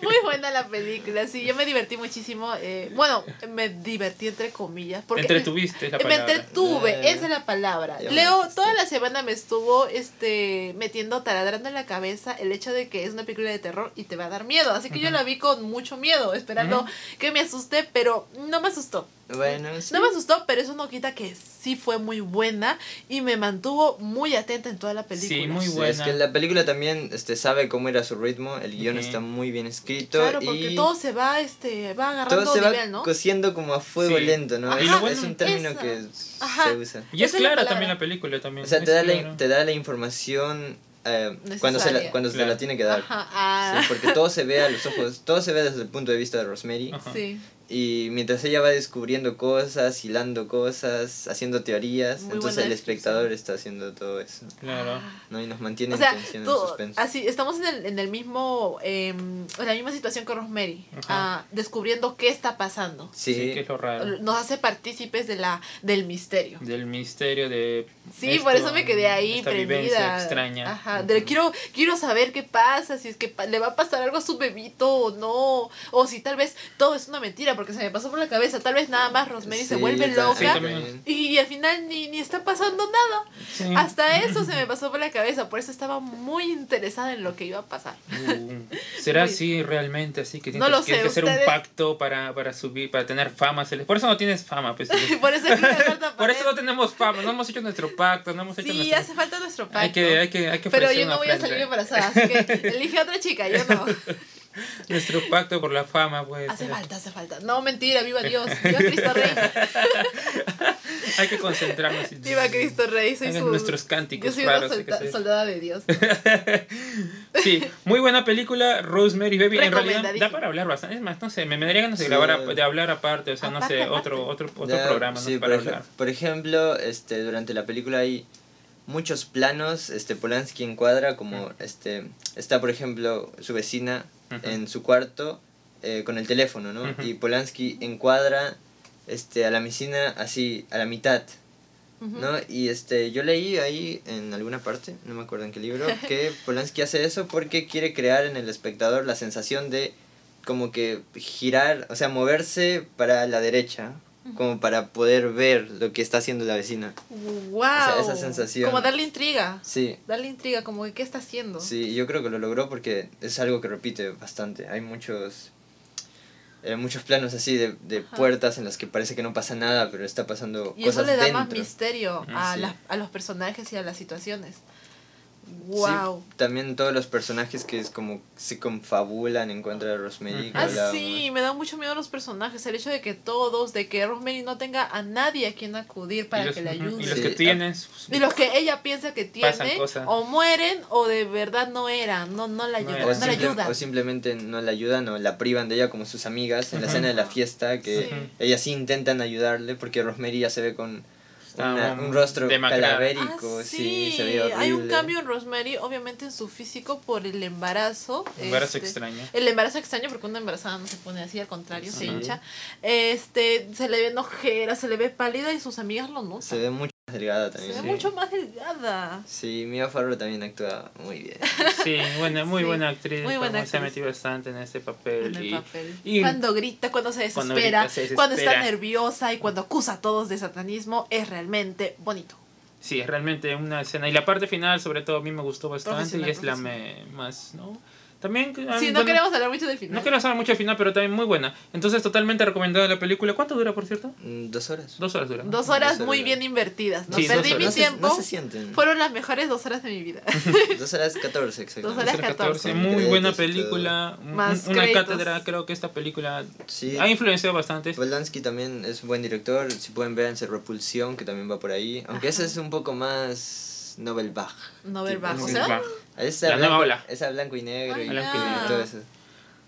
Speaker 2: Muy buena la película, sí, yo me divertí muchísimo. eh, bueno, me divertí entre comillas. Porque
Speaker 1: Entretuviste es la
Speaker 2: me
Speaker 1: palabra.
Speaker 2: entretuve,
Speaker 3: Eh,
Speaker 2: esa es la palabra.
Speaker 3: ya me
Speaker 2: Leo
Speaker 3: dijiste.
Speaker 2: toda la semana me estuvo este metiendo, taladrando en la cabeza el hecho de que es una película de terror y te va a dar miedo. Así que yo
Speaker 1: Ujú.
Speaker 2: la vi con mucho miedo, esperando que me asuste, pero no me asustó.
Speaker 3: Bueno, sí.
Speaker 2: No me asustó, pero eso no quita que sí fue muy buena y me mantuvo muy atenta en toda la película.
Speaker 1: Sí, muy
Speaker 3: Sí,
Speaker 1: buena.
Speaker 3: Es que la película también este, sabe cómo era su ritmo, el guión
Speaker 1: Ujú.
Speaker 3: está muy bien escrito.
Speaker 2: Claro, porque
Speaker 3: y...
Speaker 2: todo se va, este, va agarrando
Speaker 3: todo se va
Speaker 2: nivel, ¿no?
Speaker 3: cociendo como a fuego
Speaker 1: Sí.
Speaker 3: lento, ¿no?
Speaker 1: Ajá,
Speaker 3: es,
Speaker 1: y lo bueno-
Speaker 3: es un término
Speaker 2: Esa.
Speaker 3: que
Speaker 2: Ajá.
Speaker 3: se usa.
Speaker 1: Y es
Speaker 2: Esa es la
Speaker 1: clara
Speaker 2: palabra.
Speaker 1: también la película también.
Speaker 3: O sea,
Speaker 1: es
Speaker 3: te da, la,
Speaker 1: clara.
Speaker 3: te da la información eh,
Speaker 2: Necesaria.
Speaker 3: cuando, se la, cuando se
Speaker 1: Claro.
Speaker 3: la tiene que dar.
Speaker 2: Ajá, ah,
Speaker 3: Sí, porque todo se ve a los ojos, todo se ve desde el punto de vista de Rosemary.
Speaker 1: Ajá.
Speaker 2: sí.
Speaker 3: Y mientras ella va descubriendo cosas, hilando cosas, haciendo teorías,
Speaker 2: Muy
Speaker 3: entonces
Speaker 2: buena
Speaker 3: el
Speaker 2: descripción.
Speaker 3: espectador está haciendo todo eso.
Speaker 1: Claro.
Speaker 3: ¿no? Y nos mantiene
Speaker 2: O sea,
Speaker 3: en tensión, en
Speaker 2: tú-
Speaker 3: suspenso.
Speaker 2: así, estamos en el, en el mismo, eh, en la misma situación que Rosemary,
Speaker 1: Ajá.
Speaker 2: ah, descubriendo qué está pasando.
Speaker 1: Sí.
Speaker 3: Sí,
Speaker 1: que es lo raro.
Speaker 2: Nos hace partícipes de la, del misterio.
Speaker 1: Del misterio de.
Speaker 2: Sí,
Speaker 1: esto,
Speaker 2: por eso me quedé ahí
Speaker 1: Esta
Speaker 2: prendida. Ah,
Speaker 1: vivencia extraña.
Speaker 2: Ajá, de- quiero, quiero saber qué pasa, si es que pa- le va a pasar algo a su bebito o no, o si tal vez todo es una mentira, porque se me pasó por la cabeza, tal vez nada más Rosemary se
Speaker 3: Sí,
Speaker 2: vuelve
Speaker 3: yo también-
Speaker 1: Sí,
Speaker 2: loca.
Speaker 1: también.
Speaker 2: y, y al final ni, ni está pasando nada.
Speaker 1: Sí.
Speaker 2: Hasta eso se me pasó por la cabeza, por eso estaba muy interesada en lo que iba a pasar.
Speaker 1: Uh, ¿Será
Speaker 2: Muy-
Speaker 1: así realmente? Así que tienes
Speaker 2: No lo
Speaker 1: que- tienes
Speaker 2: sé,
Speaker 1: que hacer un
Speaker 2: ustedes-
Speaker 1: pacto para, para subir, para tener fama. se les- Por eso no tienes fama, pues.
Speaker 2: Y por eso es que la carta
Speaker 1: Por eso no
Speaker 2: aparece.
Speaker 1: tenemos fama, no hemos hecho nuestro pacto, no hemos hecho
Speaker 2: Sí,
Speaker 1: nuestro...
Speaker 2: hace falta nuestro pacto.
Speaker 1: Hay que, hay que, hay que
Speaker 2: pero
Speaker 1: ofrecer
Speaker 2: yo no
Speaker 1: una
Speaker 2: voy a
Speaker 1: ofrenda.
Speaker 2: salir embarazada, así que elige a otra chica, yo no.
Speaker 1: Nuestro pacto por la fama, pues.
Speaker 2: Hace falta, hace falta. No, mentira, viva Dios. Viva Cristo Rey.
Speaker 1: Hay que concentrarnos. y-
Speaker 2: Viva Cristo Rey, soy
Speaker 1: Hagan
Speaker 2: su...
Speaker 1: nuestros cánticos
Speaker 2: Yo soy una
Speaker 1: raros. hay que
Speaker 2: solda-
Speaker 1: hacer.
Speaker 2: soldada de Dios.
Speaker 1: Sí, muy buena película, Rosemary Baby. En realidad da
Speaker 2: Recomendadísima.
Speaker 1: para hablar bastante. Es más, no sé, me, me daría ganas de
Speaker 3: Sí.
Speaker 1: grabar, a- de hablar aparte, o sea, no
Speaker 2: Aparte,
Speaker 1: sé,
Speaker 2: aparte.
Speaker 1: otro, otro, otro
Speaker 3: Ya,
Speaker 1: programa
Speaker 3: sí,
Speaker 1: ¿no? para
Speaker 3: por, ej-
Speaker 1: hablar.
Speaker 3: por ejemplo, este, durante la película hay muchos planos, este, Polanski encuadra como,
Speaker 1: Ujú.
Speaker 3: este, está por ejemplo su vecina
Speaker 1: Ujú.
Speaker 3: en su cuarto eh, con el teléfono, ¿no?
Speaker 1: Ujú.
Speaker 3: Y Polanski encuadra, este, a la vecina así, a la mitad,
Speaker 2: Ujú.
Speaker 3: ¿no? Y este, yo leí ahí en alguna parte, no me acuerdo en qué libro, que Polanski hace eso porque quiere crear en el espectador la sensación de como que girar, o sea, moverse para la derecha, como para poder ver lo que está haciendo la vecina.
Speaker 2: Wow.
Speaker 3: esa sensación.
Speaker 2: Como darle intriga.
Speaker 3: Sí,
Speaker 2: Darle intriga, como que qué está haciendo.
Speaker 3: sí, yo creo que lo logró porque es algo que repite bastante. Hay muchos eh, muchos planos así de, de puertas en las que parece que no pasa nada, pero está pasando
Speaker 2: Y eso
Speaker 3: cosas
Speaker 2: le da más
Speaker 3: dentro.
Speaker 2: misterio
Speaker 1: Mm,
Speaker 2: a,
Speaker 3: sí.
Speaker 2: las- a los personajes y a las situaciones.
Speaker 3: Sí,
Speaker 2: Wow.
Speaker 3: también todos los personajes que es como se confabulan en contra de Rosemary. que
Speaker 2: Ah,
Speaker 3: hablábamos.
Speaker 2: sí, me da mucho miedo los personajes. El hecho de que todos, de que Rosemary no tenga a nadie a quien acudir para
Speaker 1: y los,
Speaker 2: que le
Speaker 1: ujú,
Speaker 2: ayude.
Speaker 1: y los
Speaker 3: Sí,
Speaker 1: que pues,
Speaker 3: ah.
Speaker 1: tienes.
Speaker 2: Y los que ella piensa que
Speaker 1: Pasan
Speaker 2: tiene,
Speaker 1: cosas.
Speaker 2: o mueren, o de verdad no eran, no, no la
Speaker 1: No
Speaker 2: ayudan,
Speaker 1: eran.
Speaker 2: no,
Speaker 3: O,
Speaker 2: la
Speaker 3: simple-
Speaker 2: ayudan.
Speaker 3: o simplemente no la ayudan o la privan de ella como sus amigas en la
Speaker 1: Ujú.
Speaker 3: escena de la fiesta que
Speaker 2: Sí.
Speaker 3: ellas sí intentan ayudarle porque Rosemary ya se ve con
Speaker 1: Está
Speaker 3: una-
Speaker 1: muy
Speaker 3: un rostro
Speaker 1: demacrada.
Speaker 3: calavérico,
Speaker 2: Ah,
Speaker 3: sí,
Speaker 2: sí,
Speaker 3: se ve horrible.
Speaker 2: Hay un cambio en Rosemary, obviamente en su físico por el embarazo.
Speaker 1: Un brazo
Speaker 2: este,
Speaker 1: extraño.
Speaker 2: El embarazo extraño, porque una embarazada no se pone así, al contrario, se
Speaker 3: Sí.
Speaker 2: hincha. Este, se le ven ojeras, se le ve pálida y sus amigas lo notan.
Speaker 3: Se ve mucho más delgada
Speaker 2: Se ve
Speaker 3: también.
Speaker 2: mucho más delgada.
Speaker 3: Sí, Mia Farrow también actúa muy bien.
Speaker 1: Sí, buena, muy
Speaker 2: Sí,
Speaker 1: buena actriz.
Speaker 2: muy buena
Speaker 1: como Se ha
Speaker 2: actriz.
Speaker 1: metido bastante en este papel.
Speaker 2: En el
Speaker 1: y-
Speaker 2: papel.
Speaker 1: y-
Speaker 2: cuando grita, cuando se desespera,
Speaker 1: Cuando
Speaker 2: cuando,
Speaker 1: grita, se desespera.
Speaker 2: está nerviosa y cuando acusa a todos de satanismo, es realmente bonito.
Speaker 1: Sí, es realmente una escena. Y la parte final, sobre todo, a mí me gustó bastante y
Speaker 2: Profesional,
Speaker 1: es la me- más, ¿no? También... ah,
Speaker 2: Sí, no
Speaker 1: bueno,
Speaker 2: queremos hablar mucho del final.
Speaker 1: No quiero saber mucho al final, pero también muy buena. Entonces, totalmente recomendada la película. ¿Cuánto dura, por cierto?
Speaker 3: Mm, Dos horas.
Speaker 1: Dos horas dura. ¿no?
Speaker 2: Dos horas
Speaker 3: Dos horas.
Speaker 2: muy bien invertidas. No
Speaker 1: Sí, dos
Speaker 2: perdí
Speaker 1: horas.
Speaker 2: mi
Speaker 3: No se,
Speaker 2: tiempo.
Speaker 3: no se sienten.
Speaker 2: Fueron las mejores dos horas de mi vida.
Speaker 3: Dos horas 14, exactamente.
Speaker 2: Dos horas. 14.
Speaker 1: Muy buena
Speaker 3: Créditos y todo.
Speaker 1: película. un-
Speaker 2: este, Más
Speaker 1: una
Speaker 2: créditos.
Speaker 1: cátedra. Creo que esta película
Speaker 3: Sí.
Speaker 1: ha influenciado bastante.
Speaker 3: Polanski también es un buen director. Si pueden ver en su Repulsión, que también va por ahí. Aunque ese es un poco más Nobel Bach.
Speaker 2: Novel
Speaker 3: Tipo,
Speaker 2: Bach. O
Speaker 3: sí.
Speaker 2: sea,
Speaker 3: Esa
Speaker 1: La
Speaker 3: blanco,
Speaker 1: nueva ola.
Speaker 3: Esa blanco y negro
Speaker 2: Ay,
Speaker 3: y,
Speaker 1: Blanco y
Speaker 3: y
Speaker 2: ya.
Speaker 3: todo eso.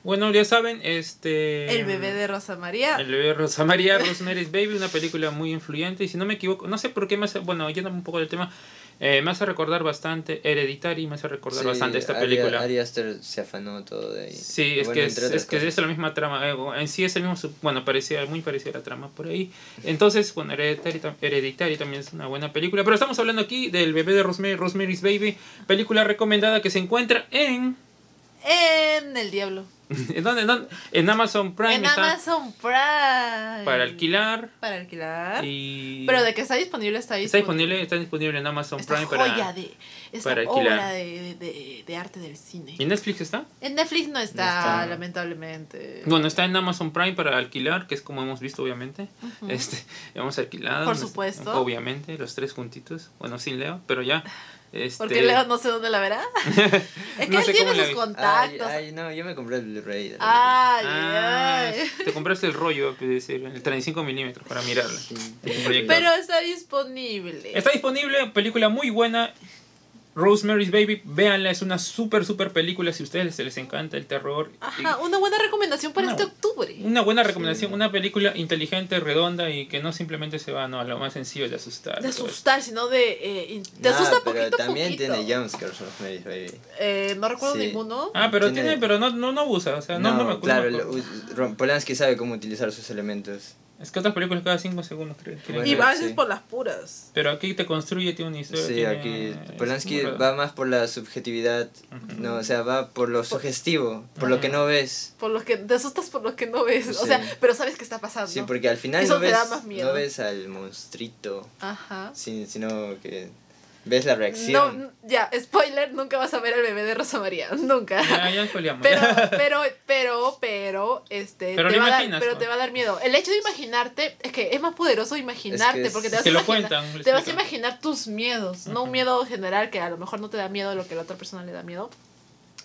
Speaker 1: Bueno, ya saben, este...
Speaker 2: el bebé de Rosa María.
Speaker 1: El bebé Rosa María, Rosemary's Baby, una película muy influyente. Y si no me equivoco, no sé por qué me hace. Bueno, yéndome un poco del tema, eh, me hace recordar bastante Hereditary y me hace recordar
Speaker 3: Sí,
Speaker 1: bastante esta
Speaker 3: Ari-
Speaker 1: película.
Speaker 3: Ari Aster se afanó todo de ahí.
Speaker 1: Sí, es
Speaker 3: Bueno,
Speaker 1: que, es,
Speaker 3: entre otras
Speaker 1: es que
Speaker 3: cosas.
Speaker 1: es la misma trama. eh, o- En sí es el mismo. sub- Bueno, parecía muy parecida la trama por ahí. Entonces, bueno, Hereditary, tam- Hereditary también es una buena película. Pero estamos hablando aquí del bebé de Rosemary, Rosemary's Baby, película recomendada que se encuentra en.
Speaker 2: En el diablo.
Speaker 1: ¿En dónde? en dónde? En Amazon Prime.
Speaker 2: en
Speaker 1: está
Speaker 2: Amazon Prime.
Speaker 1: Para alquilar.
Speaker 2: Para alquilar.
Speaker 1: Y
Speaker 2: Pero de que está disponible, está
Speaker 1: Está
Speaker 2: disponible.
Speaker 1: disponible, está disponible en Amazon
Speaker 2: Esta
Speaker 1: Prime
Speaker 2: joya
Speaker 1: para.
Speaker 2: de. Esta
Speaker 1: para alquilar.
Speaker 2: obra de, de- de- de arte del cine.
Speaker 1: ¿Y Netflix está?
Speaker 2: En Netflix no está,
Speaker 3: No está.
Speaker 2: lamentablemente.
Speaker 1: Bueno, está en Amazon Prime para alquilar, que es como hemos visto, obviamente. Este, hemos alquilado.
Speaker 2: Por
Speaker 1: nos-
Speaker 2: supuesto.
Speaker 1: Obviamente, los tres juntitos. Bueno, sin Leo, pero ya. Este,
Speaker 2: Porque Leo no sé dónde la verá. es que
Speaker 1: No
Speaker 2: él
Speaker 1: sé
Speaker 2: tiene
Speaker 1: cómo la vi.
Speaker 2: sus
Speaker 3: Ay,
Speaker 2: contactos. Ay,
Speaker 3: ay, no, yo me compré el Blu-ray. de la
Speaker 2: ay,
Speaker 1: Ah,
Speaker 2: ay.
Speaker 1: te compraste el rollo, es decir, el 35 milímetros para mirarla.
Speaker 3: película.
Speaker 1: el proyecto.
Speaker 2: Pero está disponible.
Speaker 1: Está disponible, película muy buena. Rosemary's Baby, véanla, es una súper, súper película. Si a ustedes se les encanta el terror. y-
Speaker 2: Ajá, una buena recomendación para
Speaker 1: No.
Speaker 2: este octubre.
Speaker 1: Una buena recomendación,
Speaker 3: Sí.
Speaker 1: una película inteligente, redonda y que no simplemente se va no, a lo más sencillo de asustar.
Speaker 2: De
Speaker 1: todo
Speaker 2: asustar, sino de. eh, in- te
Speaker 3: Nah,
Speaker 2: asusta
Speaker 3: Ah, pero
Speaker 2: poquito a
Speaker 3: también
Speaker 2: poquito.
Speaker 3: tiene jumpscares Rosemary's Baby.
Speaker 2: Eh, no recuerdo
Speaker 3: Sí.
Speaker 2: ninguno.
Speaker 1: Ah, pero tiene,
Speaker 3: Tiene-
Speaker 1: pero no, no, no abusa, o sea, no, no me acuerdo.
Speaker 3: claro,
Speaker 1: no me acuerdo.
Speaker 3: lo- Ron- Polanski sabe cómo utilizar sus elementos.
Speaker 1: Es que otras películas cada 5 segundos creo. creo.
Speaker 3: Bueno.
Speaker 2: y a veces
Speaker 3: sí.
Speaker 2: por las puras.
Speaker 1: Pero aquí te construye, tiene una historia.
Speaker 3: Sí,
Speaker 1: tiene-
Speaker 3: aquí
Speaker 1: es
Speaker 3: Polanski
Speaker 1: muy
Speaker 3: va más por la subjetividad, no, o sea, va por lo sugestivo, por lo que no ves.
Speaker 2: Por los que te asustas por los que no ves. O
Speaker 3: Sí.
Speaker 2: sea, pero sabes que está pasando.
Speaker 3: Sí, porque al final
Speaker 2: Eso
Speaker 3: no
Speaker 2: te
Speaker 3: ves,
Speaker 2: da más miedo.
Speaker 3: no ves al monstruito,
Speaker 2: Ajá.
Speaker 3: sin- sino que ves la
Speaker 2: No,
Speaker 3: reacción.
Speaker 2: n- ya, spoiler, nunca vas a ver al bebé de Rosa María. Nunca.
Speaker 1: Ya, ya spoileamos.
Speaker 2: Pero, pero, pero, pero, este,
Speaker 1: Pero
Speaker 2: te,
Speaker 1: lo
Speaker 2: va a dar-
Speaker 1: imaginas,
Speaker 2: pero
Speaker 1: ¿no?
Speaker 2: te va a dar miedo. El hecho de imaginarte, es que es más poderoso imaginarte,
Speaker 3: es-
Speaker 2: porque te vas,
Speaker 3: es
Speaker 1: que
Speaker 2: a
Speaker 1: lo
Speaker 2: imaginar,
Speaker 1: cuentan, lo
Speaker 2: te vas a
Speaker 1: explican.
Speaker 2: imaginar tus miedos, no un miedo general que a lo mejor no te da miedo lo que a la otra persona le da miedo.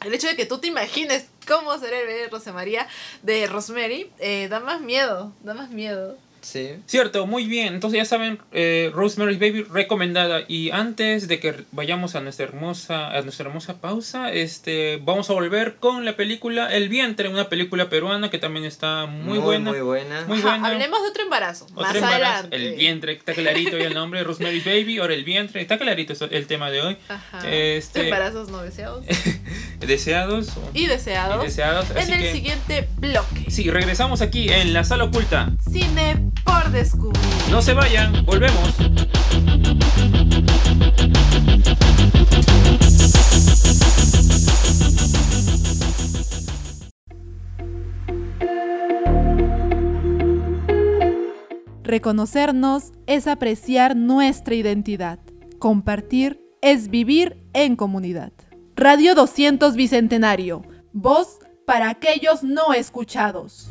Speaker 2: El hecho de que tú te imagines cómo será el bebé de Rosa María, de Rosemary, eh, da más miedo, da más miedo.
Speaker 3: Sí.
Speaker 1: Cierto, muy bien. Entonces ya saben, eh, Rosemary's Baby recomendada. Y antes de que vayamos a nuestra hermosa, a nuestra hermosa pausa, este, vamos a volver con la película El vientre, una película peruana que también está muy, buena.
Speaker 3: Muy buena.
Speaker 1: Muy
Speaker 2: Ajá,
Speaker 1: buena.
Speaker 2: hablemos de otro embarazo,
Speaker 1: Otro
Speaker 2: más
Speaker 1: embarazo,
Speaker 2: adelante.
Speaker 1: El vientre, está clarito ya el nombre, Rosemary's Baby, ahora el vientre, está clarito eso- el tema de hoy.
Speaker 2: Ajá.
Speaker 1: Este-
Speaker 2: Embarazos no deseados
Speaker 1: Deseados o-
Speaker 2: y
Speaker 1: y
Speaker 2: deseados.
Speaker 1: deseados.
Speaker 2: en
Speaker 1: Así
Speaker 2: el
Speaker 1: que-
Speaker 2: siguiente bloque.
Speaker 1: sí, regresamos aquí en la sala oculta.
Speaker 2: Cine por descubrir.
Speaker 1: No se vayan, volvemos.
Speaker 4: Reconocernos es apreciar nuestra identidad. Compartir es vivir en comunidad. Radio 200 Bicentenario. Voz para aquellos no escuchados.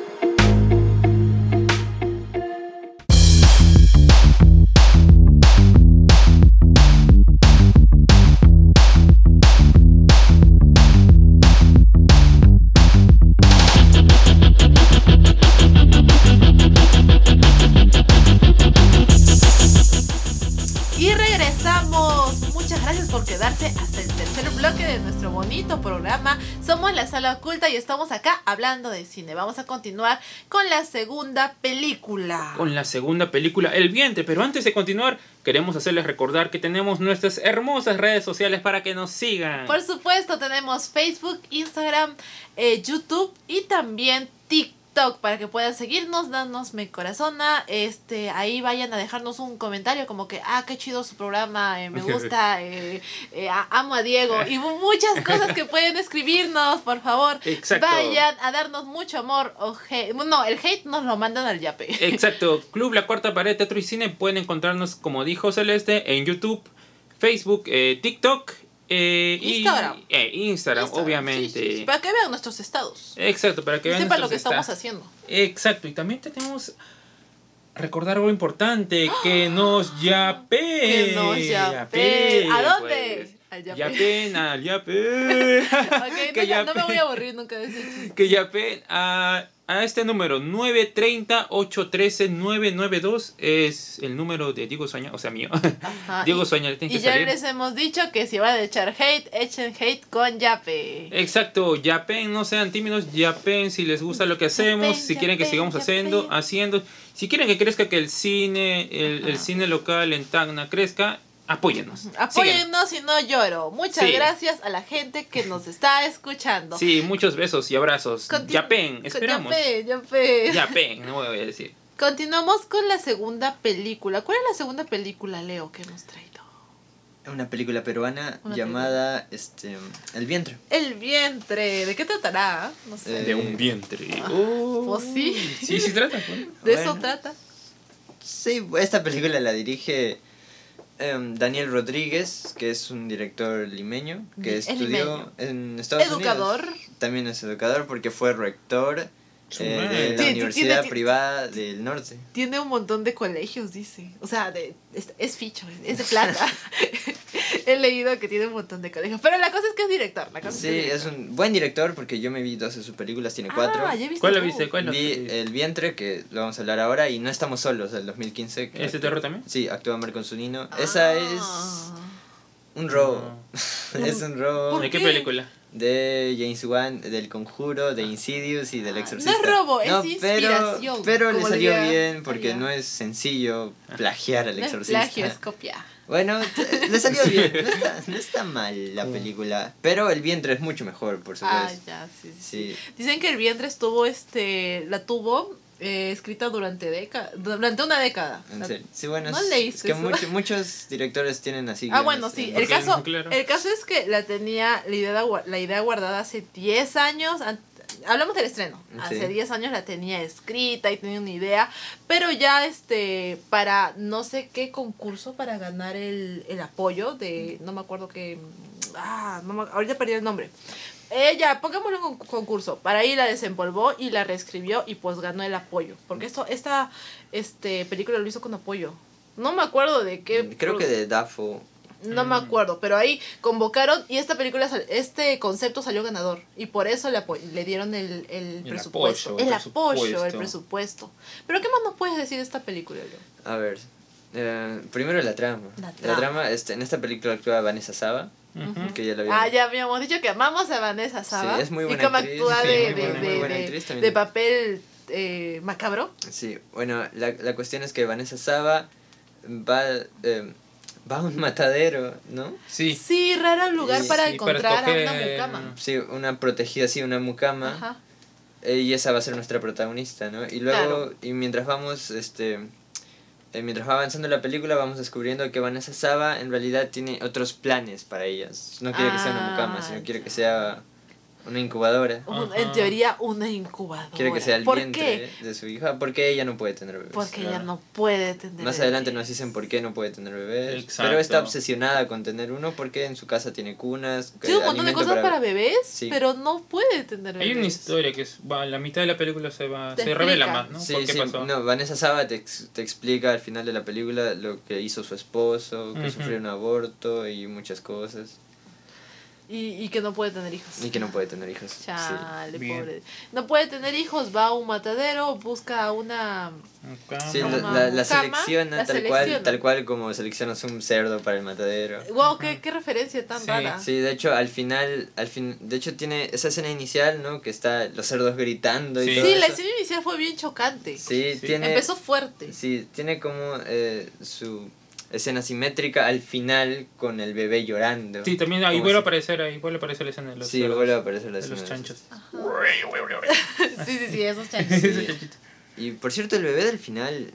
Speaker 2: Y regresamos. Muchas gracias por quedarse hasta el tercer tercer bloque de nuestro bonito programa. Somos la sala oculta y estamos acá hablando de cine. Vamos a continuar con la segunda película.
Speaker 1: con la segunda película El Vientre. Pero antes de continuar, queremos hacerles recordar que tenemos nuestras hermosas redes sociales para que nos sigan.
Speaker 2: Por supuesto, tenemos Facebook, Instagram, eh, YouTube y también TikTok para que puedan seguirnos, darnos mi corazona. Este, ahí vayan a dejarnos un comentario como que, ah, qué chido su programa, eh, me gusta, eh, eh, a- amo a Diego. Y mu- muchas cosas que pueden escribirnos, por favor.
Speaker 1: Exacto.
Speaker 2: Vayan a darnos mucho amor o hate. No, el hate nos lo mandan al yape.
Speaker 1: Exacto, Club La Cuarta Pared, Teatro y Cine pueden encontrarnos, como dijo Celeste, en YouTube, Facebook, eh, TikTok eh, y-
Speaker 2: Instagram.
Speaker 1: eh, Instagram,
Speaker 2: Instagram,
Speaker 1: obviamente.
Speaker 2: sí, sí, sí, para que vean nuestros estados.
Speaker 1: Exacto, para que
Speaker 2: Y
Speaker 1: vean
Speaker 2: sepan lo que
Speaker 1: nuestros
Speaker 2: estamos
Speaker 1: estados.
Speaker 2: haciendo.
Speaker 1: Exacto, y también tenemos recordar algo importante, que nos yape.
Speaker 2: Que nos yape. ¿A dónde? Al yape.
Speaker 1: Yapen, al yape.
Speaker 2: Ok,
Speaker 1: que
Speaker 2: no, no me
Speaker 1: yape-
Speaker 2: voy a aburrir nunca de ese chiste.
Speaker 1: que yapen a, a este número 930-813-992 es el número de Diego Sueña, o sea mío.
Speaker 2: Ajá,
Speaker 1: Diego
Speaker 2: y-
Speaker 1: Sueña le tiene
Speaker 2: Y
Speaker 1: que
Speaker 2: ya
Speaker 1: salir.
Speaker 2: les hemos dicho que si van a echar hate, echen hate con
Speaker 1: Eh,
Speaker 2: Yape.
Speaker 1: Exacto, yapen, no sean tímidos, yapen si les gusta lo que hacemos,
Speaker 2: Yapen,
Speaker 1: si quieren que
Speaker 2: yapen,
Speaker 1: sigamos haciendo,
Speaker 2: yapen.
Speaker 1: haciendo, si quieren que crezca que el cine, el, el cine local en Tacna crezca, apóyennos. síganos.
Speaker 2: Apóyennos y no lloro. Muchas
Speaker 1: Sí.
Speaker 2: gracias a la gente que nos está escuchando.
Speaker 1: Sí, muchos besos y abrazos.
Speaker 2: Contin-
Speaker 1: yapen,
Speaker 2: con-
Speaker 1: esperamos.
Speaker 2: Yape, Yape.
Speaker 1: Yapen, no voy a decir.
Speaker 2: Continuamos con la segunda película. ¿Cuál es la segunda película, Leo, que hemos traído?
Speaker 3: Una película peruana
Speaker 2: Una
Speaker 3: llamada este, El vientre.
Speaker 2: El vientre. ¿De qué tratará? No sé.
Speaker 3: Eh,
Speaker 1: vientre.
Speaker 2: pues sí.
Speaker 1: Oh. Sí, sí trata. pues.
Speaker 2: De eso
Speaker 3: bueno.
Speaker 2: trata.
Speaker 3: Sí, esta película la dirige em, Daniel Rodríguez, que es un director limeño, que
Speaker 2: Es
Speaker 3: estudió
Speaker 2: limeño.
Speaker 3: en Estados
Speaker 2: Educador.
Speaker 3: Unidos. También es educador porque fue rector
Speaker 1: Su
Speaker 3: eh,
Speaker 1: madre.
Speaker 3: de
Speaker 1: Tiene-
Speaker 3: la
Speaker 2: tiene-
Speaker 3: Universidad
Speaker 2: tiene-
Speaker 3: Privada del Norte.
Speaker 2: Tiene un montón de colegios, dice. O sea, de, es, es ficho, es de plata. He leído que tiene un montón de colegios. Pero la cosa es que es director. La cosa
Speaker 3: Sí,
Speaker 2: que
Speaker 3: es un buen director porque yo me vi dos de sus películas, tiene cuatro.
Speaker 2: Ah, ya viste
Speaker 1: ¿Cuál la
Speaker 2: tú.
Speaker 1: viste? ¿Cuál la
Speaker 3: Vi
Speaker 1: viste?
Speaker 3: El vientre, que lo vamos a hablar ahora, y No estamos solos, del 2015. que
Speaker 1: ¿Este terror también?
Speaker 3: Sí, actúa Marco Zunino.
Speaker 2: Ah.
Speaker 3: Esa es un robo. es un robo
Speaker 1: ¿De qué
Speaker 2: qué?
Speaker 1: película?
Speaker 3: de James Wan, del Conjuro, de Insidious y del
Speaker 2: Ah,
Speaker 3: Exorcista.
Speaker 2: no es robo, es
Speaker 3: Pero,
Speaker 2: inspiración,
Speaker 3: pero le
Speaker 2: como
Speaker 3: salió
Speaker 2: diría-
Speaker 3: bien porque
Speaker 2: Ah, ya.
Speaker 3: no es sencillo plagiar al
Speaker 2: No es
Speaker 3: Exorcista.
Speaker 2: plagio, es copia.
Speaker 3: Bueno, t- le salió bien. No está, no está mal la película. Pero el vientre es mucho mejor, por
Speaker 2: Ah,
Speaker 3: supuesto.
Speaker 2: ya, sí, sí.
Speaker 3: Sí.
Speaker 2: Dicen que el vientre estuvo, este, la tuvo eh, escrita durante década, durante una década.
Speaker 3: En
Speaker 2: La-
Speaker 3: serio. Sí, bueno,
Speaker 2: No
Speaker 3: es-
Speaker 2: leíste
Speaker 3: es que
Speaker 2: eso.
Speaker 3: mucho- muchos directores tienen así.
Speaker 2: Ah,
Speaker 3: guiones,
Speaker 2: bueno, sí.
Speaker 3: eh,
Speaker 2: El
Speaker 1: porque-
Speaker 2: caso,
Speaker 1: claro.
Speaker 2: el caso es que la tenía la idea, gua- la idea guardada hace 10 años. an- Hablamos del estreno. Hace
Speaker 3: Sí.
Speaker 2: 10 años la tenía escrita y tenía una idea. Pero ya este para no sé qué concurso para ganar el, el apoyo de. No me acuerdo qué. Ah, no me- ahorita perdí el nombre. Ella, pongámosle un con- concurso. Para ahí la desempolvó y la reescribió y pues ganó el apoyo. Porque esto, esta este, película lo hizo con apoyo. No me acuerdo de qué.
Speaker 3: Mm, Creo que
Speaker 2: pro-
Speaker 3: de Daffo.
Speaker 2: no me
Speaker 1: Mm.
Speaker 2: acuerdo, pero ahí convocaron y esta película, sal- este concepto salió ganador. Y por eso le, apo- le dieron el, el presupuesto.
Speaker 1: apoyo, el
Speaker 2: el apoyo, el
Speaker 1: presupuesto.
Speaker 2: presupuesto. Pero ¿qué más nos puedes decir de esta película, Leo?
Speaker 3: A ver. eh, primero la trama.
Speaker 2: La
Speaker 3: La
Speaker 2: trama.
Speaker 3: trama este, en esta película actúa Vanessa Saba,
Speaker 1: Ujú.
Speaker 3: que ya la
Speaker 2: Ah,
Speaker 3: había
Speaker 2: ya habíamos dicho que amamos a Vanessa Saba.
Speaker 3: es muy buena
Speaker 2: Y como
Speaker 3: actriz,
Speaker 2: actúa
Speaker 1: sí,
Speaker 2: de,
Speaker 1: muy
Speaker 2: de-
Speaker 1: buena, muy
Speaker 2: de-
Speaker 3: buena
Speaker 2: de-
Speaker 3: actriz también.
Speaker 2: de papel eh, macabro.
Speaker 3: Sí, bueno, la, la cuestión es que Vanessa Saba va, eh, va a un matadero, ¿no?
Speaker 1: Sí.
Speaker 2: Sí, raro lugar
Speaker 3: Sí,
Speaker 2: para
Speaker 1: sí, para
Speaker 2: encontrar
Speaker 1: escoger-
Speaker 2: a una mucama.
Speaker 3: Sí, una protegida, sí, una mucama.
Speaker 2: Ajá.
Speaker 3: eh, y esa va a ser nuestra protagonista, ¿no? Y luego,
Speaker 2: Claro.
Speaker 3: y mientras vamos, este... eh, mientras va avanzando la película, vamos descubriendo que Vanessa Saba en realidad tiene otros planes para ellas. No quiere que sea una mucama,
Speaker 2: Ah,
Speaker 3: sino quiere que
Speaker 2: ya.
Speaker 3: sea una incubadora.
Speaker 2: Un-
Speaker 1: Ajá.
Speaker 2: en teoría, una incubadora.
Speaker 3: Quiere que sea el
Speaker 2: ¿Por
Speaker 3: vientre
Speaker 2: qué?
Speaker 3: de su hija, porque ella no puede tener bebés.
Speaker 2: Porque ella
Speaker 1: Claro.
Speaker 2: no puede tener.
Speaker 3: Más adelante
Speaker 2: bebés.
Speaker 3: nos dicen por qué no puede tener bebés.
Speaker 1: Exacto.
Speaker 3: Pero está obsesionada con tener uno porque en su casa tiene cunas. que-
Speaker 2: Tiene un montón de
Speaker 3: alimento
Speaker 2: cosas para, bebés,
Speaker 3: Sí.
Speaker 2: pero no puede tener bebés.
Speaker 1: Hay una historia que es, va, la mitad de la película se va,
Speaker 2: Te
Speaker 1: se revela
Speaker 2: explica.
Speaker 1: más, ¿no?
Speaker 3: Sí,
Speaker 1: ¿Por qué
Speaker 3: sí,
Speaker 1: pasó?
Speaker 3: no, Vanessa Saba te, ex- te explica al final de la película lo que hizo su esposo, que
Speaker 1: Ujú.
Speaker 3: sufrió un aborto y muchas cosas.
Speaker 2: Y, y que no puede tener hijos.
Speaker 3: Y que no puede tener hijos. sí.
Speaker 2: Chale,
Speaker 1: Bien.
Speaker 2: pobre. No puede tener hijos, va a un matadero, busca a una.
Speaker 1: Acá.
Speaker 3: Sí, la,
Speaker 2: Como
Speaker 3: la-
Speaker 2: cama,
Speaker 3: la selecciona
Speaker 2: la
Speaker 3: tal
Speaker 2: selecciona.
Speaker 3: cual tal cual como seleccionas un cerdo para el matadero.
Speaker 2: Wow, qué, qué referencia tan
Speaker 1: Sí,
Speaker 2: rara.
Speaker 3: Sí, de hecho al final, al fin, de hecho tiene esa escena inicial, ¿no? Que está los cerdos gritando
Speaker 1: Sí.
Speaker 3: y todo
Speaker 2: Sí, la
Speaker 3: eso.
Speaker 2: escena inicial fue bien chocante.
Speaker 3: Sí,
Speaker 1: Sí.
Speaker 3: tiene
Speaker 2: Empezó fuerte.
Speaker 3: sí, tiene como eh, su escena simétrica al final con el bebé llorando.
Speaker 1: Sí, también ahí
Speaker 3: Como
Speaker 1: vuelve a
Speaker 3: si-
Speaker 1: aparecer, ahí vuelve a aparecer la escena de los,
Speaker 3: Sí,
Speaker 1: cerdos,
Speaker 3: vuelve a aparecer la
Speaker 1: de los
Speaker 3: escena de
Speaker 1: chanchos.
Speaker 2: Ah. Sí, sí, sí, esos chanchos.
Speaker 3: Sí. Y por cierto, el bebé del final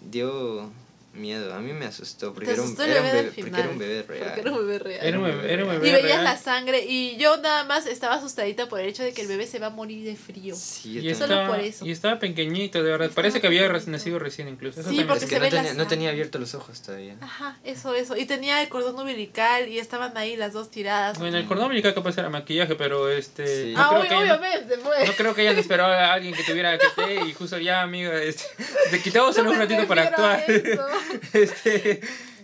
Speaker 3: dio miedo. A mí me asustó porque
Speaker 2: Te
Speaker 3: era un,
Speaker 2: asustó el
Speaker 3: era un
Speaker 2: bebé del
Speaker 3: bebé,
Speaker 2: final.
Speaker 3: porque era un bebé real.
Speaker 2: Porque era un bebé real.
Speaker 1: Era un bebé, era un bebé
Speaker 2: Y veías
Speaker 1: real.
Speaker 2: la sangre y yo nada más estaba asustadita por el hecho de que el bebé se va a morir de frío.
Speaker 3: Sí, yo
Speaker 1: Y
Speaker 3: también.
Speaker 1: estaba,
Speaker 2: por eso.
Speaker 1: y estaba pequeñito, de verdad.
Speaker 2: Estaba
Speaker 1: Parece que había reci-
Speaker 2: pequeñito.
Speaker 1: nacido recién incluso. Eso
Speaker 2: Sí,
Speaker 1: también
Speaker 2: porque
Speaker 1: es-
Speaker 3: Es que
Speaker 2: se
Speaker 3: no
Speaker 2: ve la
Speaker 3: tenía, no
Speaker 2: sangre.
Speaker 3: tenía abiertos los ojos todavía.
Speaker 2: Ajá, eso, eso. Y tenía el cordón umbilical y estaban ahí las dos tiradas.
Speaker 1: Bueno, el cordón umbilical capaz era maquillaje, pero este...
Speaker 3: Sí.
Speaker 1: No,
Speaker 2: ah,
Speaker 1: creo
Speaker 2: obvio-
Speaker 1: que ella-
Speaker 2: obviamente, pues.
Speaker 1: no creo que hayan esperado a alguien que tuviera que te y justo ya, amigo, este, te quitamos
Speaker 2: No
Speaker 1: un
Speaker 2: me
Speaker 1: ratito para
Speaker 2: refiero a
Speaker 1: actuar.
Speaker 2: eso.
Speaker 1: Este,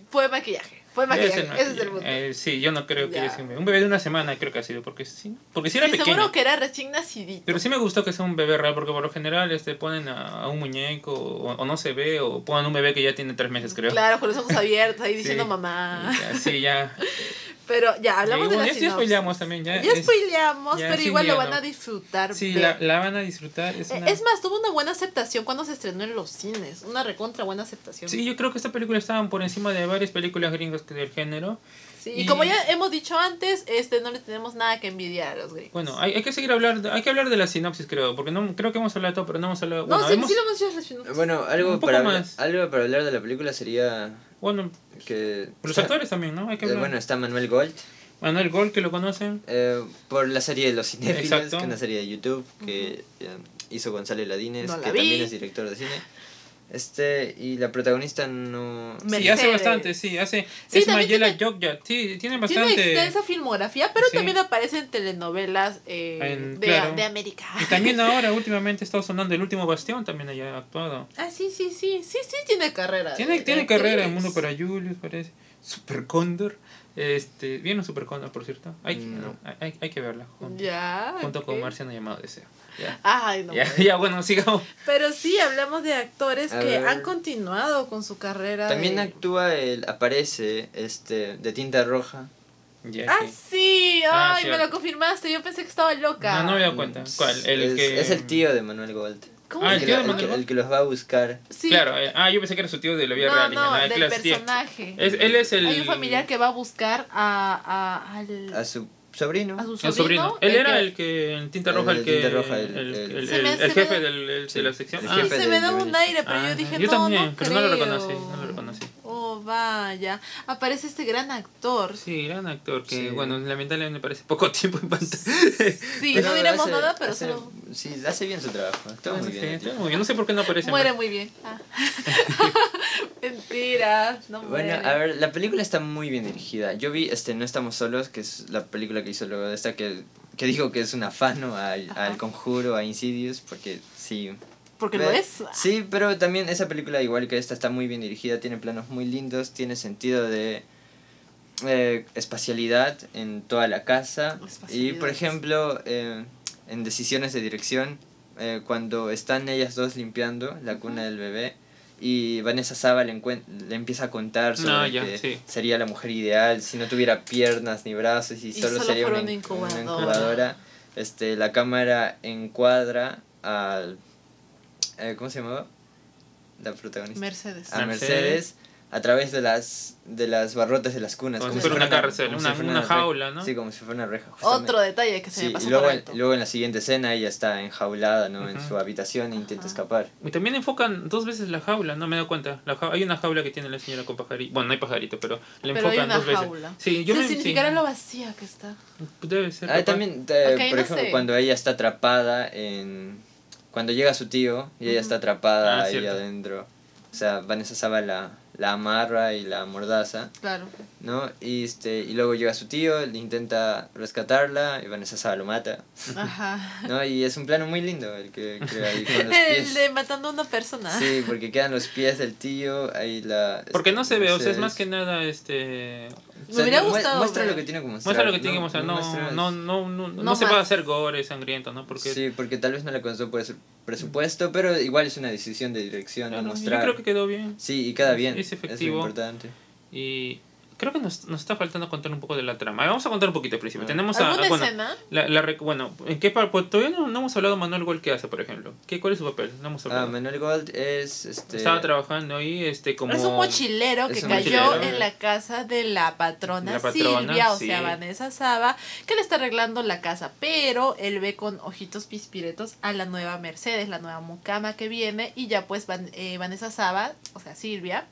Speaker 2: Fue maquillaje. Fue maquillaje. Ese, es el punto.
Speaker 1: Eh, sí, yo no creo que
Speaker 2: Ya.
Speaker 1: haya sido un bebé. Un bebé de una semana creo que ha sido, porque sí, porque sí era
Speaker 2: Sí,
Speaker 1: pequeño.
Speaker 2: seguro que era recién nacidito.
Speaker 1: Pero sí me gustó que sea un bebé real, porque por lo general este, ponen a, a un muñeco, o, o no se ve, o ponen un bebé que ya tiene tres meses, creo.
Speaker 2: Claro, con los ojos abiertos ahí diciendo
Speaker 1: Sí.
Speaker 2: mamá.
Speaker 1: Y ya, sí, ya.
Speaker 2: Pero ya, hablamos
Speaker 1: Y
Speaker 2: de la
Speaker 1: bueno, ya, ya
Speaker 2: sinopsis.
Speaker 1: spoileamos también, ya.
Speaker 2: Ya
Speaker 1: es-
Speaker 2: spoileamos,
Speaker 1: ya
Speaker 2: pero
Speaker 1: sí,
Speaker 2: igual
Speaker 1: ya
Speaker 2: lo van
Speaker 1: no.
Speaker 2: a disfrutar.
Speaker 1: sí,
Speaker 2: ve.
Speaker 1: la, la van a disfrutar. Es,
Speaker 2: Eh,
Speaker 1: una-
Speaker 2: Es más, tuvo una buena aceptación cuando se estrenó en los cines. Una recontra buena aceptación.
Speaker 1: Sí, yo creo que esta película estaba por encima de varias películas gringas que- del género.
Speaker 2: Sí, Y,
Speaker 1: y-
Speaker 2: como ya hemos dicho antes, este no le tenemos nada que envidiar a los gringos.
Speaker 1: Bueno, hay, hay que seguir hablar, hay que hablar de la sinopsis, creo, porque no creo que hemos hablado de todo, pero no hemos hablado.
Speaker 2: no,
Speaker 1: Bueno,
Speaker 2: sí,
Speaker 1: hemos-
Speaker 2: sí lo hemos dicho en la sinopsis.
Speaker 3: Ah, Bueno, algo
Speaker 1: poco
Speaker 3: para, hablar-
Speaker 1: más.
Speaker 3: algo para hablar de la película sería
Speaker 1: bueno,
Speaker 3: que...
Speaker 1: los
Speaker 3: está-
Speaker 1: actores también, ¿no? Hay que
Speaker 3: eh,
Speaker 1: hablar.
Speaker 3: bueno, está Manuel Gold
Speaker 1: Manuel Gol, que lo conocen.
Speaker 3: eh, por la serie de Los Cinéfilos,
Speaker 1: Exacto.
Speaker 3: que es una serie de YouTube que eh, hizo Gonzalo Ladines,
Speaker 2: No la
Speaker 3: que
Speaker 2: vi.
Speaker 3: también es director de cine. Este, y la protagonista no...
Speaker 2: Me-
Speaker 1: Sí, hace
Speaker 2: Mercedes.
Speaker 1: bastante, sí, hace.
Speaker 2: Sí,
Speaker 1: es
Speaker 2: también
Speaker 1: Mayela Jogja, sí, tiene bastante.
Speaker 2: Tiene extensa filmografía, pero
Speaker 1: Sí.
Speaker 2: también aparece en telenovelas eh,
Speaker 1: En-
Speaker 2: de,
Speaker 1: claro.
Speaker 2: de América.
Speaker 1: Y también ahora, últimamente, está sonando El último bastión, también haya actuado.
Speaker 2: Ah, sí, sí, sí, sí, sí, tiene carrera. eh,
Speaker 1: Tiene,
Speaker 2: de-
Speaker 1: tiene
Speaker 2: de
Speaker 1: carrera en
Speaker 2: actriz.
Speaker 1: Mundo para Julius, parece. Super Cóndor. Este, ¿Vieron Super Cóndor, por cierto? Hay, que-
Speaker 3: No.
Speaker 1: hay- hay, hay que verla. Junto,
Speaker 2: Ya.
Speaker 1: junto con
Speaker 2: ok.
Speaker 1: Marciano Llamado Deseo. Ya,
Speaker 2: Ay, no.
Speaker 1: ya,
Speaker 2: puedo.
Speaker 1: ya, bueno, sigamos.
Speaker 2: Pero sí, hablamos de actores
Speaker 3: A
Speaker 2: que
Speaker 3: ver.
Speaker 2: han continuado con su carrera.
Speaker 3: También
Speaker 2: de-
Speaker 3: actúa, el, aparece este de tinta roja.
Speaker 1: Ya,
Speaker 2: Ah,
Speaker 1: sí.
Speaker 2: sí.
Speaker 1: Ah,
Speaker 2: Ay, me
Speaker 1: cierto.
Speaker 2: lo confirmaste. Yo pensé que estaba loca.
Speaker 1: No, no me he dado cuenta. ¿Cuál? El
Speaker 3: es,
Speaker 1: que...
Speaker 3: es el tío de Manuel Gold.
Speaker 2: ¿Cómo
Speaker 1: Ah,
Speaker 2: se
Speaker 1: el
Speaker 3: que
Speaker 1: tío
Speaker 3: lo-
Speaker 1: de
Speaker 3: que-
Speaker 1: Manuel Gold.
Speaker 3: el que los va a buscar.
Speaker 2: Sí.
Speaker 1: Claro, eh, ah, yo pensé que era su tío de la vida
Speaker 2: No,
Speaker 1: real. dije,
Speaker 2: no,
Speaker 1: ah,
Speaker 2: del
Speaker 1: claro, es tío.
Speaker 2: personaje.
Speaker 1: Es, él es el.
Speaker 2: Hay un familiar que va a buscar a, a, al-
Speaker 3: a su sobrino.
Speaker 2: a su sobrino.
Speaker 1: El sobrino. Él era
Speaker 2: que-
Speaker 1: el que en tinta
Speaker 3: El
Speaker 1: roja, el
Speaker 3: de
Speaker 1: que.
Speaker 3: Tinta Roja, el-
Speaker 1: el-
Speaker 3: el-
Speaker 1: el-
Speaker 2: Se me-
Speaker 1: el-
Speaker 2: se
Speaker 1: el
Speaker 2: me-
Speaker 1: jefe del- el-
Speaker 3: Sí,
Speaker 1: de la sección.
Speaker 3: el
Speaker 1: Ah,
Speaker 2: Sí,
Speaker 3: jefe
Speaker 2: se
Speaker 3: del
Speaker 2: me da un
Speaker 3: novelista.
Speaker 2: aire, pero yo
Speaker 1: ah,
Speaker 2: dije,
Speaker 1: yo
Speaker 2: no,
Speaker 1: también,
Speaker 2: no
Speaker 1: pero no lo
Speaker 2: creo".
Speaker 1: reconocí. No lo reconocí.
Speaker 2: Oh, vaya. Aparece este gran actor.
Speaker 1: Sí, gran actor que,
Speaker 3: Sí.
Speaker 1: bueno, lamentablemente me parece poco tiempo en pantalla.
Speaker 2: Sí,
Speaker 3: Pero
Speaker 2: no diremos
Speaker 3: hace-
Speaker 2: nada, pero
Speaker 3: hace-
Speaker 2: solo
Speaker 3: Sí, hace bien su trabajo. Está muy
Speaker 1: Ah, Sí,
Speaker 3: bien. el
Speaker 1: está
Speaker 3: tío.
Speaker 1: muy bien. No sé por qué no aparece.
Speaker 2: muere
Speaker 1: más.
Speaker 2: muy bien. Ah. Mentiras, no muere.
Speaker 3: Bueno, a ver, la película está muy bien dirigida. Yo vi este No estamos solos, que es la película que hizo luego de esta, que, que dijo que es un afano al,
Speaker 2: Ajá.
Speaker 3: al conjuro, a Insidious, porque sí.
Speaker 2: Porque
Speaker 3: Ve-
Speaker 2: lo es.
Speaker 3: Sí, pero también esa película, igual que esta, está muy bien dirigida, tiene planos muy lindos, tiene sentido de eh, espacialidad en toda la casa. Y
Speaker 2: Espacialidad.
Speaker 3: por ejemplo, eh, en decisiones de dirección, eh, cuando están ellas dos limpiando la cuna del bebé y Vanessa Saba le, encuen- le empieza a contar sobre
Speaker 1: Ah, ya,
Speaker 3: que
Speaker 1: sí.
Speaker 3: sería la mujer ideal si no tuviera piernas ni brazos y, solo,
Speaker 2: solo
Speaker 3: sería
Speaker 2: fuera
Speaker 3: una,
Speaker 2: una
Speaker 3: inc- una
Speaker 2: incubadora.
Speaker 3: incubadora. Este, la cámara encuadra al eh, ¿cómo se llamaba? La protagonista.
Speaker 2: Mercedes.
Speaker 3: a
Speaker 1: Mercedes.
Speaker 3: Mercedes. a través de las de las barrotas de las cunas.
Speaker 1: Como si fuera una cárcel,
Speaker 3: como
Speaker 1: una- una
Speaker 3: re-
Speaker 1: jaula, ¿no?
Speaker 3: Sí, como si fuera una reja. justamente.
Speaker 2: Otro detalle que se
Speaker 3: Sí,
Speaker 2: me pasó
Speaker 3: y luego
Speaker 2: por
Speaker 3: en,
Speaker 2: alto.
Speaker 3: luego en la siguiente escena ella está enjaulada, ¿no? En
Speaker 1: Ujú.
Speaker 3: su habitación e intenta
Speaker 2: Ajá.
Speaker 3: escapar.
Speaker 1: Y también enfocan dos veces la jaula, no me doy cuenta. La jau- hay una jaula que tiene la señora con pajarito. Bueno, no hay pajarito, pero le
Speaker 2: Pero hay
Speaker 1: enfocan
Speaker 2: una
Speaker 1: dos veces.
Speaker 2: jaula.
Speaker 1: Sí, yo
Speaker 2: Eso
Speaker 1: me sí,
Speaker 2: significará lo vacía que está.
Speaker 1: Debe ser.
Speaker 3: Ah,
Speaker 1: capaz.
Speaker 3: también, eh,
Speaker 2: Ok,
Speaker 3: por
Speaker 2: no
Speaker 3: ejemplo,
Speaker 2: sé.
Speaker 3: cuando ella está atrapada en... Cuando llega su tío y ella está atrapada
Speaker 1: Ah,
Speaker 3: ahí
Speaker 1: cierto.
Speaker 3: adentro. O sea, Vanessa Saba la, la amarra y la mordaza,
Speaker 2: Claro.
Speaker 3: ¿no? Y, este, y luego llega su tío, le intenta rescatarla y Vanessa Saba lo mata,
Speaker 2: Ajá.
Speaker 3: ¿no? Y es un plano muy lindo el que crea ahí con los
Speaker 2: El de
Speaker 3: pies.
Speaker 2: matando a una persona.
Speaker 3: Sí, porque quedan los pies del tío, ahí la... este,
Speaker 1: Porque no se ve, o sea, es
Speaker 3: Mercedes.
Speaker 1: más que nada este
Speaker 2: Me hubiera
Speaker 3: mu-
Speaker 2: gustado
Speaker 3: Muestra
Speaker 2: ver.
Speaker 3: lo que tiene que mostrar.
Speaker 1: Muestra lo que tiene que mostrar. No,
Speaker 3: muestra-
Speaker 1: no, no, no, no
Speaker 2: No
Speaker 1: se puede
Speaker 2: más.
Speaker 1: hacer gore sangriento, ¿no? Porque
Speaker 3: Sí, porque tal vez no le alcanzó por su presupuesto, pero igual es una decisión de dirección
Speaker 1: Claro,
Speaker 3: de
Speaker 1: yo
Speaker 3: mostrar.
Speaker 1: creo que quedó bien.
Speaker 3: Sí, y queda bien.
Speaker 1: Es
Speaker 3: Es,
Speaker 1: efectivo.
Speaker 3: lo importante. Ah,
Speaker 1: Y creo que nos, nos está faltando contar un poco de la trama. Vamos a contar un poquito al principio.
Speaker 3: Ah.
Speaker 1: Tenemos a,
Speaker 2: ¿Alguna
Speaker 1: a- bueno,
Speaker 2: escena?
Speaker 1: la, la rec- bueno, ¿en qué par- pues, Todavía no, no hemos hablado de Manuel Gol que hace, por ejemplo. ¿Qué, ¿Cuál es su papel? No hemos
Speaker 3: Ah,
Speaker 1: hablado.
Speaker 3: Manuel Gold es. Este,
Speaker 1: Estaba trabajando ahí este, como...
Speaker 2: Es un mochilero que
Speaker 3: Es un
Speaker 2: cayó
Speaker 1: mochilero.
Speaker 2: en la casa de la patrona,
Speaker 1: La patrona,
Speaker 2: Silvia, o
Speaker 1: sí.
Speaker 2: sea, Vanessa Saba, que le está arreglando la casa, pero él ve con ojitos pispiretos a la nueva Mercedes, la nueva mucama que viene, y ya pues Van- eh, Vanessa Saba, o sea, Silvia,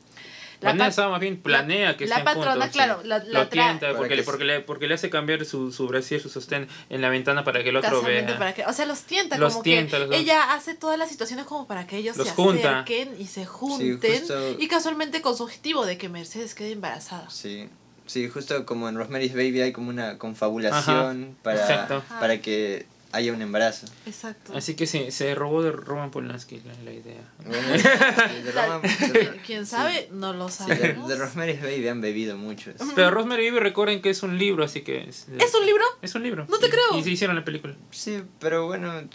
Speaker 2: la
Speaker 1: Vanessa
Speaker 2: pat-
Speaker 1: más bien planea que
Speaker 2: la
Speaker 1: estén
Speaker 2: patrona,
Speaker 1: juntos,
Speaker 2: claro, la- la
Speaker 1: lo
Speaker 2: trae.
Speaker 1: tienta
Speaker 3: Para
Speaker 1: porque
Speaker 3: que
Speaker 1: le,
Speaker 3: se-
Speaker 1: porque, le, porque le hace cambiar su, su brasier, su sostén en la ventana para que el otro
Speaker 2: casamiento
Speaker 1: vea.
Speaker 2: para que, o sea, los tienta
Speaker 1: Los
Speaker 2: como
Speaker 1: tienta,
Speaker 2: que
Speaker 1: los dos.
Speaker 2: ella hace todas las situaciones como para que ellos
Speaker 1: Los
Speaker 2: se
Speaker 1: junta.
Speaker 2: acerquen y se junten
Speaker 3: justo-
Speaker 2: y casualmente con su objetivo de que Mercedes quede embarazada.
Speaker 3: Sí. Sí, justo como en Rosemary's Baby hay como una confabulación
Speaker 1: exacto.
Speaker 3: para, para que haya un embarazo.
Speaker 2: Exacto.
Speaker 1: Así que sí, se robó de Roman Polanski la, la idea.
Speaker 3: Bueno, de Roma- pues,
Speaker 2: Tal- ¿Quién sabe? No lo
Speaker 3: Sí, de,
Speaker 2: sabemos.
Speaker 3: de Rosemary's Baby han bebido mucho.
Speaker 1: Pero Rosemary Baby recuerden que es un libro, así que... Es,
Speaker 2: ¿Es un libro?
Speaker 1: Es un libro.
Speaker 2: No te
Speaker 1: Y-
Speaker 2: creo.
Speaker 1: Y se hicieron la película.
Speaker 3: Sí, pero bueno, eh,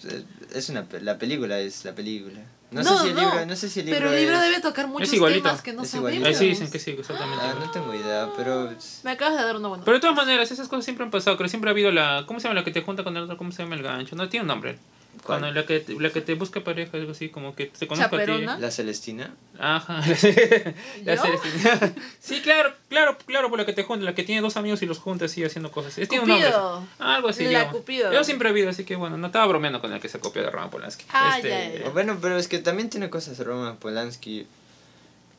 Speaker 3: es una pe- la película es la película. No,
Speaker 2: No,
Speaker 3: sé si el
Speaker 2: no,
Speaker 3: libro, no sé si el libro
Speaker 2: Pero el libro
Speaker 3: es-
Speaker 2: debe tocar muchos
Speaker 1: igualito.
Speaker 2: temas que no
Speaker 3: Es igualito.
Speaker 1: Ahí
Speaker 2: sabemos.
Speaker 1: sí dicen que sí, exactamente.
Speaker 3: Ah, no tengo idea, pero es-
Speaker 2: Me acabas de dar una buena.
Speaker 1: Pero de todas maneras, esas cosas siempre han pasado. Creo que siempre ha habido la. ¿Cómo se llama la que te junta con el otro? ¿Cómo se llama el gancho? No tiene un nombre.
Speaker 3: ¿Cuál?
Speaker 1: Cuando la que, te- la que te busca pareja, algo así, como que se conozca a
Speaker 2: ¿Chaperona?
Speaker 1: ti.
Speaker 3: la Celestina.
Speaker 1: Ajá. La
Speaker 2: ¿Yo?
Speaker 1: Celestina. sí, claro, claro, claro, por la que te junta. La que tiene dos amigos y los junta así haciendo cosas. Es, tiene un nombre.
Speaker 2: Cupido.
Speaker 1: Algo así.
Speaker 2: La
Speaker 1: digamos.
Speaker 2: Cupido.
Speaker 1: Yo siempre he habido, así que bueno, no estaba bromeando con el que se copió de Roman Polanski. Este,
Speaker 2: Ah, ya, ya,
Speaker 3: O Bueno, pero es que también tiene cosas de Roman Polanski.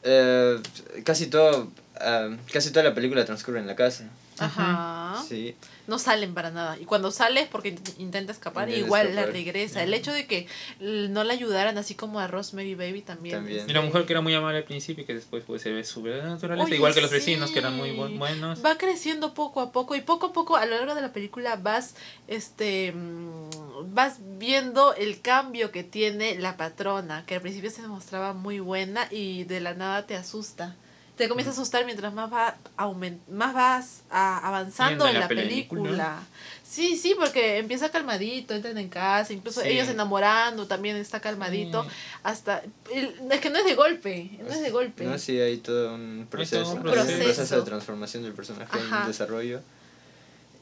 Speaker 3: Eh, casi todo, ah, casi toda la película transcurre en la casa.
Speaker 2: Ajá.
Speaker 3: Sí.
Speaker 2: No salen para nada. Y cuando sales porque int- intenta escapar,
Speaker 3: Intenta
Speaker 2: igual la
Speaker 3: escapar.
Speaker 2: regresa. El hecho de que l- no la ayudaran, así como a Rosemary Baby también.
Speaker 3: También.
Speaker 1: Y
Speaker 2: este,
Speaker 1: la mujer que era muy amable al principio, que después pues, se ve su verdadera naturaleza,
Speaker 2: Oye,
Speaker 1: igual que los
Speaker 2: sí.
Speaker 1: vecinos, que eran muy bu- buenos.
Speaker 2: Va creciendo poco a poco y poco a poco a lo largo de la película vas este mm, vas viendo el cambio que tiene la patrona, que al principio se mostraba muy buena y de la nada te asusta. Te comienza a asustar mientras más va aumen- más vas a- avanzando
Speaker 1: Viendo
Speaker 2: en
Speaker 1: la
Speaker 2: la película.
Speaker 1: película.
Speaker 2: Sí, sí, porque empieza calmadito, entran en casa, incluso
Speaker 1: Sí.
Speaker 2: ellos enamorando también está calmadito,
Speaker 1: Sí.
Speaker 2: hasta el- es que no es de golpe, no es de golpe.
Speaker 3: No, sí, hay todo un proceso.
Speaker 1: un
Speaker 3: un
Speaker 1: proceso.
Speaker 3: proceso de transformación del personaje,
Speaker 2: Ajá.
Speaker 3: un desarrollo.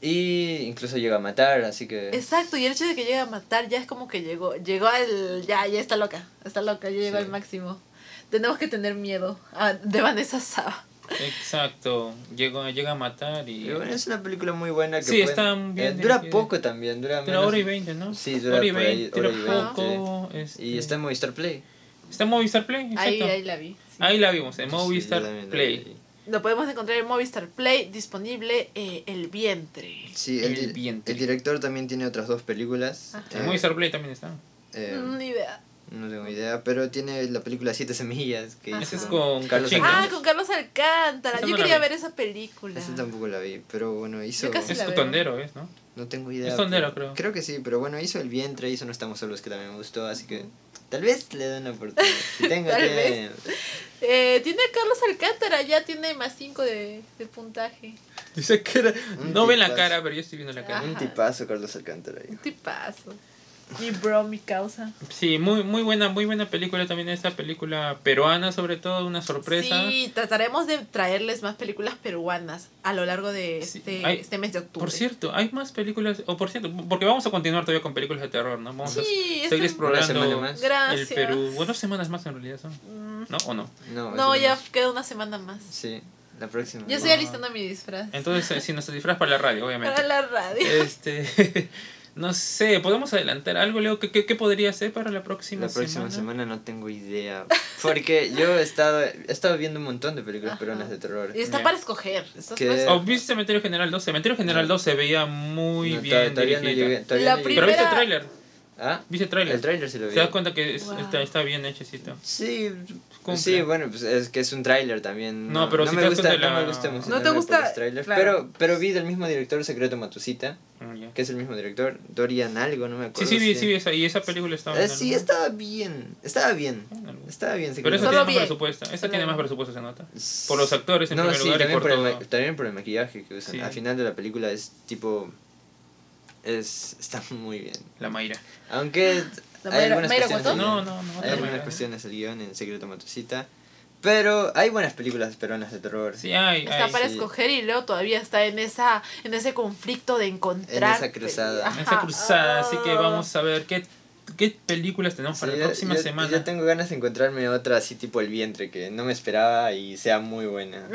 Speaker 3: Y incluso llega a matar, así que...
Speaker 2: Exacto, y el hecho de que llegue a matar ya es como que llegó, llegó al, ya, ya está loca, está loca, ya llegó
Speaker 3: Sí.
Speaker 2: al máximo. Tenemos que tener miedo ah, de Vanessa Saba.
Speaker 1: Exacto. Llegó, llega a matar y.
Speaker 3: Pero bueno, es una película muy buena que
Speaker 1: Sí,
Speaker 3: pueden-
Speaker 1: está bien
Speaker 3: eh, dura
Speaker 1: dirigida.
Speaker 3: poco también, dura
Speaker 1: Dura
Speaker 3: menos-
Speaker 1: hora y veinte, ¿no?
Speaker 3: Sí, dura
Speaker 1: hora y
Speaker 3: por ahí,
Speaker 1: veinte,
Speaker 3: hora
Speaker 1: dura
Speaker 3: y veinte.
Speaker 1: poco. este,
Speaker 3: Y está en Movistar Play.
Speaker 1: está en Movistar Play, exacto.
Speaker 2: Ahí,
Speaker 1: Ahí,
Speaker 2: ahí la vi. sí.
Speaker 1: la vimos, en
Speaker 3: Sí,
Speaker 1: Movistar
Speaker 3: yo también la vi
Speaker 1: Play.
Speaker 3: ahí.
Speaker 2: Lo podemos encontrar en Movistar Play, disponible eh, El Vientre.
Speaker 3: Sí,
Speaker 1: El
Speaker 3: el, di-
Speaker 1: vientre.
Speaker 3: el director también tiene otras dos películas.
Speaker 2: Ajá. Mm.
Speaker 1: En
Speaker 3: Eh,
Speaker 1: Movistar Play también está.
Speaker 2: Ah,
Speaker 3: eh,
Speaker 2: Ni idea.
Speaker 3: no tengo idea, pero tiene la película Siete Semillas que
Speaker 2: Ajá.
Speaker 3: hizo
Speaker 2: Esa es
Speaker 1: con
Speaker 3: Carlos
Speaker 1: Cachín, ¿no?
Speaker 3: Alcántara.
Speaker 2: Ah, con Carlos Alcántara.
Speaker 1: Esa
Speaker 2: Yo
Speaker 1: no la
Speaker 2: quería
Speaker 1: vi.
Speaker 2: ver esa película.
Speaker 3: Esa tampoco la vi, pero bueno, hizo...
Speaker 2: Yo casi Sí, la
Speaker 1: es
Speaker 2: veo.
Speaker 1: tondero, ¿es? ¿no?
Speaker 3: No tengo idea.
Speaker 1: Es tondero,
Speaker 3: pero-
Speaker 1: creo.
Speaker 3: Creo que sí, pero bueno, hizo El Vientre, hizo No Estamos Solos, que también me gustó, así que tal vez le den una oportunidad. Si tengo
Speaker 2: Tal
Speaker 3: tiempo.
Speaker 2: Eh, tiene a Carlos Alcántara, ya tiene más 5 de, de puntaje.
Speaker 1: Dice que era-
Speaker 3: Un
Speaker 1: No ven la
Speaker 3: tipazo.
Speaker 1: cara, pero yo estoy viendo la cara.
Speaker 3: Un
Speaker 2: Ajá.
Speaker 3: tipazo Carlos Alcántara.
Speaker 2: Un
Speaker 3: hijo.
Speaker 2: tipazo. Mi bro, mi causa.
Speaker 1: Sí, muy, muy buena, muy buena película también esta película peruana, sobre todo, una sorpresa.
Speaker 2: Sí, trataremos de traerles más películas peruanas a lo largo de
Speaker 1: Sí,
Speaker 2: este,
Speaker 1: hay-
Speaker 2: este mes de octubre.
Speaker 1: Por cierto, hay más películas, o por cierto, porque vamos a continuar todavía con películas de terror, ¿no? Vamos a
Speaker 2: Sí, este-
Speaker 1: seguir
Speaker 3: semana
Speaker 1: explorando
Speaker 3: más.
Speaker 1: el
Speaker 2: Gracias.
Speaker 1: Perú. Bueno, dos semanas más en realidad son,
Speaker 2: Mm,
Speaker 1: ¿no? ¿O no?
Speaker 3: No,
Speaker 2: No,
Speaker 3: eso
Speaker 2: ya
Speaker 3: más.
Speaker 2: queda una semana más.
Speaker 3: Sí, la próxima.
Speaker 2: Yo estoy alistando mi disfraz.
Speaker 1: Entonces, eh, si nos disfraz para la radio, obviamente.
Speaker 2: Para la radio.
Speaker 1: Este, no sé, podemos adelantar algo, Leo. ¿Qué, qué, qué podría ser para la próxima
Speaker 3: La próxima
Speaker 1: semana?
Speaker 3: semana no tengo idea. Porque yo he estado, he estado viendo un montón de películas
Speaker 2: Ajá.
Speaker 3: peruanas de terror.
Speaker 2: Y está
Speaker 1: Ya.
Speaker 2: para escoger. Estás
Speaker 3: Que-
Speaker 2: para
Speaker 1: ¿O Oh, viste Cementerio General 2? Cementerio General 2 se veía muy
Speaker 3: No,
Speaker 1: bien.
Speaker 3: todavía no
Speaker 1: dirigida.
Speaker 3: llegué- todavía
Speaker 2: La
Speaker 3: no llegué.
Speaker 1: Pero viste el
Speaker 2: Primera-
Speaker 1: tráiler,
Speaker 3: ¿Ah?
Speaker 1: viste el tráiler.
Speaker 3: El trailer sí lo vi.
Speaker 1: Te das cuenta que es-
Speaker 2: Wow.
Speaker 1: está, está bien hechecito.
Speaker 3: Sí,
Speaker 1: Cumple.
Speaker 3: sí, bueno, pues es que es un tráiler también.
Speaker 1: No, pero
Speaker 3: no
Speaker 1: si
Speaker 3: me
Speaker 1: te das
Speaker 3: gusta,
Speaker 1: cuenta de
Speaker 3: no me
Speaker 1: la-
Speaker 3: gusta
Speaker 1: No
Speaker 3: emocionarme
Speaker 2: te
Speaker 3: por
Speaker 2: gusta,
Speaker 3: los trailers,
Speaker 2: claro.
Speaker 3: pero pero vi del mismo director Secreto Matusita,
Speaker 1: Mm, ya.
Speaker 3: que es el mismo director, Dorian algo, no me
Speaker 1: Sí,
Speaker 3: acuerdo.
Speaker 1: sí, vi,
Speaker 3: si-
Speaker 1: sí, vi esa, y esa película estaba...
Speaker 3: Eh,
Speaker 1: en
Speaker 3: sí,
Speaker 1: algún-
Speaker 3: estaba bien, estaba bien, estaba bien. se
Speaker 1: Pero esa tiene
Speaker 3: quedó.
Speaker 2: Solo
Speaker 1: más
Speaker 2: bien.
Speaker 1: presupuesto. Esa
Speaker 2: Solo
Speaker 1: tiene
Speaker 2: bien.
Speaker 1: más presupuesto, se nota. Por los actores en
Speaker 3: no,
Speaker 1: primer
Speaker 3: sí,
Speaker 1: lugar y
Speaker 3: también
Speaker 1: por
Speaker 3: por, el,
Speaker 1: todo.
Speaker 3: ma- también por el maquillaje que usan.
Speaker 1: Sí.
Speaker 3: Al final de la película es tipo... Es, está muy bien.
Speaker 1: La Mayra.
Speaker 3: Aunque
Speaker 2: Ah, La
Speaker 3: hay
Speaker 2: Mayra-
Speaker 3: algunas
Speaker 2: Mayra
Speaker 3: cuestiones...
Speaker 2: Cotto.
Speaker 3: del-
Speaker 1: No, no, no,
Speaker 3: Hay
Speaker 1: la
Speaker 3: algunas
Speaker 1: Mayra.
Speaker 3: cuestiones del guión en Secreto Motocita. Pero hay buenas películas peruanas de terror.
Speaker 1: Sí, ay,
Speaker 2: Está
Speaker 1: ay.
Speaker 2: para
Speaker 3: sí.
Speaker 2: escoger y Leo todavía está en esa en ese conflicto de encontrar.
Speaker 3: En esa cruzada.
Speaker 2: Ajá.
Speaker 1: Esa cruzada, así que
Speaker 2: Ah.
Speaker 1: vamos a ver qué, qué películas tenemos
Speaker 3: Sí,
Speaker 1: para la
Speaker 3: yo-
Speaker 1: próxima
Speaker 3: yo-
Speaker 1: semana.
Speaker 3: Yo tengo ganas de encontrarme otra así tipo El Vientre que no me esperaba y sea muy buena.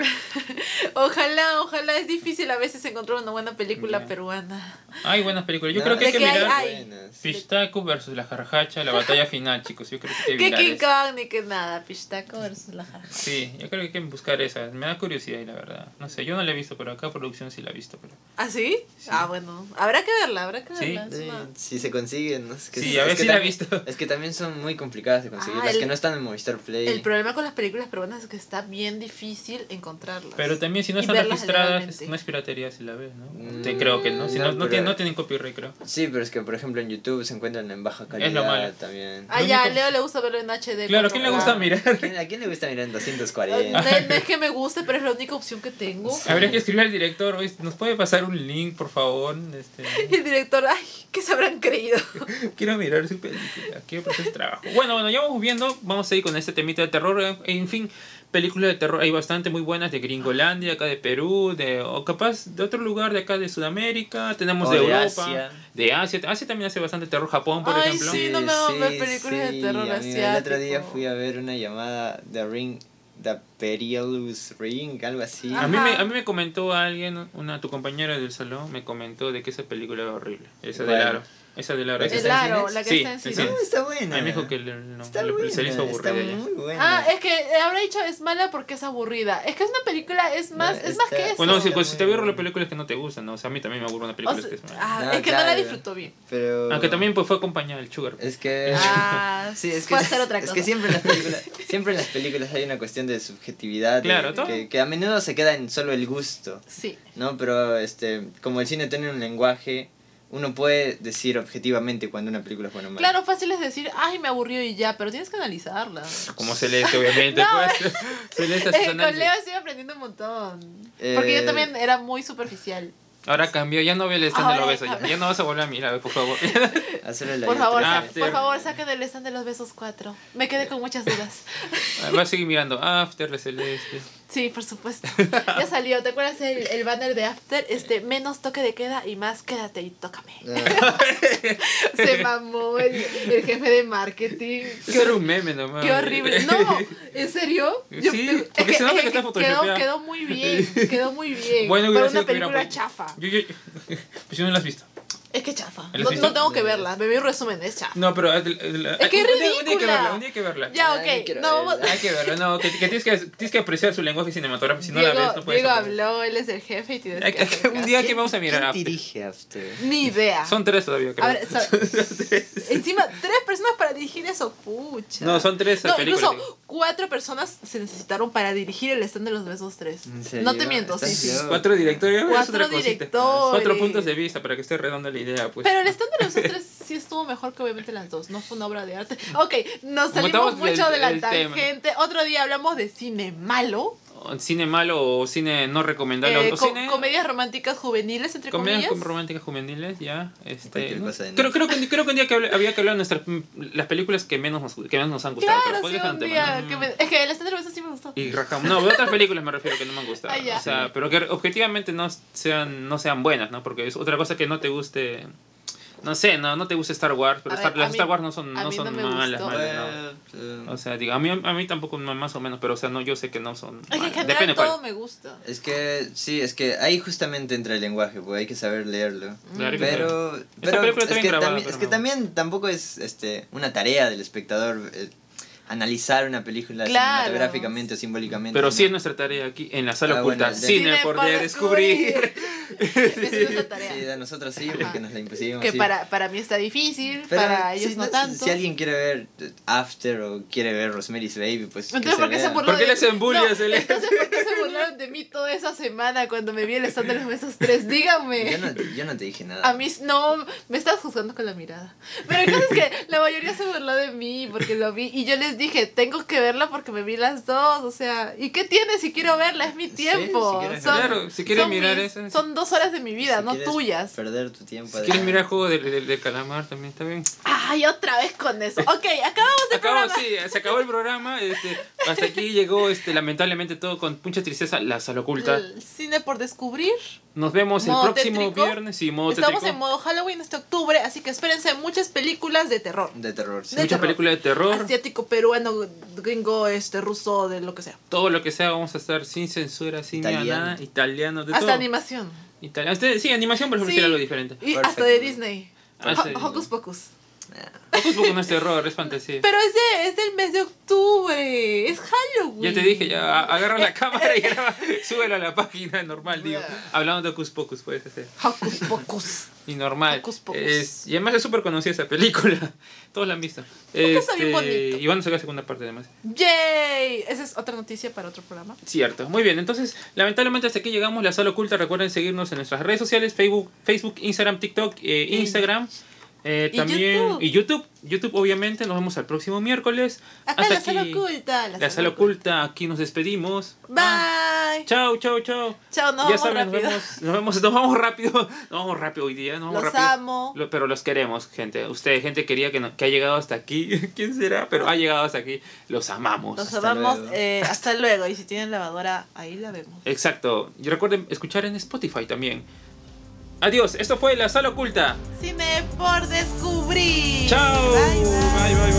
Speaker 2: Ojalá, ojalá. Es difícil a veces encontrar una buena película
Speaker 1: Ya.
Speaker 2: peruana.
Speaker 1: Hay buenas películas. Yo
Speaker 3: No,
Speaker 1: creo que hay
Speaker 3: es
Speaker 1: que
Speaker 2: ¿de qué hay?
Speaker 1: mirar
Speaker 2: Ay.
Speaker 3: buenas.
Speaker 1: Pistaco versus la jarjacha, la batalla final, chicos. Yo creo que hay que
Speaker 2: Que
Speaker 1: mirar
Speaker 2: King
Speaker 1: eso.
Speaker 2: Kong ni que nada. Pistaco versus la jarra.
Speaker 1: Sí, yo creo que hay que buscar esas. Me da curiosidad, la verdad. No sé, yo no la he visto, pero acá producción sí la ha visto. Pero...
Speaker 2: ¿Ah, sí?
Speaker 1: Sí.
Speaker 2: Ah, bueno. Habrá que verla, habrá que
Speaker 1: Sí.
Speaker 2: verla. es
Speaker 3: Sí,
Speaker 2: una-
Speaker 3: si se consiguen, ¿no? Es que
Speaker 1: Sí,
Speaker 3: sí,
Speaker 1: a
Speaker 3: es
Speaker 1: ver
Speaker 3: que
Speaker 1: si la he
Speaker 3: también-
Speaker 1: visto.
Speaker 3: Es que también son muy complicadas de conseguir,
Speaker 2: Ah,
Speaker 3: las
Speaker 2: el-
Speaker 3: que no están en Movistar Play.
Speaker 2: El problema con las películas peruanas es que está bien difícil encontrarlas.
Speaker 1: Pero también si no
Speaker 2: Y
Speaker 1: están
Speaker 2: verlas
Speaker 1: registradas,
Speaker 2: legalmente.
Speaker 1: no es piratería si la ves, ¿no?
Speaker 3: Mm,
Speaker 1: Te creo que no. Si no,
Speaker 3: no,
Speaker 1: no,
Speaker 3: pero-
Speaker 1: tienen, no tienen copyright, creo.
Speaker 3: Sí, pero es que por ejemplo en YouTube se encuentran en baja calidad
Speaker 1: malo.
Speaker 3: también.
Speaker 2: Ah,
Speaker 1: lo
Speaker 2: ya, a
Speaker 1: único-
Speaker 2: Leo le gusta verlo en HD.
Speaker 1: Claro, ¿a quién le gusta mirar?
Speaker 2: mirar?
Speaker 3: ¿A quién- ¿A quién le gusta mirar en
Speaker 2: No,
Speaker 3: 240?
Speaker 2: no es que me guste, pero es la única opción que tengo.
Speaker 1: Habría que escribir al director, oye, ¿nos puede pasar un link, por favor? Este,
Speaker 2: Y el director, ay, ¿qué se habrán creído?
Speaker 1: quiero mirar su película, quiero pasar el trabajo. Bueno, bueno, ya vamos viendo, vamos a ir con este temita de terror. En- En fin, películas de terror hay bastante muy buenas de Gringolandia, acá de Perú, de, o capaz de otro lugar de acá de Sudamérica, tenemos
Speaker 3: O
Speaker 1: de,
Speaker 3: de
Speaker 1: Europa,
Speaker 3: Asia.
Speaker 1: de Asia. Asia también hace bastante terror, Japón, por
Speaker 2: Ay,
Speaker 1: ejemplo.
Speaker 2: sí, no me van a ver películas de terror
Speaker 3: amigo, El otro día
Speaker 2: asiático.
Speaker 3: fui a ver una llamada The Ring, The Perilous Ring, algo así.
Speaker 1: A mí, me,
Speaker 2: Ajá.
Speaker 1: a mí me comentó alguien, una tu compañera del salón, me comentó de que esa película era horrible. Esa
Speaker 3: ¿Cuál?
Speaker 1: del aro. Esa del aro.
Speaker 3: ¿Esa
Speaker 1: Esa
Speaker 2: El
Speaker 3: en
Speaker 2: aro,
Speaker 3: cines?
Speaker 2: la que
Speaker 1: Sí,
Speaker 2: está en
Speaker 1: sí,
Speaker 2: cine.
Speaker 1: sí.
Speaker 3: No, está buena.
Speaker 1: A mí me dijo que le- no,
Speaker 3: está
Speaker 1: le-
Speaker 3: buena,
Speaker 1: se le hizo aburrida
Speaker 3: está
Speaker 1: ya.
Speaker 3: muy buena.
Speaker 2: Ah, es que eh, habrá dicho es mala porque es aburrida. Es que es una película, es más,
Speaker 3: No,
Speaker 2: es más
Speaker 3: está-
Speaker 2: que eso.
Speaker 1: Bueno, si,
Speaker 3: Está
Speaker 1: pues, si te
Speaker 3: muy
Speaker 1: aburro las
Speaker 3: bueno.
Speaker 1: películas que no te gustan, ¿no? O sea, a mí también me aburren las
Speaker 2: O
Speaker 1: películas
Speaker 2: sea,
Speaker 1: que son...
Speaker 2: ah,
Speaker 3: No,
Speaker 2: es que no la
Speaker 3: claro.
Speaker 2: disfruto bien.
Speaker 3: Pero...
Speaker 1: Aunque también pues, fue acompañada del sugar.
Speaker 3: Es que...
Speaker 2: Ah,
Speaker 3: Sí, es que,
Speaker 2: puede ser otra cosa.
Speaker 3: es que siempre, en las películas, siempre en las películas hay una cuestión de subjetividad. de-
Speaker 1: Claro, todo.
Speaker 3: que, que a menudo se queda en solo el gusto.
Speaker 2: Sí.
Speaker 3: ¿no? Pero este, como el cine tiene un lenguaje, uno puede decir objetivamente cuando una película es buena o mala.
Speaker 2: Claro, fácil es decir, ay, me aburrió y ya, pero tienes que analizarla.
Speaker 1: Como celeste, obviamente,
Speaker 2: No,
Speaker 1: pues. celeste hace
Speaker 2: Eh,
Speaker 1: su
Speaker 2: con
Speaker 1: análisis.
Speaker 2: Leo estoy aprendiendo un montón. Porque yo
Speaker 3: Eh,
Speaker 2: también era muy superficial.
Speaker 1: Ahora cambió, ya no ve el stand de
Speaker 2: Ahora
Speaker 1: los besos. Ya.
Speaker 2: cambió.
Speaker 1: ya no vas a volver a mirar, por favor.
Speaker 3: Hacerle la
Speaker 2: Por favor,
Speaker 3: letra.
Speaker 2: sa-
Speaker 1: Ah, sí.
Speaker 2: por favor, saquen el stand de los besos 4. Me quedé con muchas dudas.
Speaker 1: Va a seguir mirando After, la celeste.
Speaker 2: Sí, por supuesto. Ya salió, ¿te acuerdas el, el banner de After? Este, menos toque de queda y más quédate y tócame.
Speaker 3: Ah,
Speaker 2: Se mamó el, el jefe de marketing.
Speaker 1: Eso era un meme nomás.
Speaker 2: Qué horrible. No, ¿en serio?
Speaker 1: Sí,
Speaker 2: es
Speaker 1: porque se nota que está
Speaker 2: quedó,
Speaker 1: photoshopeada.
Speaker 2: quedó muy bien, quedó muy bien.
Speaker 1: Bueno, hubiera
Speaker 2: Para
Speaker 1: sido
Speaker 2: una
Speaker 1: que hubiera
Speaker 2: película
Speaker 1: puesto-
Speaker 2: chafa.
Speaker 1: Yo, yo, pues yo no la has visto.
Speaker 2: Es que chafa.
Speaker 1: ¿El
Speaker 2: No,
Speaker 1: oficio?
Speaker 2: no tengo que verla. Me vi un resumen, es chafa.
Speaker 1: No, pero... Es que es
Speaker 2: que es
Speaker 1: Un día hay que
Speaker 2: ridícula.
Speaker 1: verla, un día hay que verla.
Speaker 2: Ya,
Speaker 3: Ay,
Speaker 2: ok.
Speaker 3: quiero
Speaker 2: No,
Speaker 3: verla.
Speaker 1: Hay que verla, no, que, que tienes que, tienes que apreciar su lenguaje cinematográfico. Si no
Speaker 2: Diego,
Speaker 1: la ves, no puedes...
Speaker 2: Diego habló, él es el jefe y tienes
Speaker 1: Hay
Speaker 2: que
Speaker 1: que-
Speaker 2: hacer
Speaker 1: un día
Speaker 2: caso.
Speaker 1: que vamos a mirar
Speaker 3: ¿Quién
Speaker 1: After.
Speaker 3: dirige After?
Speaker 2: Ni idea.
Speaker 1: Son tres todavía, creo.
Speaker 2: A ver, so- encima, tres personas para dirigir eso, pucha.
Speaker 1: No, son tres
Speaker 2: No,
Speaker 1: películas.
Speaker 2: incluso cuatro personas se necesitaron para dirigir el stand de los besos tres.
Speaker 3: ¿En serio?
Speaker 2: No te miento, sí,
Speaker 3: ¿Estás
Speaker 2: sí.
Speaker 3: loco?
Speaker 1: Cuatro directores.
Speaker 2: Cuatro
Speaker 1: es otra cosita.
Speaker 2: directores.
Speaker 1: Cuatro puntos de vista para que esté redonda la idea, pues.
Speaker 2: Pero el stand de los besos tres sí estuvo mejor que obviamente las dos. No fue una obra de arte. Ok, nos
Speaker 1: Como
Speaker 2: salimos
Speaker 1: estamos del-
Speaker 2: mucho de la
Speaker 1: del tema.
Speaker 2: tangente. Otro día hablamos de cine malo.
Speaker 1: O Cine malo o cine no recomendable.
Speaker 2: eh,
Speaker 1: o
Speaker 2: co-
Speaker 1: cine...
Speaker 2: comedias románticas juveniles, entre
Speaker 1: Comedias
Speaker 2: comillas.
Speaker 1: como románticas juveniles, ya. Este,
Speaker 3: Cualquier
Speaker 1: ¿no?
Speaker 3: cosa de
Speaker 1: creo, creo, que, creo que un día que habl- había que hablar de nuestras, las películas que menos nos, que menos nos han gustado. pero
Speaker 2: Claro,
Speaker 1: puede
Speaker 2: sí,
Speaker 1: dejar
Speaker 2: un
Speaker 1: tema,
Speaker 2: día.
Speaker 1: ¿no?
Speaker 2: que me- Es que el stand de los besos sí me gustó.
Speaker 1: Y rajamos. No, de otras películas me refiero que no me han gustado.
Speaker 2: Ah, ya.
Speaker 1: O sea, pero que objetivamente no sean, no sean buenas, ¿no? Porque es otra cosa que no te guste. No sé, no, no te gusta Star Wars, pero
Speaker 2: A
Speaker 1: Star-
Speaker 2: ver, a
Speaker 1: las
Speaker 2: mí-
Speaker 1: Star Wars no son,
Speaker 2: a
Speaker 1: no
Speaker 2: mí
Speaker 1: son
Speaker 2: no me
Speaker 1: malas,
Speaker 2: gustó.
Speaker 1: malas, no.
Speaker 3: Eh,
Speaker 1: O sea, digo, a mí, a mí tampoco no, más o menos, pero o sea, no, yo sé que no son.
Speaker 2: Es que en
Speaker 1: malas.
Speaker 2: general
Speaker 1: ah, Depende
Speaker 2: todo
Speaker 1: cuál.
Speaker 2: me gusta.
Speaker 3: Es que, sí, es que ahí justamente entra el lenguaje, porque hay que saber leerlo.
Speaker 2: Mm.
Speaker 1: Claro que sí.
Speaker 3: Pero, pero
Speaker 1: película
Speaker 3: es,
Speaker 1: está bien
Speaker 3: que
Speaker 1: grabada,
Speaker 3: también,
Speaker 1: pero
Speaker 3: es que
Speaker 1: no.
Speaker 3: también tampoco es este, una tarea del espectador eh, analizar una película
Speaker 2: Claro.
Speaker 3: cinematográficamente o simbólicamente.
Speaker 1: Pero
Speaker 3: ¿no?
Speaker 1: sí es nuestra tarea aquí en la sala
Speaker 3: Ah,
Speaker 1: oculta.
Speaker 3: bueno, de-
Speaker 1: cine, por, descubrir.
Speaker 2: Esa es nuestra tarea.
Speaker 3: Sí, a nosotros sí, porque nos la impusimos.
Speaker 2: que
Speaker 3: sí.
Speaker 2: para, para mí está difícil,
Speaker 3: Pero,
Speaker 2: para
Speaker 3: sí,
Speaker 2: ellos no,
Speaker 3: si-
Speaker 2: tanto.
Speaker 3: Si alguien quiere ver eh, After o quiere ver Rosemary's Baby, pues. que
Speaker 2: Entonces, ¿por qué se
Speaker 3: vea.
Speaker 2: burlaron?
Speaker 1: ¿Por qué le hacen bullying a Selena?
Speaker 2: Entonces, ¿por qué se burlaron de mí mito de esa semana cuando me vi el stand de los besos 3? Díganme.
Speaker 3: Yo no, yo no te dije nada.
Speaker 2: A mí no, me estás juzgando con la mirada. Pero el caso es que la mayoría se burló de mí porque lo vi y yo les dije, tengo que verla porque me vi las dos, o sea, ¿y qué tiene si quiero verla? Es mi
Speaker 3: Sí,
Speaker 2: tiempo.
Speaker 3: si quieres
Speaker 2: son,
Speaker 1: Claro, si quieres
Speaker 2: son
Speaker 1: mirar
Speaker 2: mis-
Speaker 1: eso.
Speaker 2: Son dos horas de mi vida,
Speaker 3: Si
Speaker 2: no
Speaker 3: quieres
Speaker 2: tuyas.
Speaker 3: Perder tu tiempo.
Speaker 1: Si
Speaker 3: de-
Speaker 1: quieres mirar el juego del, del- del calamar también está bien.
Speaker 2: Ay, otra vez con eso. Ok, acabamos de
Speaker 1: Acabó,
Speaker 2: programa.
Speaker 1: sí, se acabó el programa. este, hasta aquí llegó, este, lamentablemente, todo con mucha tristeza, la sala oculta.
Speaker 2: El cine por descubrir.
Speaker 1: Nos vemos el
Speaker 2: Modo
Speaker 1: próximo
Speaker 2: tétrico.
Speaker 1: viernes. Sí, modo
Speaker 2: Estamos
Speaker 1: tétrico.
Speaker 2: en modo Halloween este octubre, así que espérense muchas películas de terror.
Speaker 3: De terror. sí.
Speaker 2: de
Speaker 1: Muchas
Speaker 2: terror.
Speaker 1: películas de terror.
Speaker 2: Asiático, peruano, gringo, este, ruso, de lo que sea.
Speaker 1: Todo lo que sea, vamos a estar sin censura, sin nada,
Speaker 3: Italiano.
Speaker 1: nada. Italiano, de
Speaker 2: Hasta
Speaker 1: todo.
Speaker 2: animación.
Speaker 1: Italiano. Este- Sí, animación, por ejemplo,
Speaker 2: Sí.
Speaker 1: será algo diferente.
Speaker 2: Y
Speaker 3: Perfecto.
Speaker 2: hasta de Disney.
Speaker 1: Ah,
Speaker 2: Ho-
Speaker 1: sí.
Speaker 2: Hocus Pocus.
Speaker 1: Hocus Pocus no es terror, es fantasía.
Speaker 2: Pero es, de- es del mes de octubre. Es Halloween.
Speaker 1: Ya te dije, ya a- agarra la cámara y graba, súbelo a la página normal, digo.
Speaker 2: Ya.
Speaker 1: Hablando de Hocus Pocus, puedes hacer.
Speaker 2: Hocus Pocus.
Speaker 1: Y normal.
Speaker 2: Hocus Pocus.
Speaker 1: Es- y además es súper conocida esa película. Todos la han visto. Este,
Speaker 2: está bien bonito.
Speaker 1: y van a sacar segunda parte además.
Speaker 2: ¡Yay! Esa es otra noticia para otro programa.
Speaker 1: Cierto. Muy bien, entonces, lamentablemente hasta aquí llegamos. La sala oculta. Recuerden seguirnos en nuestras redes sociales: Facebook, Facebook Instagram, TikTok, eh,
Speaker 2: Y-
Speaker 1: Instagram. eh,
Speaker 2: y
Speaker 1: también
Speaker 2: YouTube.
Speaker 1: y YouTube YouTube obviamente nos vemos al próximo miércoles
Speaker 2: Acá
Speaker 1: Hasta
Speaker 2: la sala
Speaker 1: aquí.
Speaker 2: oculta.
Speaker 1: la sala oculta aquí nos despedimos
Speaker 2: Bye.
Speaker 1: chao chao chao
Speaker 2: Chao, nos
Speaker 1: ya
Speaker 2: vamos
Speaker 1: saben, nos
Speaker 2: rápido.
Speaker 1: vemos, nos vemos, nos vamos rápido, nos vamos rápido hoy día, nos vamos
Speaker 2: Los
Speaker 1: rápido.
Speaker 2: amo.
Speaker 1: Lo- pero los queremos, gente. Ustedes, gente quería que, no- que ha llegado hasta aquí. ¿Quién será? Pero ha llegado hasta aquí. Los amamos.
Speaker 2: Nos
Speaker 3: Hasta
Speaker 2: amamos.
Speaker 3: luego.
Speaker 2: eh, hasta luego. Y si tienen lavadora, ahí la vemos.
Speaker 1: Exacto. Y recuerden escuchar en Spotify también. Adiós. Esto fue La Sala Oculta.
Speaker 2: Cine por descubrir.
Speaker 1: Chao.
Speaker 2: Bye, bye.
Speaker 1: bye, bye.